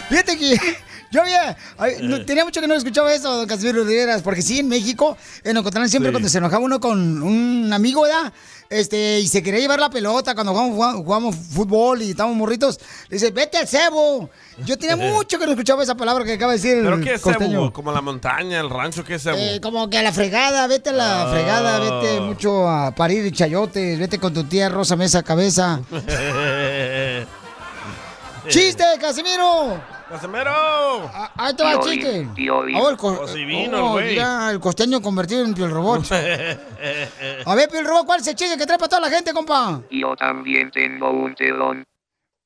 Fíjate que yo había, ay, no- tenía mucho que no escuchaba eso, don Casimiro Rivera, porque sí, en México, en Ocotlán siempre
Sí.
cuando se enojaba uno con un amigo, ¿verdad? Este, y se quería llevar la pelota cuando jugamos, jugamos- jugamos fútbol y estábamos morritos, le dice, vete al cebo. Yo tenía mucho que no escuchaba esa palabra que acaba de decir
¿Pero
el
qué es
costeño.
cebo? ¿Como la montaña, el rancho? ¿Qué es cebo?
Eh, como que a la fregada, vete a la
Ah.
fregada, vete mucho a parir chayotes, vete con tu tía Rosa Mesa Cabeza. Eh, ¡Chiste, Casimiro!
¡Casimiro!
Ahí te va el
Piolín,
chiste.
Piolín.
Oh, el co-
O si Pues vino el güey.
mira, el costeño convertido en Piel Robot. A ver, Piel Robot, ¿cuál es el chiste que trae para toda la gente, compa?
Yo también tengo un telón.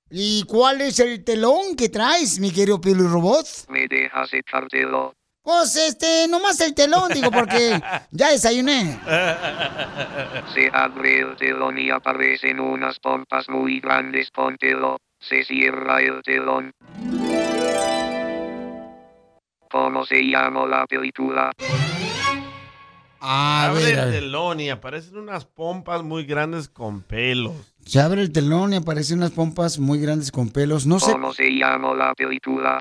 ¿Y cuál es el telón que traes, mi querido Piel Robot?
¿Me dejas echártelo?
Pues este, nomás el telón, digo, porque ya desayuné.
Se abre el telón y aparecen unas pompas muy grandes. Póntelo. Se cierra el telón. ¿Cómo se llama la película?
A
Abre
ver, a
el
ver.
telón y aparecen unas pompas muy grandes con pelos.
Se abre el telón y aparecen unas pompas muy grandes con pelos. No sé,
¿Cómo se llama la película?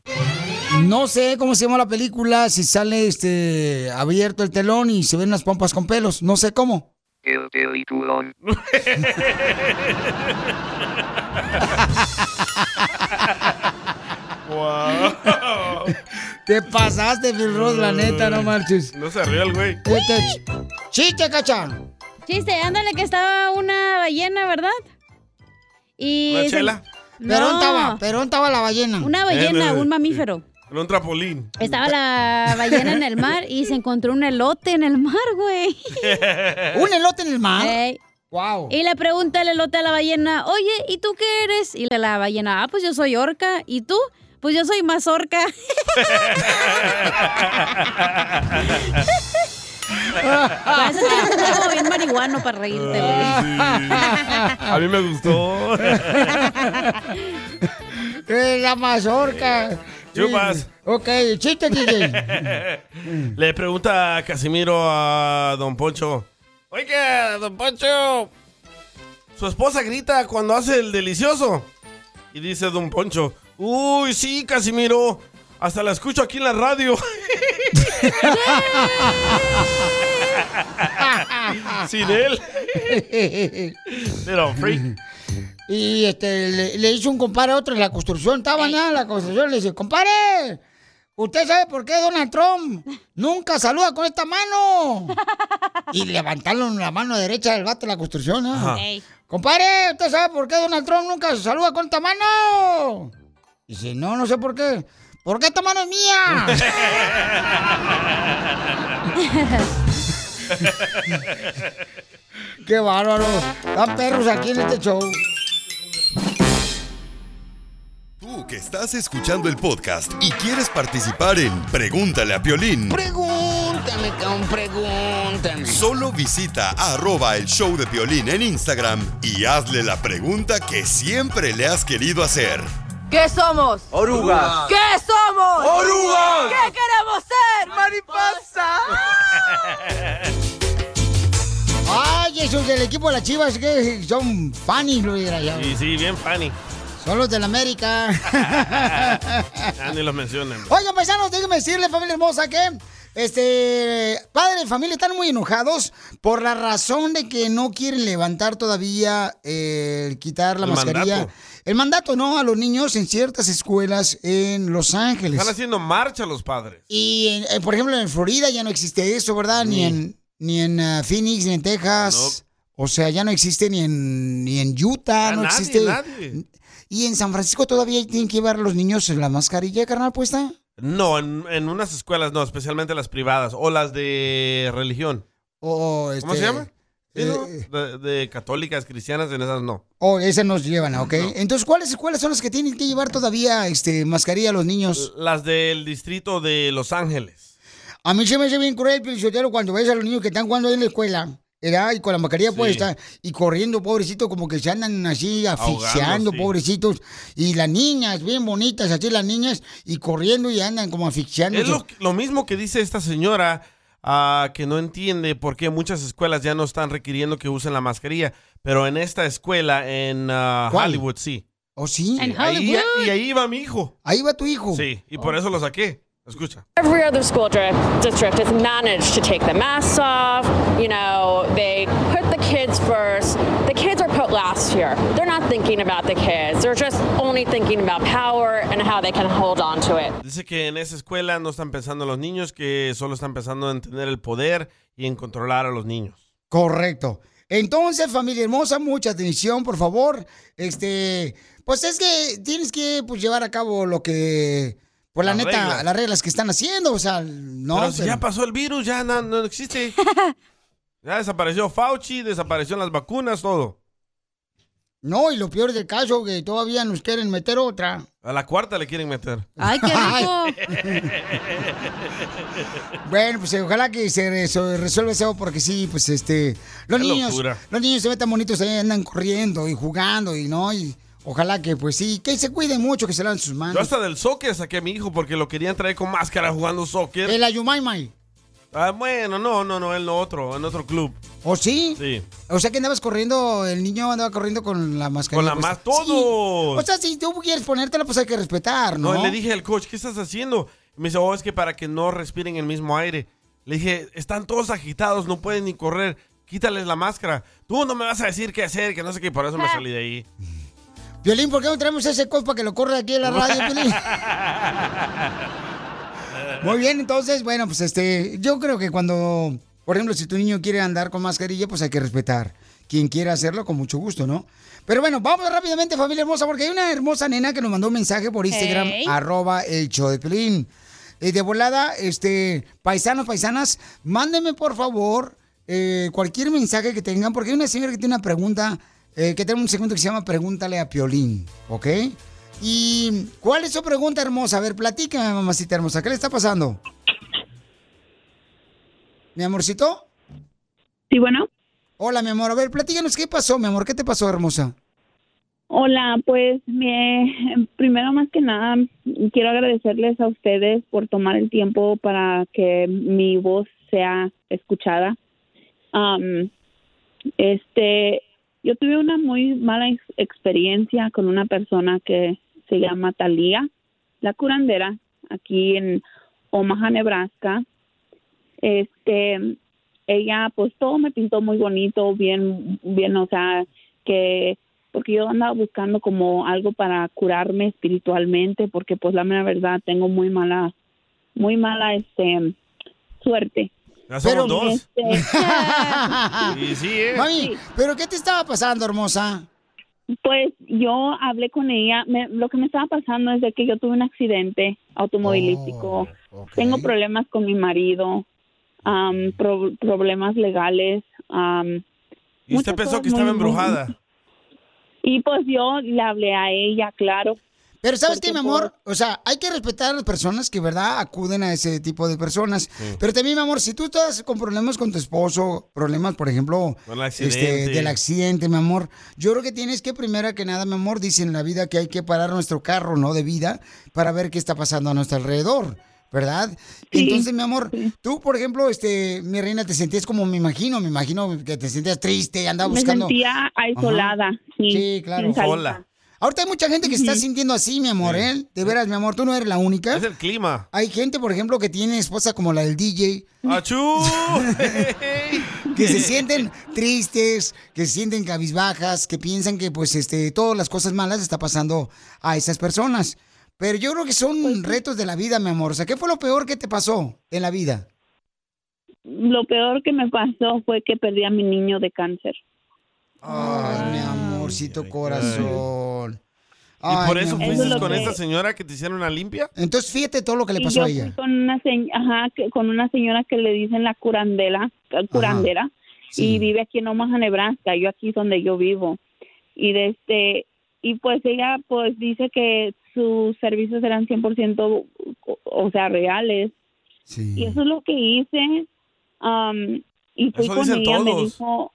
no sé cómo se llama la película, si sale este abierto el telón y se ven unas pompas con pelos. No sé cómo.
El peliculón.
Te pasaste, Phil Ross, la neta, no marches.
Mm. No se rió el güey.
Este, chiste, cacha.
Chiste, ándale que estaba una ballena, ¿verdad? Y
¿Una
se-
chela?
Perón estaba, Perón estaba la ballena.
Una ballena,
Eh, eh,
un mamífero.
En un trapolín.
Estaba la ballena en el mar y se encontró un elote en el mar, güey.
¿Un elote en el mar?
Ey.
Wow.
Y le pregunta el elote a la ballena, oye, ¿y tú qué eres? Y la, la ballena, ah, pues yo soy orca. ¿Y tú? Pues yo soy más orca. Vas a ser algo bien marihuano para reírte, güey.
Ah, A mí me gustó.
Eh, la mazorca.
Chupas.
Sí. Ok, chiste, DJ.
Le pregunta a Casimiro a Don Poncho. Oiga, don Poncho. Su esposa grita cuando hace el delicioso. Y dice don Poncho. Uy, sí, Casimiro. Hasta la escucho aquí en la radio. Sin él. Pero, freak.
Y este, le, le hizo un compadre a otro en la construcción. Estaba ya en la construcción. Le dice, compadre, ¿usted sabe por qué Donald Trump nunca saluda con esta mano? Y levantaron la mano derecha del vato de la construcción. ¿no?
Ajá. Ey.
Compadre, ¿usted sabe por qué Donald Trump nunca saluda con esta mano? Dice, no, no sé por qué. ¿Por qué esta mano es mía? Qué bárbaro. Dan perros aquí en este show.
Tú que estás escuchando el podcast y quieres participar en Pregúntale a Piolín,
Pregúntame, cabrón, pregúntame.
solo visita arroba el show de Piolín en Instagram y hazle la pregunta que siempre le has querido hacer.
¿Qué somos?
Orugas.
¿Qué somos?
Orugas.
¿Qué queremos ser? Mariposa.
Ay, esos del equipo de las chivas que son funny, lo dirá ya.
Sí, sí, bien funny.
Son los de la América.
Ya ni los mencionen.
Oigan, paisanos, déjenme decirle, familia hermosa, que este padre y familia están muy enojados por la razón de que no quieren levantar todavía eh, el quitar la
El
mascarilla.
mandato.
El mandato, ¿no? A los niños en ciertas escuelas en Los Ángeles.
Están haciendo marcha los padres.
Y, en- en- por ejemplo, en Florida ya no existe eso, ¿verdad? Ni en, ni en ah, Phoenix, ni en Texas. O sea, ya no existe ni en, ni en Utah,
Ya
no
nadie,
existe.
nadie.
Y en San Francisco todavía tienen que llevar los niños la mascarilla, carnal, pues, puesta.
No, en, en unas escuelas no, especialmente las privadas o las de religión.
O,
¿Cómo
este,
se llama? Sí, ¿no?
eh,
de, de católicas, cristianas, en esas no.
O esas nos llevan, ¿ok? Entonces, ¿cuáles escuelas son las que tienen que llevar todavía este, mascarilla a los niños?
Las del distrito de Los Ángeles.
A mí se me hace bien cruel, Pelichotero, cuando ves a los niños que están jugando ahí en la escuela, ¿verdad? Y con la mascarilla
Sí.
puesta, y corriendo, pobrecitos, como que se andan así
Ahogando,
asfixiando,
sí.
pobrecitos. Y las niñas, bien bonitas, así las niñas, y corriendo y andan como asfixiando.
Es lo, lo mismo que dice esta señora ah, que no entiende por qué muchas escuelas ya no están requiriendo que usen la mascarilla, pero en esta escuela en ah,
¿Cuál?
Hollywood sí.
¿Oh, sí?
En Ahí- Hollywood. y ahí va mi hijo.
Ahí va tu hijo. Oh.
Sí, y por eso lo saqué. Escucha.
Every other school dri- district has managed to take the masks off. You know, they put the kids first. The kids are put last here. They're not thinking about the kids. They're just only thinking about power and how they can hold on to it.
Dice que en esa escuela no están pensando en los niños, que solo están pensando en tener el poder y en controlar a los niños.
Correcto. Entonces, familia hermosa, mucha atención, por favor. Este, pues es que tienes que pues, llevar a cabo lo que, pues la
Las
neta,
reglas.
las reglas que están haciendo, o sea, no.
pero si
pero-
ya pasó el virus, ya no, no existe. ya desapareció Fauci, desaparecieron las vacunas, todo.
No, y lo peor del caso, que todavía nos quieren meter otra.
A la cuarta le quieren meter.
Ay, qué rico. Bueno, pues eh, ojalá que se reso- resuelva eso porque sí, pues este, los
Qué
niños,
locura.
los niños se ven tan bonitos, ahí andan corriendo y jugando y no, y ojalá que pues sí, que se cuiden mucho, que se laven sus
Yo
manos.
hasta del soccer saqué a mi hijo porque lo querían traer con máscara jugando soccer.
El Ayumaymay.
Ah, bueno, no, no, no, en otro, en otro club.
¿O ¿Oh, sí?
Sí.
O sea que andabas corriendo, el niño andaba corriendo con la máscara.
Con la más todo.
O sea, si tú quieres ponértela, pues hay que respetar, ¿no?
No, y le dije al coach, ¿qué estás haciendo? Y me dice, oh, es que para que no respiren el mismo aire. Le dije, están todos agitados, no pueden ni correr. Quítales la máscara. Tú no me vas a decir qué hacer, que no sé qué, y por eso me salí de ahí.
Violín, ¿por qué no traemos ese coach para que lo corra aquí en la radio, Piolín? Ah. Muy bien, entonces, bueno, pues este, yo creo que cuando, por ejemplo, si tu niño quiere andar con mascarilla, pues hay que respetar. Quien quiera hacerlo, con mucho gusto, ¿no? Pero bueno, vamos rápidamente, familia hermosa, porque hay una hermosa nena que nos mandó un mensaje por Instagram,
Hey.
arroba el show de Pelín. de volada, este, paisanos, paisanas, mándenme por favor eh, cualquier mensaje que tengan, porque hay una señora que tiene una pregunta, eh, que tiene un segmento que se llama Pregúntale a Piolín, ¿ok? ¿Y cuál es su pregunta hermosa? A ver, platícame, mamacita hermosa, ¿qué le está pasando? ¿Mi amorcito?
Sí, bueno.
Hola, mi amor. A ver, platícanos qué pasó, mi amor. ¿Qué te pasó, hermosa?
Hola, pues me, primero más que nada quiero agradecerles a ustedes por tomar el tiempo para que mi voz sea escuchada. Am, este, yo tuve una muy mala ex- experiencia con una persona que se llama Talía, la curandera, aquí en Omaha, Nebraska. Este, ella pues todo me pintó muy bonito, bien, bien, o sea, que porque yo andaba buscando como algo para curarme espiritualmente, porque pues la mera verdad tengo muy mala, muy mala este suerte.
Ya somos
Pero,
dos.
este-
Y sí, ¿eh?
Mami, ¿pero qué te estaba pasando, hermosa?
Pues yo hablé con ella. Me- lo que me estaba pasando es de que yo tuve un accidente automovilístico.
Oh,
Tengo problemas con mi marido, am, pro- problemas legales. am,
Y usted
muchas
pensó
cosas
que estaba
muy- muy-
embrujada.
Y pues yo le hablé a ella, claro.
Pero ¿sabes qué,
Porque
mi
por-
amor? O sea, hay que respetar a las personas que, ¿verdad?, acuden a ese tipo de personas. Pero también, mi amor, si tú estás con problemas con tu esposo, problemas, por ejemplo, este,
Con el accidente.
del accidente, mi amor, yo creo que tienes que, primero que nada, mi amor, dicen en la vida que hay que parar nuestro carro, ¿no?, de vida, para ver qué está pasando a nuestro alrededor. ¿Verdad? Entonces, mi amor, tú, por ejemplo, este, mi reina, te sentías como me imagino, me imagino que te sentías triste, andaba
Me
buscando.
sentía
Ajá.
aislada, sí,
sí, claro.
sin salida. Sola.
Ahorita hay mucha gente que se está sintiendo así, mi amor, ¿eh? De veras, mi amor, tú no eres la única. Es
el clima.
Hay gente, por ejemplo, que tiene esposa como la del DJ.
¡Achú!
que se sienten tristes, que se sienten cabizbajas, que piensan que, pues, este, todas las cosas malas está pasando a esas personas. Pero yo creo que son retos de la vida, mi amor. O sea, ¿qué fue lo peor que te pasó en la vida?
Lo peor que me pasó fue que perdí a mi niño de cáncer.
Ay, mi amorcito corazón.
¿Y
Ay,
por
mi
eso
amor.
fuiste con esta señora que te hicieron una limpia?
Entonces, fíjate todo lo que le
Y
pasó a
yo fui
ella.
Con una, se- ajá, que- con una señora que le dicen la curandela, ca- curandera, y vive aquí en Omaha, Nebraska, yo aquí es donde yo vivo. Y de este y pues ella pues dice que sus servicios eran 100% o- o sea, reales. Y eso es lo que hice. am, y fui
Eso
con
dicen
ella, me
todos.
dijo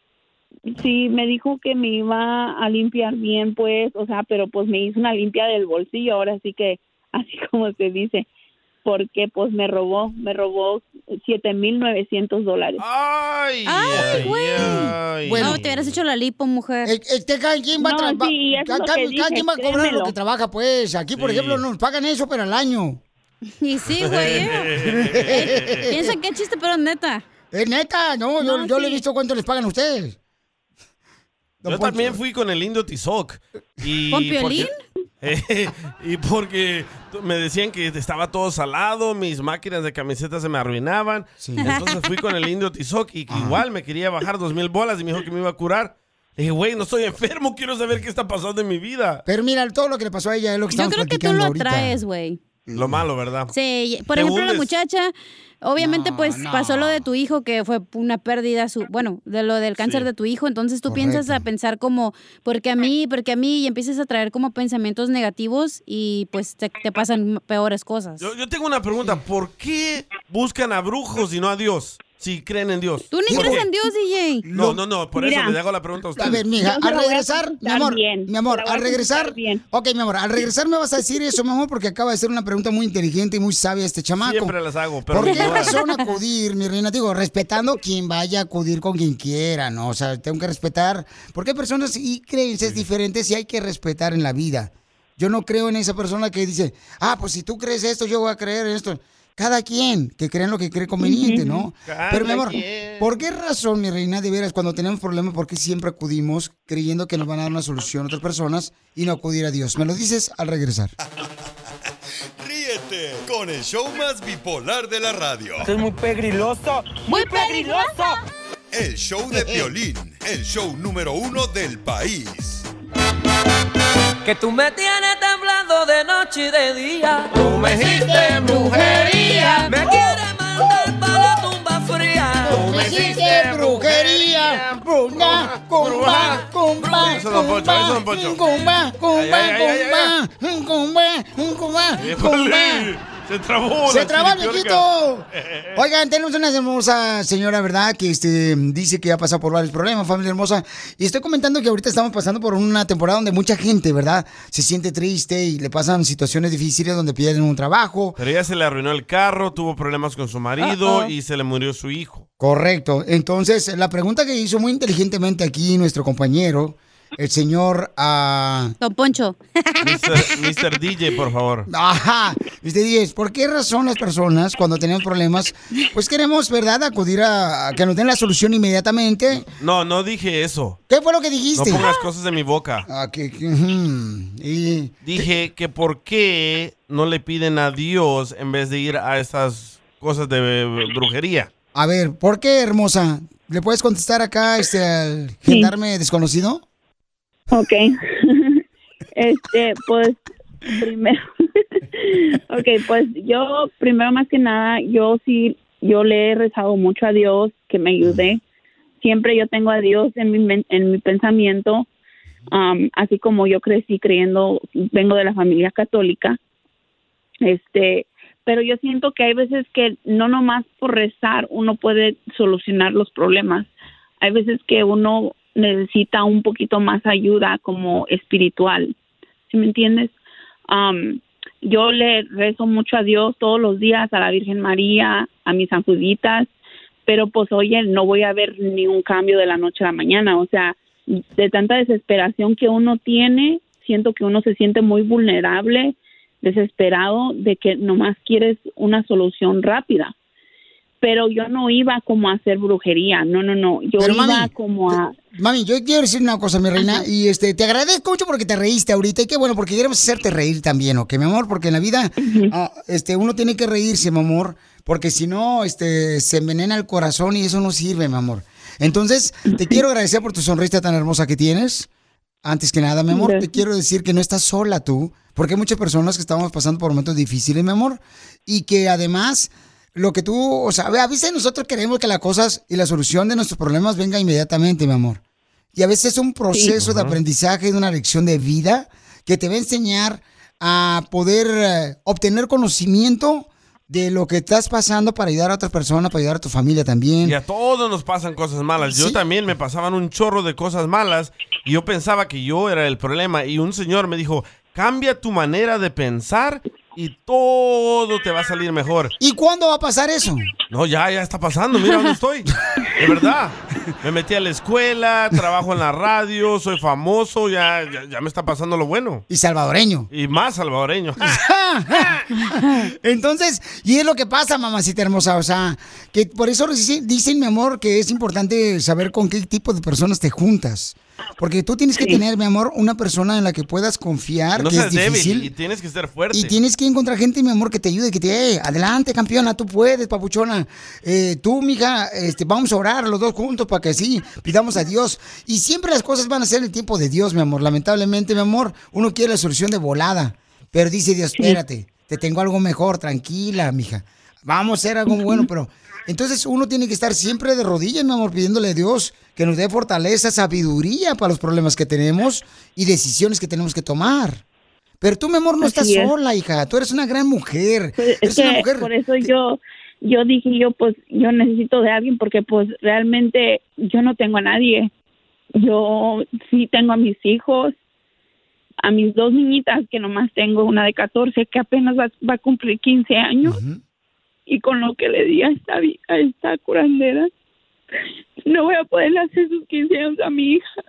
Sí, me dijo que me iba a limpiar bien, pues, o sea, pero pues me hizo una limpia del bolsillo, ahora sí que, así como se dice, porque pues me robó, me robó siete mil novecientos dólares.
¡Ah!
¡Ay!
¡Ay, güey!
ay.
Bueno, te hubieras hecho la lipo, mujer.
Este, ¿quién
va a No, tra- sí,
Cada, cada quien va a cobrar lo que trabaja, pues. Aquí, por
Sí.
ejemplo, nos pagan eso, pero al año.
Y sí, güey. eh. Piensa que es chiste, pero es neta.
Es neta, no, yo,
No,
yo le he
sí.
visto cuánto les pagan a ustedes.
Yo también fui con el indio Tizoc. Y
¿Con Piolín?
porque- y porque me decían que estaba todo salado, mis máquinas de camisetas se me arruinaban. Entonces fui con el indio Tizoc y que igual me quería bajar dos mil bolas y me dijo que me iba a curar. Le dije, güey, no estoy enfermo, quiero saber qué está pasando en mi vida.
Pero mira, todo lo que le pasó a ella es lo que
Yo
estamos
creo que tú
platicando
lo
ahorita.
atraes, güey.
Lo malo, ¿verdad?
Sí, por
Te
ejemplo, la
hundes.
muchacha, obviamente, pues
no.
pasó lo de tu hijo, que fue una pérdida, su, bueno, de lo del cáncer
Sí.
de tu hijo. Entonces tú piensas a pensar como, porque a
Ah.
mí, porque a mí, y empiezas a traer como pensamientos negativos y pues te, te pasan peores cosas.
Yo, yo tengo una pregunta, ¿por qué buscan a brujos y no a Dios? Si creen en Dios.
Tú ni
¿Por
crees
qué?
en Dios, DJ.
No, no, no, por
Mira.
eso le hago la pregunta a usted.
A ver, mija, al regresar, mi amor, mi amor,
la voy a
al regresar, ok, mi amor, al regresar me vas a decir eso, mi amor, porque acaba de ser una pregunta muy inteligente y muy sabia este chamaco.
Siempre las hago, pero
¿Por
no
qué
ahora.
razón acudir, mi reina? Digo, respetando quien vaya a acudir con quien quiera, ¿no? O sea, tengo que respetar, porque hay personas y creencias diferentes y hay que respetar en la vida. Yo no creo en esa persona que dice, ah, pues si tú crees esto, yo voy a creer esto. Cada quien, que creen lo que cree conveniente, ¿no?
Cada
Pero, mi amor,
quien.
¿por qué razón, mi reina, de veras, cuando tenemos problemas, por qué siempre acudimos creyendo que nos van a dar una solución otras personas y no acudir a Dios? Me lo dices al regresar.
Ríete Eh, con el show más bipolar de la radio.
Esto es muy
pegriloso.
¡Muy peligroso!
El show de violín, el show número uno del país.
Que tú me tienes temblando de noche y de día.
Tú me hiciste
brujería. Me quieres mandar para la tumba fría.
Tú me hiciste brujería. Cumba, cumba, cumba,
Eso, don Poncho, eso,
cumba,
don Poncho.
cumba,
Ay, ay, ay,
cumba,
ay,
cumba, cumba,
Híjole,
cumba.
Eh, Se trabó.
Se
la
trabó el
chiripiorca. Eh,
viejito. Oigan, tenemos una hermosa señora, ¿verdad? Que este, dice que ha pasado por varios problemas, familia hermosa. Y estoy comentando que ahorita estamos pasando por una temporada donde mucha gente, ¿verdad? Se siente triste y le pasan situaciones difíciles donde pierden un trabajo.
Pero ella se le arruinó el carro, tuvo problemas con su marido
Uh-oh.
y se le murió su hijo.
Correcto. Entonces, la pregunta que hizo muy inteligentemente aquí nuestro compañero, el señor... ah,
Don Poncho.
Mr. Mr. DJ, por favor.
Ajá. Y usted dice, ¿por qué razón las personas cuando tenemos problemas, pues queremos, ¿verdad?, acudir a, a que nos den la solución inmediatamente?
No, no dije eso.
¿Qué fue lo que
No
dijiste? Ah, Mm.
pongas cosas en mi boca.
Ujú. Y
Dije que por qué no le piden a Dios en vez de ir a estas cosas de eh, brujería.
a ver, ¿por qué, hermosa? ¿Le puedes contestar acá este, al gendarme desconocido?
Ok. Este, pues, primero, ok, pues yo, primero más que nada, yo sí, yo le he rezado mucho a Dios que me ayude. Siempre yo tengo a Dios en mi, men- en mi pensamiento, Am, así como yo crecí creyendo, vengo de la familia católica. Este, pero yo siento que hay veces que no nomás por rezar uno puede solucionar los problemas. Hay veces que uno necesita un poquito más ayuda como espiritual. ¿Sí me entiendes? Am, yo le rezo mucho a Dios todos los días, a la Virgen María, a mis anjuditas, pero pues oye, no voy a ver ningún cambio de la noche a la mañana. O sea, de tanta desesperación que uno tiene, siento que uno se siente muy vulnerable, desesperado, de que nomás quieres una solución rápida. Pero yo no iba como a hacer brujería, no, no, no, yo
Pero,
iba
mami,
como a...
Mami, yo quiero decir una cosa, mi reina, y este, te agradezco mucho porque te reíste ahorita, y qué bueno, porque queremos hacerte reír también, ¿ok, mi amor? Porque en la vida, ah, este, uno tiene que reírse, mi amor, porque si no, este, se envenena el corazón y eso no sirve, mi amor. Entonces, te quiero agradecer por tu sonrisa tan hermosa que tienes. Antes que nada, mi amor, te quiero decir que no estás sola tú, porque hay muchas personas que estamos pasando por momentos difíciles, mi amor, y que además lo que tú, o sea, a veces nosotros queremos que las cosas y la solución de nuestros problemas venga inmediatamente, mi amor. Y a veces es un proceso de
Ajá.
aprendizaje, de una lección de vida que te va a enseñar a poder eh, obtener conocimiento de lo que estás pasando para ayudar a otras personas, para ayudar a tu familia también.
Y a todos nos pasan cosas malas. Yo también me pasaban un chorro de cosas malas y yo pensaba que yo era el problema. Y un señor me dijo, cambia tu manera de pensar y todo te va a salir mejor.
¿Y cuándo va a pasar eso?
No, ya, ya está pasando. Mira dónde estoy. De verdad. Me metí a la escuela, trabajo en la radio, soy famoso, ya, ya, ya me está pasando lo bueno.
Y salvadoreño.
Y más salvadoreño.
Entonces, y es lo que pasa, mamacita hermosa, o sea, que por eso dice- dicen, mi amor, que es importante saber con qué tipo de personas te juntas. Porque tú tienes que tener, mi amor, una persona en la que puedas confiar,
No
que es
seas débil y
difícil.
tienes que ser fuerte.
Y tienes que encontrar gente, mi amor, que te ayude, que te "Ey, adelante, campeona, tú puedes, papuchona. Eh, tú, mija, este, vamos a orar los dos juntos para que sí, pidamos a Dios. Y siempre las cosas van a ser el tiempo de Dios, mi amor. Lamentablemente, mi amor, uno quiere la solución de volada. Pero dice Dios, espérate, te tengo algo mejor, tranquila, mija. Vamos a hacer algo bueno, pero... Entonces uno tiene que estar siempre de rodillas, mi amor, pidiéndole a Dios que nos dé fortaleza, sabiduría para los problemas que tenemos y decisiones que tenemos que tomar. Pero tú, mi amor, no
Así
estás
es.
sola, hija. Tú eres una gran mujer.
Es
Eres
que
una mujer.
por eso yo yo dije yo pues yo necesito de alguien porque pues realmente yo no tengo a nadie. Yo sí tengo a mis hijos, a mis dos niñitas que nomás tengo una de 14 que apenas va, va a cumplir 15 años y con lo que le di a esta vi- a esta curandera no voy a poder hacer sus 15 años a mi hija.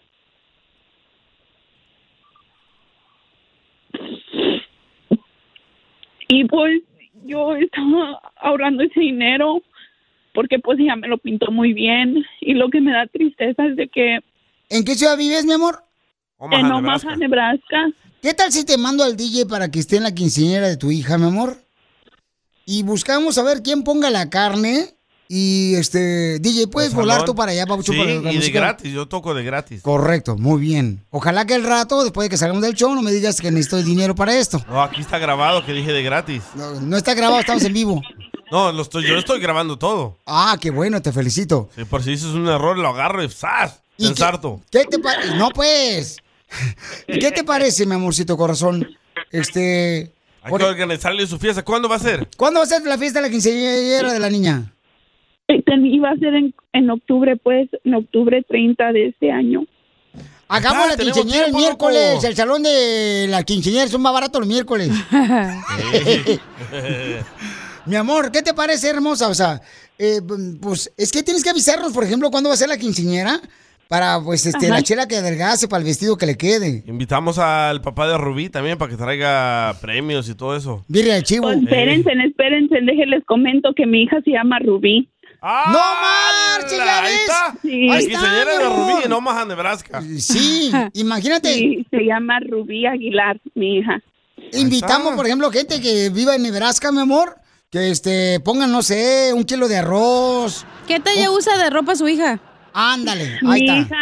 Y pues yo estaba ahorrando ese dinero porque pues ella me lo pintó muy bien y lo que me da tristeza es de que...
¿En qué ciudad vives, mi amor?
Oh,
en Omaha, Nebraska.
¿Qué tal si te mando al DJ para que esté en la quinceañera de tu hija, mi amor? Y buscamos a ver quién ponga la carne. Y este, DJ, puedes volar tú para allá, Pabucho,
Pues, Sí,
para la
y de
música?
gratis, yo toco de gratis.
Correcto, muy bien. Ojalá que el rato, después de que salgamos del show, no me digas que necesito dinero para esto.
No, aquí está grabado que dije de gratis.
No está grabado, estamos en vivo.
No, lo estoy, yo estoy grabando todo.
Ah, qué bueno, te felicito.
Sí, por si dices un error, lo agarro y ¡zas! Te ensarto.
¿Qué te parece? No, pues. ¿Qué te parece, mi amorcito corazón? Este.
Hay que organizarle su fiesta. ¿Cuándo va a ser?
¿Cuándo va a ser la fiesta de la quinceañera de la niña?
Este, Iba a ser en, en octubre, pues, en octubre 30 de este año.
Hagamos
Ah,
la
tenemos
quinceañera el
tiempo,
miércoles.
loco.
El salón de la quinceañera es un más barato los miércoles. mi amor, ¿qué te parece, hermosa? O sea, eh, pues es que tienes que avisarnos, por ejemplo, cuándo va a ser la quinceañera para, pues, este,
Ajá.
la chela que adelgace, para el vestido que le quede.
Invitamos al papá de Rubí también para que traiga premios y todo eso. Eh.
Virre al chivo.
Pues, espérense, espérense, déjenles comento que mi hija se llama Rubí.
¡No
marches, ya
Ahí
ves!
está.
Sí.
La
Ahí está,
quinceañera
mi
de
amor.
Rubí en Omaha, Nebraska.
Sí, imagínate.
se llama Rubí Aguilar, mi hija.
Invitamos, por ejemplo, gente que viva en Nebraska, mi amor, que este pongan, no sé, un kilo de arroz.
¿Qué talla usa de ropa su hija?
Ándale, Ah.
Mi hija,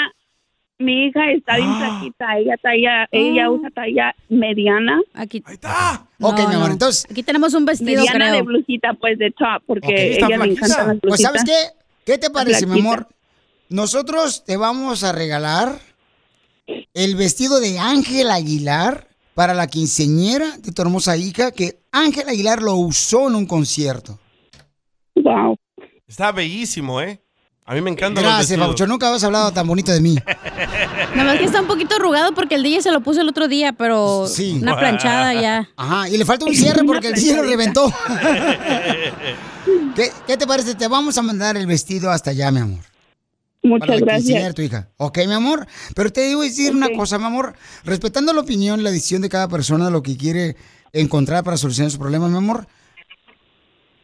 mi hija está bien flaquita, ella talla, ella usa talla mediana.
Aquí.
está.
Ah, Ok, mi amor, entonces.
Aquí tenemos un vestido,
mediana
creo.
de blusita, pues, de top, porque
Ok.
ella le encantan las blusitas.
Pues, ¿sabes qué? ¿Qué te parece, mi
flaquita.
amor? Nosotros te vamos a regalar el vestido de Ángel Aguilar para la quinceñera de tu hermosa hija, que Ángel Aguilar lo usó en un concierto.
Wow.
Está bellísimo, ¿eh? A mí me encanta
Gracias, Pabucho. Nunca habías hablado tan bonito de mí.
Nada más que está un poquito arrugado porque el DJ se lo puso el otro día, pero
Sí.
una planchada ya.
Ajá, y le falta un cierre porque el cielo reventó. ¿Qué, qué te parece? Te vamos a mandar el vestido hasta allá, mi amor.
Muchas
Para lo que es
gracias.
cierto, hija. Ok, mi amor. Pero te digo decir una cosa, mi amor. Respetando la opinión, la decisión de cada persona, lo que quiere encontrar para solucionar sus problemas, mi amor.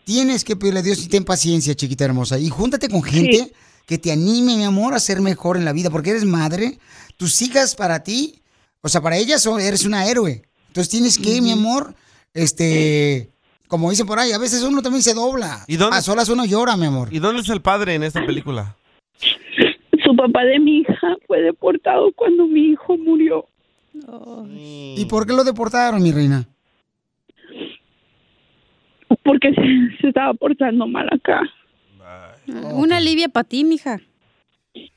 Tienes que pedirle a Dios y ten paciencia, chiquita hermosa. Y júntate con gente que te anime, mi amor, a ser mejor en la vida. Porque eres madre. Tus hijas para ti, o sea, para ellas o eres una héroe. Entonces tienes que, mi amor, este... Como dicen por ahí, a veces uno también se dobla.
¿Y dónde-
A solas uno llora, mi amor.
¿Y dónde es el padre en esta película?
Su papá de mi hija fue deportado cuando mi hijo murió.
¿Y por qué lo deportaron, mi reina?
Porque se, se estaba portando mal acá.
Una alivia para ti, mija.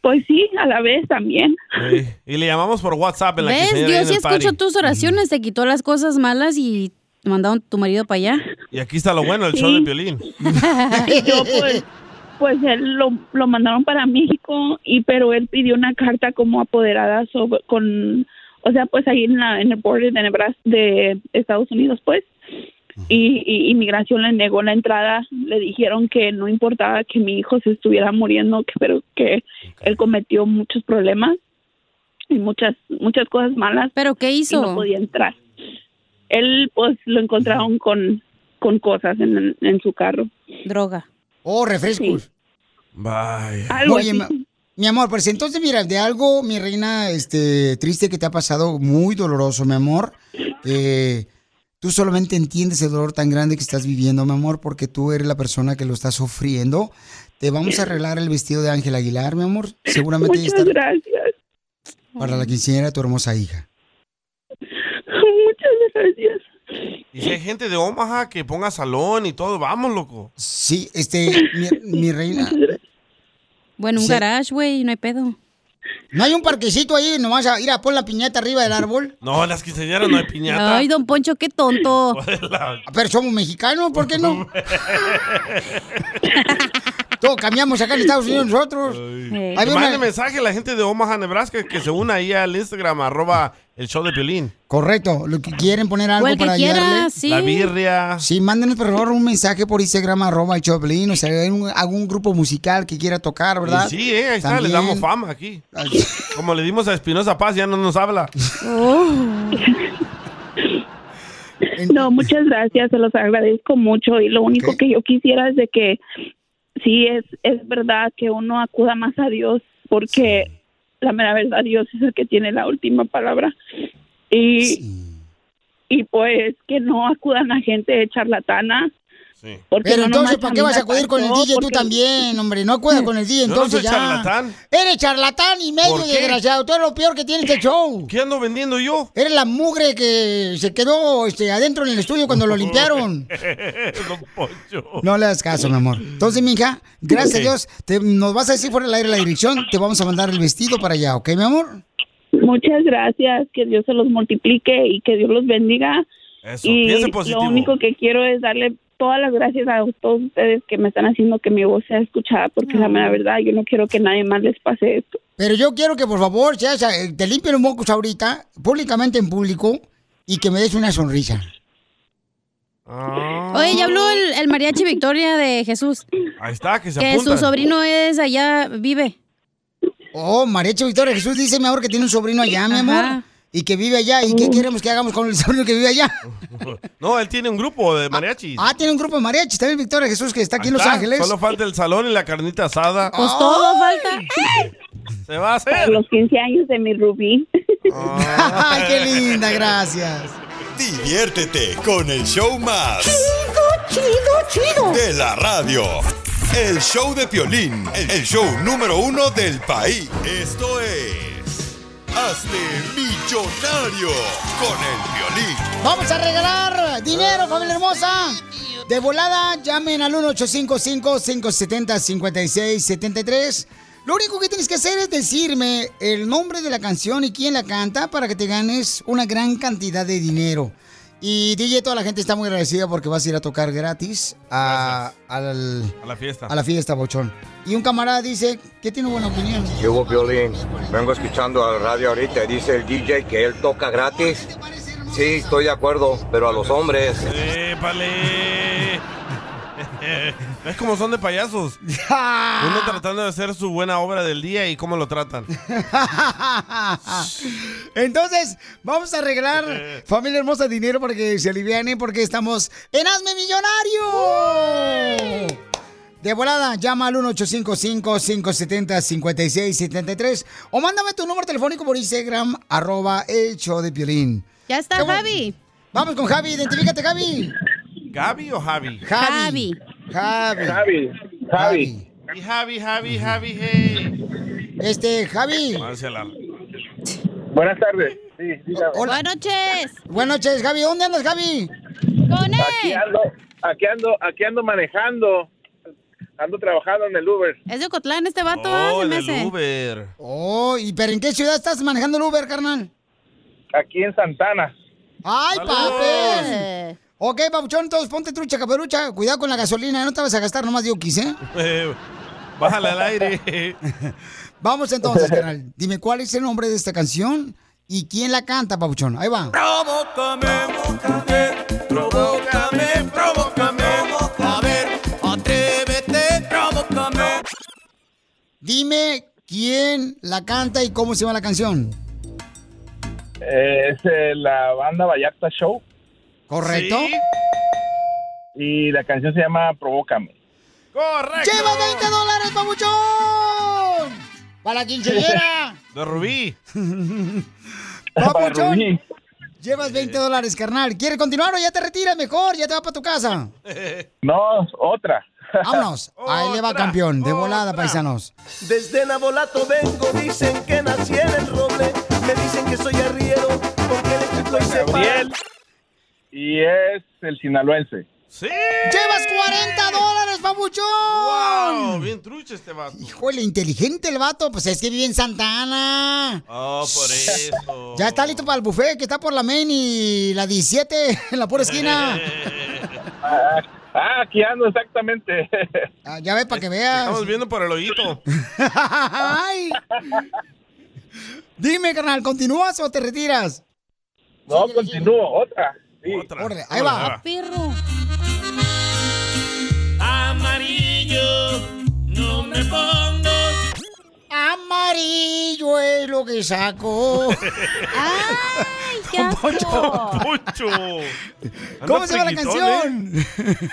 Pues sí, a la vez también.
Sí. Y le llamamos por WhatsApp en la
¿Ves?
quinceañera y
Dios
en
sí
el party.
escuchó tus oraciones, te quitó las cosas malas y mandaron tu marido para allá.
Y aquí está lo bueno, el show
Sí.
de violín.
Y yo, pues, pues él lo, lo mandaron para México, y pero él pidió una carta como apoderada sobre, con, o sea, pues ahí en, la, en el border de, Nebras- de Estados Unidos, pues. Y, y inmigración le negó la entrada, le dijeron que no importaba que mi hijo se estuviera muriendo, que, pero que él cometió muchos problemas y muchas muchas cosas malas.
Pero qué hizo?
Y no podía entrar. Él pues lo encontraron con con cosas en- en, en su carro.
Droga.
Oh, refrescos.
Vaya.
Oye, ma- mi amor, pues entonces, mira, de algo, mi reina, este, triste que te ha pasado, muy doloroso, mi amor, que tú solamente entiendes el dolor tan grande que estás viviendo, mi amor, porque tú eres la persona que lo está sufriendo. Te vamos a arreglar el vestido de Ángel Aguilar, mi amor. Seguramente ya
Muchas
está
gracias.
para la quinceañera de tu hermosa hija.
Muchas gracias.
Y si hay gente de Omaha que ponga salón y todo, vamos, loco.
Sí, este, mi, mi reina.
Bueno, un
Sí.
garage, güey, no hay pedo.
No hay un parquecito ahí, nomás a ir a pon la piñata arriba del árbol.
No, en las quinceañeras no hay piñata.
Ay, don Poncho, qué tonto.
La-
Pero somos mexicanos, ¿por qué no? Todo cambiamos acá en Estados Unidos nosotros.
Que
Ahí viene
Mande
una-
mensaje a la gente de Omaha, Nebraska, que se una ahí al Instagram, arroba el show de violín.
Correcto, lo que quieren poner algo
O el que
para
quiera,
ayudarle.
sí. La birria.
Sí, mándenos por favor un mensaje por Instagram, arroba el Choplin, o sea, hay un- algún grupo musical que quiera tocar, ¿verdad?
Y sí, eh, ahí está, le
También.
damos fama aquí. Como le dimos a Espinosa Paz, ya no nos habla.
No, muchas gracias, se los agradezco mucho y lo único que yo quisiera es de que sí es es verdad que uno acuda más a Dios porque la mera verdad Dios es el que tiene la última palabra y y pues que no acudan a gente charlatana. porque
Pero
no
entonces,
nomás
¿para qué
mí
vas
me
a acudir con el
pasó,
DJ tú
porque-
también, hombre? No acudas con el DJ,
Yo no
entonces ya.
soy charlatán.
Eres charlatán y medio
¿Por qué?
desgraciado. Tú eres lo peor que tiene este show.
¿Qué ando vendiendo yo?
Eres la mugre que se quedó este, adentro en el estudio cuando lo limpiaron.
Don Poncho.
No le das caso, mi amor. Entonces, mija, gracias
Ok.
a Dios, te- nos vas a decir por el aire la dirección, te vamos a mandar el vestido para allá, ¿ok, mi amor?
Muchas gracias, que Dios se los multiplique y que Dios los bendiga.
Eso,
y
piense positivo.
Lo único que quiero es darle todas las gracias a todos ustedes que me están haciendo que mi voz sea escuchada, porque la mera verdad, yo no quiero que nadie más les pase esto.
Pero yo quiero que, por favor, seas, eh, te limpien los mocos ahorita, públicamente en público, y que me des una sonrisa.
Oye, ya habló el, el mariachi Victoria de Jesús.
Ah, Ahí está, que se
Que
apunta.
su sobrino es allá, vive.
Oh, Mariachi Victoria Jesús dice, mi amor, que tiene un sobrino allá, mi amor, y que vive allá. ¿Y qué queremos que hagamos con el sobrino que vive allá?
No, él tiene un grupo de mariachis.
Ah, tiene un grupo de mariachi, también Victoria Jesús, que está aquí en Los
Está,
Ángeles.
Solo falta el salón y la carnita asada.
Pues todo
falta.
Se va a
Para
hacer.
los 15 años de mi Rubí.
Ay, qué linda, gracias.
Diviértete con el show más.
Chido, chido, chido.
De la radio. El show de Piolín, el show número uno del país. Esto es... Hazte millonario con el Piolín.
Vamos a regalar dinero, familia hermosa. De volada, llamen al 1-855-570-5673. Lo único que tienes que hacer es decirme el nombre de la canción y quién la canta para que te ganes una gran cantidad de dinero. Y DJ, toda la gente está muy agradecida porque vas a ir a tocar gratis a, Ah, al-
A la fiesta.
a la fiesta, Bochón. Y un camarada dice que tiene buena opinión.
¿Qué hubo, Piolín? Vengo escuchando a la radio ahorita. Dice el DJ que él toca gratis. Sí, estoy de acuerdo, pero a los hombres.
Épale. Es como son de payasos. Uno tratando de hacer su buena obra del día y cómo lo tratan.
Entonces, vamos a arreglar, familia hermosa, dinero para que se aliviane porque estamos en Hazme Millonario. De volada, llama al 1-855-570-5673 o mándame tu número telefónico por Instagram, arroba el show de Piolín.
Ya está,
Qué bu-
Javi.
Vamos con Javi, identifícate, Javi.
¿Gaby o Javi?
Javi. Javi.
Javi.
Javi.
Y Javi, Javi, Javi, hey.
Este, Javi.
Buenas tardes. Sí, dígame.
Buenas noches.
Buenas noches, Javi. ¿Dónde andas, Javi?
Con
Aquí ando, aquí ando, aquí ando manejando. Ando trabajando en el Uber.
Es de Ocotlán este vato, ah, se me hace.
Uber.
Oh, ¿y pero en qué ciudad estás manejando el Uber, carnal?
Aquí en Santana.
¡Ay,
¡Saludos!
papi! Ok, papuchón, todos ponte trucha, caperucha. Cuidado con la gasolina, ¿eh? no te vas a gastar, nomás yo quise. ¿eh?
Eh, Bájale al aire.
Vamos entonces, carnal. Dime cuál es el nombre de esta canción y quién la canta, papuchón. Ahí va.
Provócame, provócame, a ver, atrévete, provócame.
Dime quién la canta y cómo se llama la canción.
Eh, es eh, la banda Vallarta Show.
Correcto.
Y la canción se llama Provócame.
¡Correcto! ¡Lleva 20 dólares, papuchón! ¡Para la quinceañera!
De Rubí.
¡Papuchón! Llevas 20 dólares, carnal. ¿Quieres continuar o ya te retiras mejor? Ya te vas para tu casa.
No, otra.
Vámonos. Ahí le va campeón. De volada, paisanos.
Desde Nabolato vengo, dicen que nací en el roble. Me dicen que soy arriero, porque le chico y se
Gabriel. Y es el sinaloense.
¡Llevas 40 dólares, papuchón!
Wow, bien trucha este vato.
Híjole, inteligente el vato. Pues es que vive en Santa Ana.
Oh, por eso.
Ya está listo para el buffet que está por la main y la 17 en la pura esquina.
Ah, ah, aquí ando exactamente.
Ah, ya ve para que veas.
Estamos
viendo por el oído.
Ay. Dime, carnal, ¿continúas o te retiras?
No, continúo, otra. Sí.
Órale, ahí va.
Pirro.
Amarillo, no me pongo.
Amarillo es lo que saco. ¡Ay,
qué asco.
¿Cómo se llama la
friquitón,
canción?
¿eh?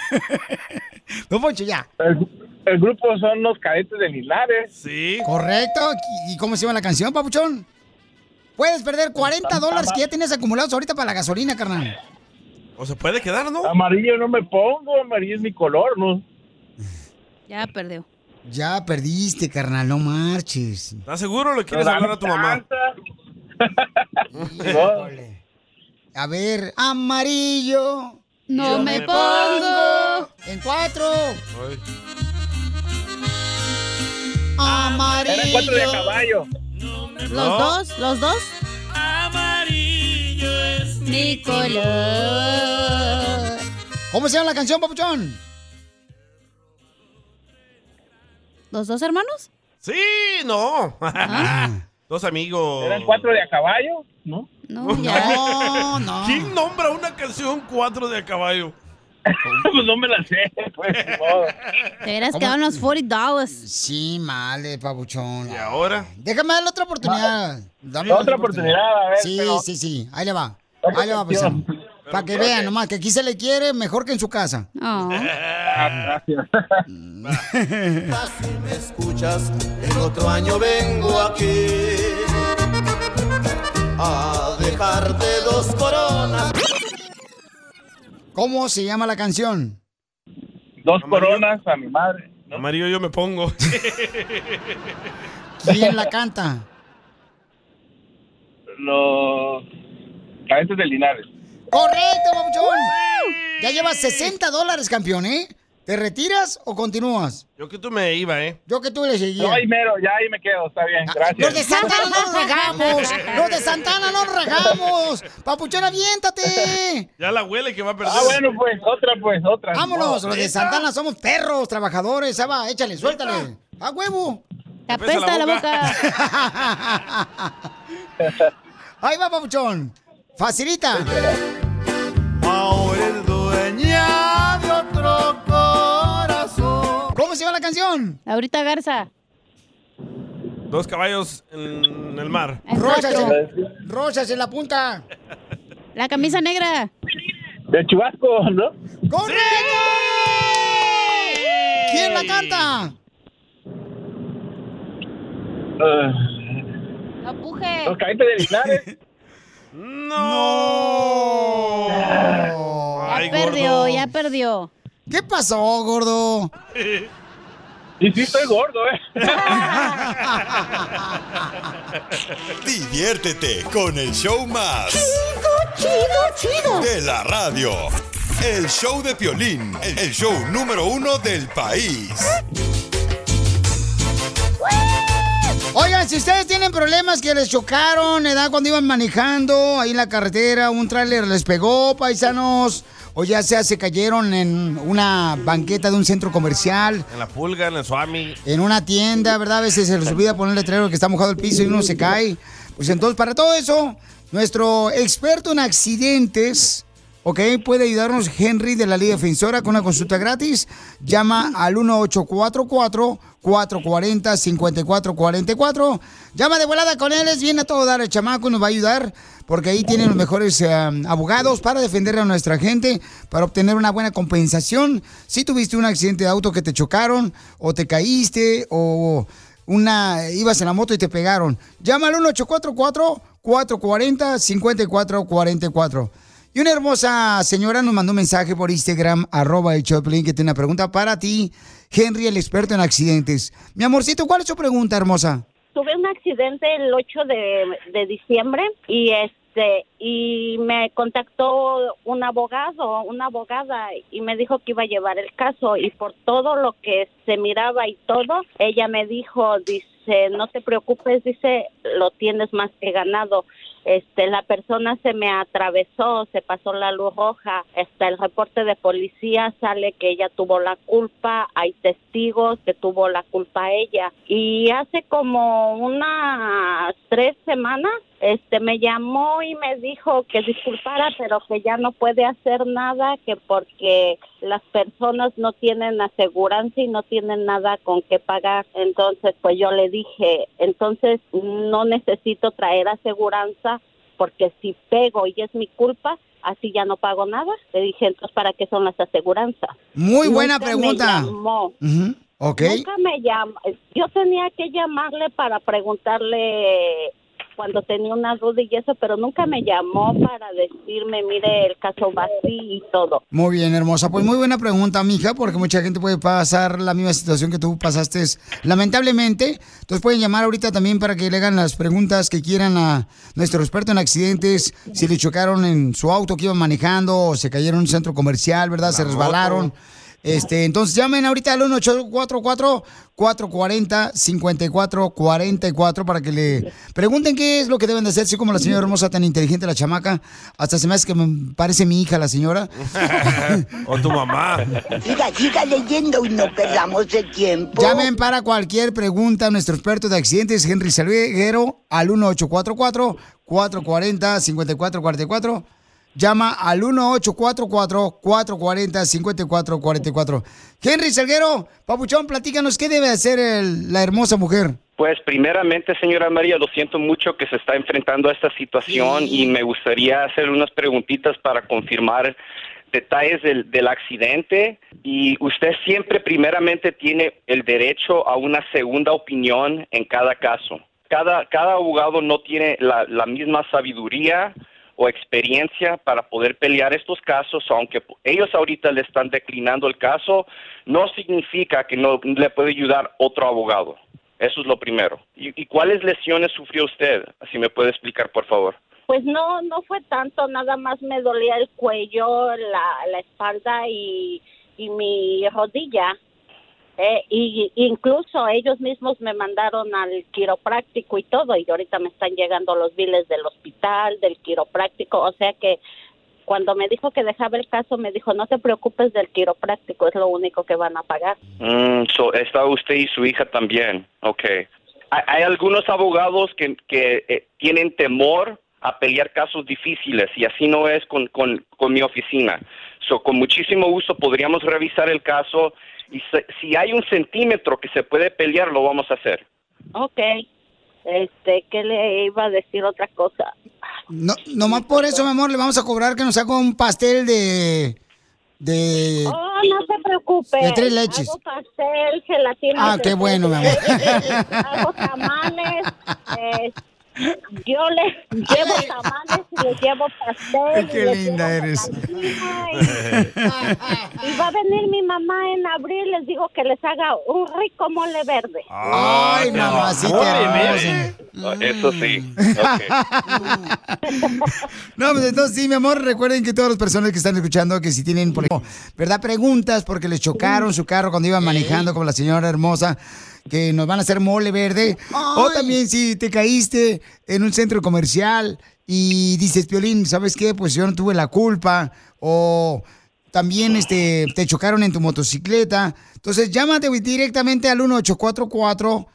Don Poncho, ya.
El, el grupo son los cadetes de Linares.
Sí.
Correcto. ¿Y cómo se llama la canción, papuchón? Puedes perder
Pues,
40 dólares que ya tienes acumulados ahorita para la gasolina, carnal.
O se puede quedar, ¿no?
Amarillo no me pongo, amarillo es mi color, ¿no?
Ya perdió.
Ya perdiste, carnal, no marches.
¿Estás seguro o le quieres
No,
hablar a tu mamá?
Híjole. A ver, amarillo.
No
yo
me pongo.
En cuatro.
Ay.
Amarillo.
Eran cuatro de caballo.
¿Los
No.
dos? ¿Los dos? Amarillo es mi color.
¿Cómo se llama la canción, papuchón?
¿Los dos hermanos?
Sí, no. Dos amigos.
Eran cuatro de a caballo, ¿no?
No,
ya.
no.
¿Quién nombra una canción cuatro de a caballo?
pues no me la sé.
Te hubieras quedado en los 40 dólares.
Sí, male, papuchón. ¿Y
ahora?
Déjame darle otra oportunidad. Dame
Otra oportunidad, a ver,
Sí,
pero-
sí, sí. Ahí le va.
Otra
Ahí le va,
canción.
papuchón. Para que
Pero-
vean nomás que aquí se le quiere mejor que en su casa.
Ah, gracias.
Si me escuchas, en otro año vengo aquí a dejarte dos coronas.
¿Cómo se llama la canción?
Dos coronas a mi madre.
Amarillo yo me pongo.
¿Quién la canta?
Los cadetes de Linares.
¡Correcto, papuchón! Ya llevas 60 dólares, campeón, ¿eh? ¿Te retiras o continúas?
Yo que tú me iba, ¿eh?
Yo que tú le seguía.
No, ahí mero, ya ahí me quedo, está bien,
Los de
gracias.
Santana no nos rajamos. Los de Santana no nos rajamos. Papuchón, aviéntate.
Ya la huele que va a perder.
Ah, bueno, pues, otra, pues, otra.
Vámonos, los de Santana somos perros, trabajadores. Ahí va, échale, suéltale. A huevo. Te
apesta la
Ahí va, papuchón. Facilita.
Ahora es dueña de otro corazón.
la canción?
Ahorita Garza.
Dos caballos en el mar.
Rosas en, rosas en la punta.
La camisa negra.
De Chubasco, ¿no?
¡Correcto! ¿Quién la canta?
No puje.
Ah, Los cadetes de Linares.
Oh.
¡No!
Ya perdió, ya perdió.
¿Qué pasó, gordo?
Y sí estoy gordo, ¿eh?
Diviértete con el show más.
Chido, chido, chido.
De la radio. El show de Piolín, el el show número uno del país.
Oigan, si ustedes tienen problemas que les chocaron, edad cuando iban manejando ahí en la carretera, un tráiler les pegó, paisanos, o ya sea se cayeron en una banqueta de un centro comercial,
En la pulga, en el suami.
en una tienda, ¿verdad? A veces se les olvida poner el letrero que está mojado el piso y uno se cae. Pues entonces, para todo eso, nuestro experto en accidentes, ¿ok? Puede ayudarnos Henry de la Liga Defensora con una consulta gratis. Llama al 1844-440-5444. Llama de volada con él, es bien a todo dar el chamaco y nos va a ayudar. Porque ahí tienen los mejores eh, abogados para defender a nuestra gente, para obtener una buena compensación. Si tuviste un accidente de auto que te chocaron, o te caíste, o una ibas en la moto y te pegaron. Llama al 1-844-440-5444. Y una hermosa señora nos mandó un mensaje por Instagram, arroba el Choplin, que tiene una pregunta para ti, Henry, el experto en accidentes. Mi amorcito, ¿cuál es tu pregunta, hermosa?
tuve un accidente el 8 de, de diciembre y este y me contactó un abogado, una abogada y me dijo que iba a llevar el caso y por todo lo que se miraba y todo, ella me dijo, dice, no te preocupes, dice, lo tienes más que ganado. Este, la persona se me atravesó, se pasó la luz roja. Hasta el reporte de policía sale que ella tuvo la culpa. Hay testigos que tuvo la culpa ella. Y hace como unas tres semanas, este, me llamó y me dijo que disculpara, pero que ya no puede hacer nada, que porque las personas no tienen aseguranza y no tienen nada con qué pagar. Entonces, pues yo le dije, entonces no necesito traer aseguranza porque si pego y es mi culpa, así ya no pago nada. Le dije, entonces, ¿para qué son las aseguranzas?
Muy buena
Nunca me
pregunta.
llamó.
Ujú, Ok.
Nunca me llama. Yo tenía que llamarle para preguntarle cuando tenía una duda y eso, pero nunca me llamó para decirme, mire, el caso va así y todo.
Muy bien, hermosa. Pues muy buena pregunta, mija, porque mucha gente puede pasar la misma situación que tú pasaste, lamentablemente. Entonces pueden llamar ahorita también para que le hagan las preguntas que quieran a nuestro experto en accidentes, si le chocaron en su auto que iban manejando, o se cayeron en un centro comercial, ¿verdad? se resbalaron. Este, entonces llamen ahorita al 1844-440-5444 para que le pregunten qué es lo que deben de hacer. Sí, como la señora hermosa, tan inteligente, la chamaca. Hasta se me hace que me parece mi hija, la señora.
o tu mamá.
Siga, siga leyendo y no perdamos el tiempo.
Llamen para cualquier pregunta a nuestro experto de accidentes, Henry Salguero, al 1844-440-5444. Llama al 1844-440-5444. Henry Salguero, papuchón, platícanos qué debe hacer el- la hermosa mujer.
Pues primeramente, señora María, lo siento mucho que se está enfrentando a esta situación y me gustaría hacer unas preguntitas para confirmar detalles del, del accidente. Y usted siempre primeramente tiene el derecho a una segunda opinión en cada caso. Cada, cada abogado no tiene la, la misma sabiduría o experiencia para poder pelear estos casos, aunque ellos ahorita le están declinando el caso, no significa que no le puede ayudar otro abogado. Eso es lo primero. ¿Y, y cuáles lesiones sufrió usted? Si me puede explicar, por favor.
Pues no, no fue tanto, nada más me dolía el cuello, la, la espalda y, y mi rodilla. Eh, y incluso ellos mismos me mandaron al quiropráctico y todo, y ahorita me están llegando los biles del hospital, del quiropráctico, o sea que cuando me dijo que dejaba el caso, me dijo, no te preocupes del quiropráctico, es lo único que van a pagar.
Mm, so, está usted y su hija también. Ok. Hay, hay algunos abogados que, que, eh, tienen temor a pelear casos difíciles y así no es con, con, con mi oficina. So, con muchísimo gusto podríamos revisar el caso Y se- si hay un centímetro que se puede pelear, lo vamos a hacer.
Ok. Este, ¿qué le iba a decir otra cosa?
No, nomás por eso, mi amor, le vamos a cobrar que nos haga un pastel de. de.
Oh, no se preocupe.
De tres leches.
Hago pastel, gelatina.
Ah, qué bueno, mi amor.
Hago tamales. eh, yo les llevo tamales y les llevo pastel. y
Qué
les
linda eres.
llevo- Y va a venir mi mamá en abril. Les digo que les haga un rico mole verde.
Ah. Ay, mamacita. hermosa.
Ah, Eso
eh.
sí.
No, pues entonces sí, mi amor, recuerden que todas las personas que están escuchando, que si tienen, por ejemplo, ¿verdad? Preguntas porque les chocaron su carro cuando iban manejando, como la señora hermosa, que nos van a hacer mole verde. O también si te caíste en un centro comercial y dices, Piolín, ¿sabes qué? Pues yo no tuve la culpa. O también este, te chocaron en tu motocicleta. Entonces llámate güey, directamente al 1844.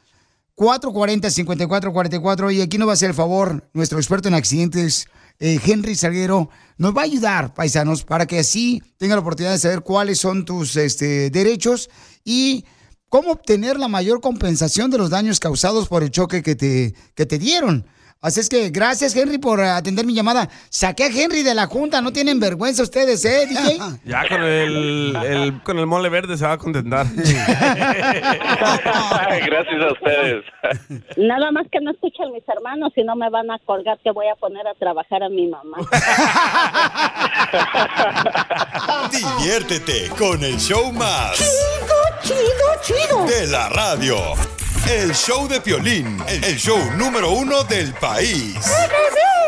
440-5444 y aquí nos va a hacer el favor nuestro experto en accidentes, eh, Henry Salguero, nos va a ayudar, paisanos, para que así tenga la oportunidad de saber cuáles son tus este, derechos y cómo obtener la mayor compensación de los daños causados por el choque que te, que te dieron. Así es que gracias, Henry, por atender mi llamada. Saqué a Henry de la junta, no tienen vergüenza ustedes, ¿eh, DJ?
Ya con el, el- con el mole verde se va a contentar.
Gracias a ustedes.
Nada más que no escuchen mis hermanos, si no me van a colgar que voy a poner a trabajar a mi mamá.
Diviértete con el show más. Chido,
chido, chido.
De la radio. El show de Piolín, el show número uno del país.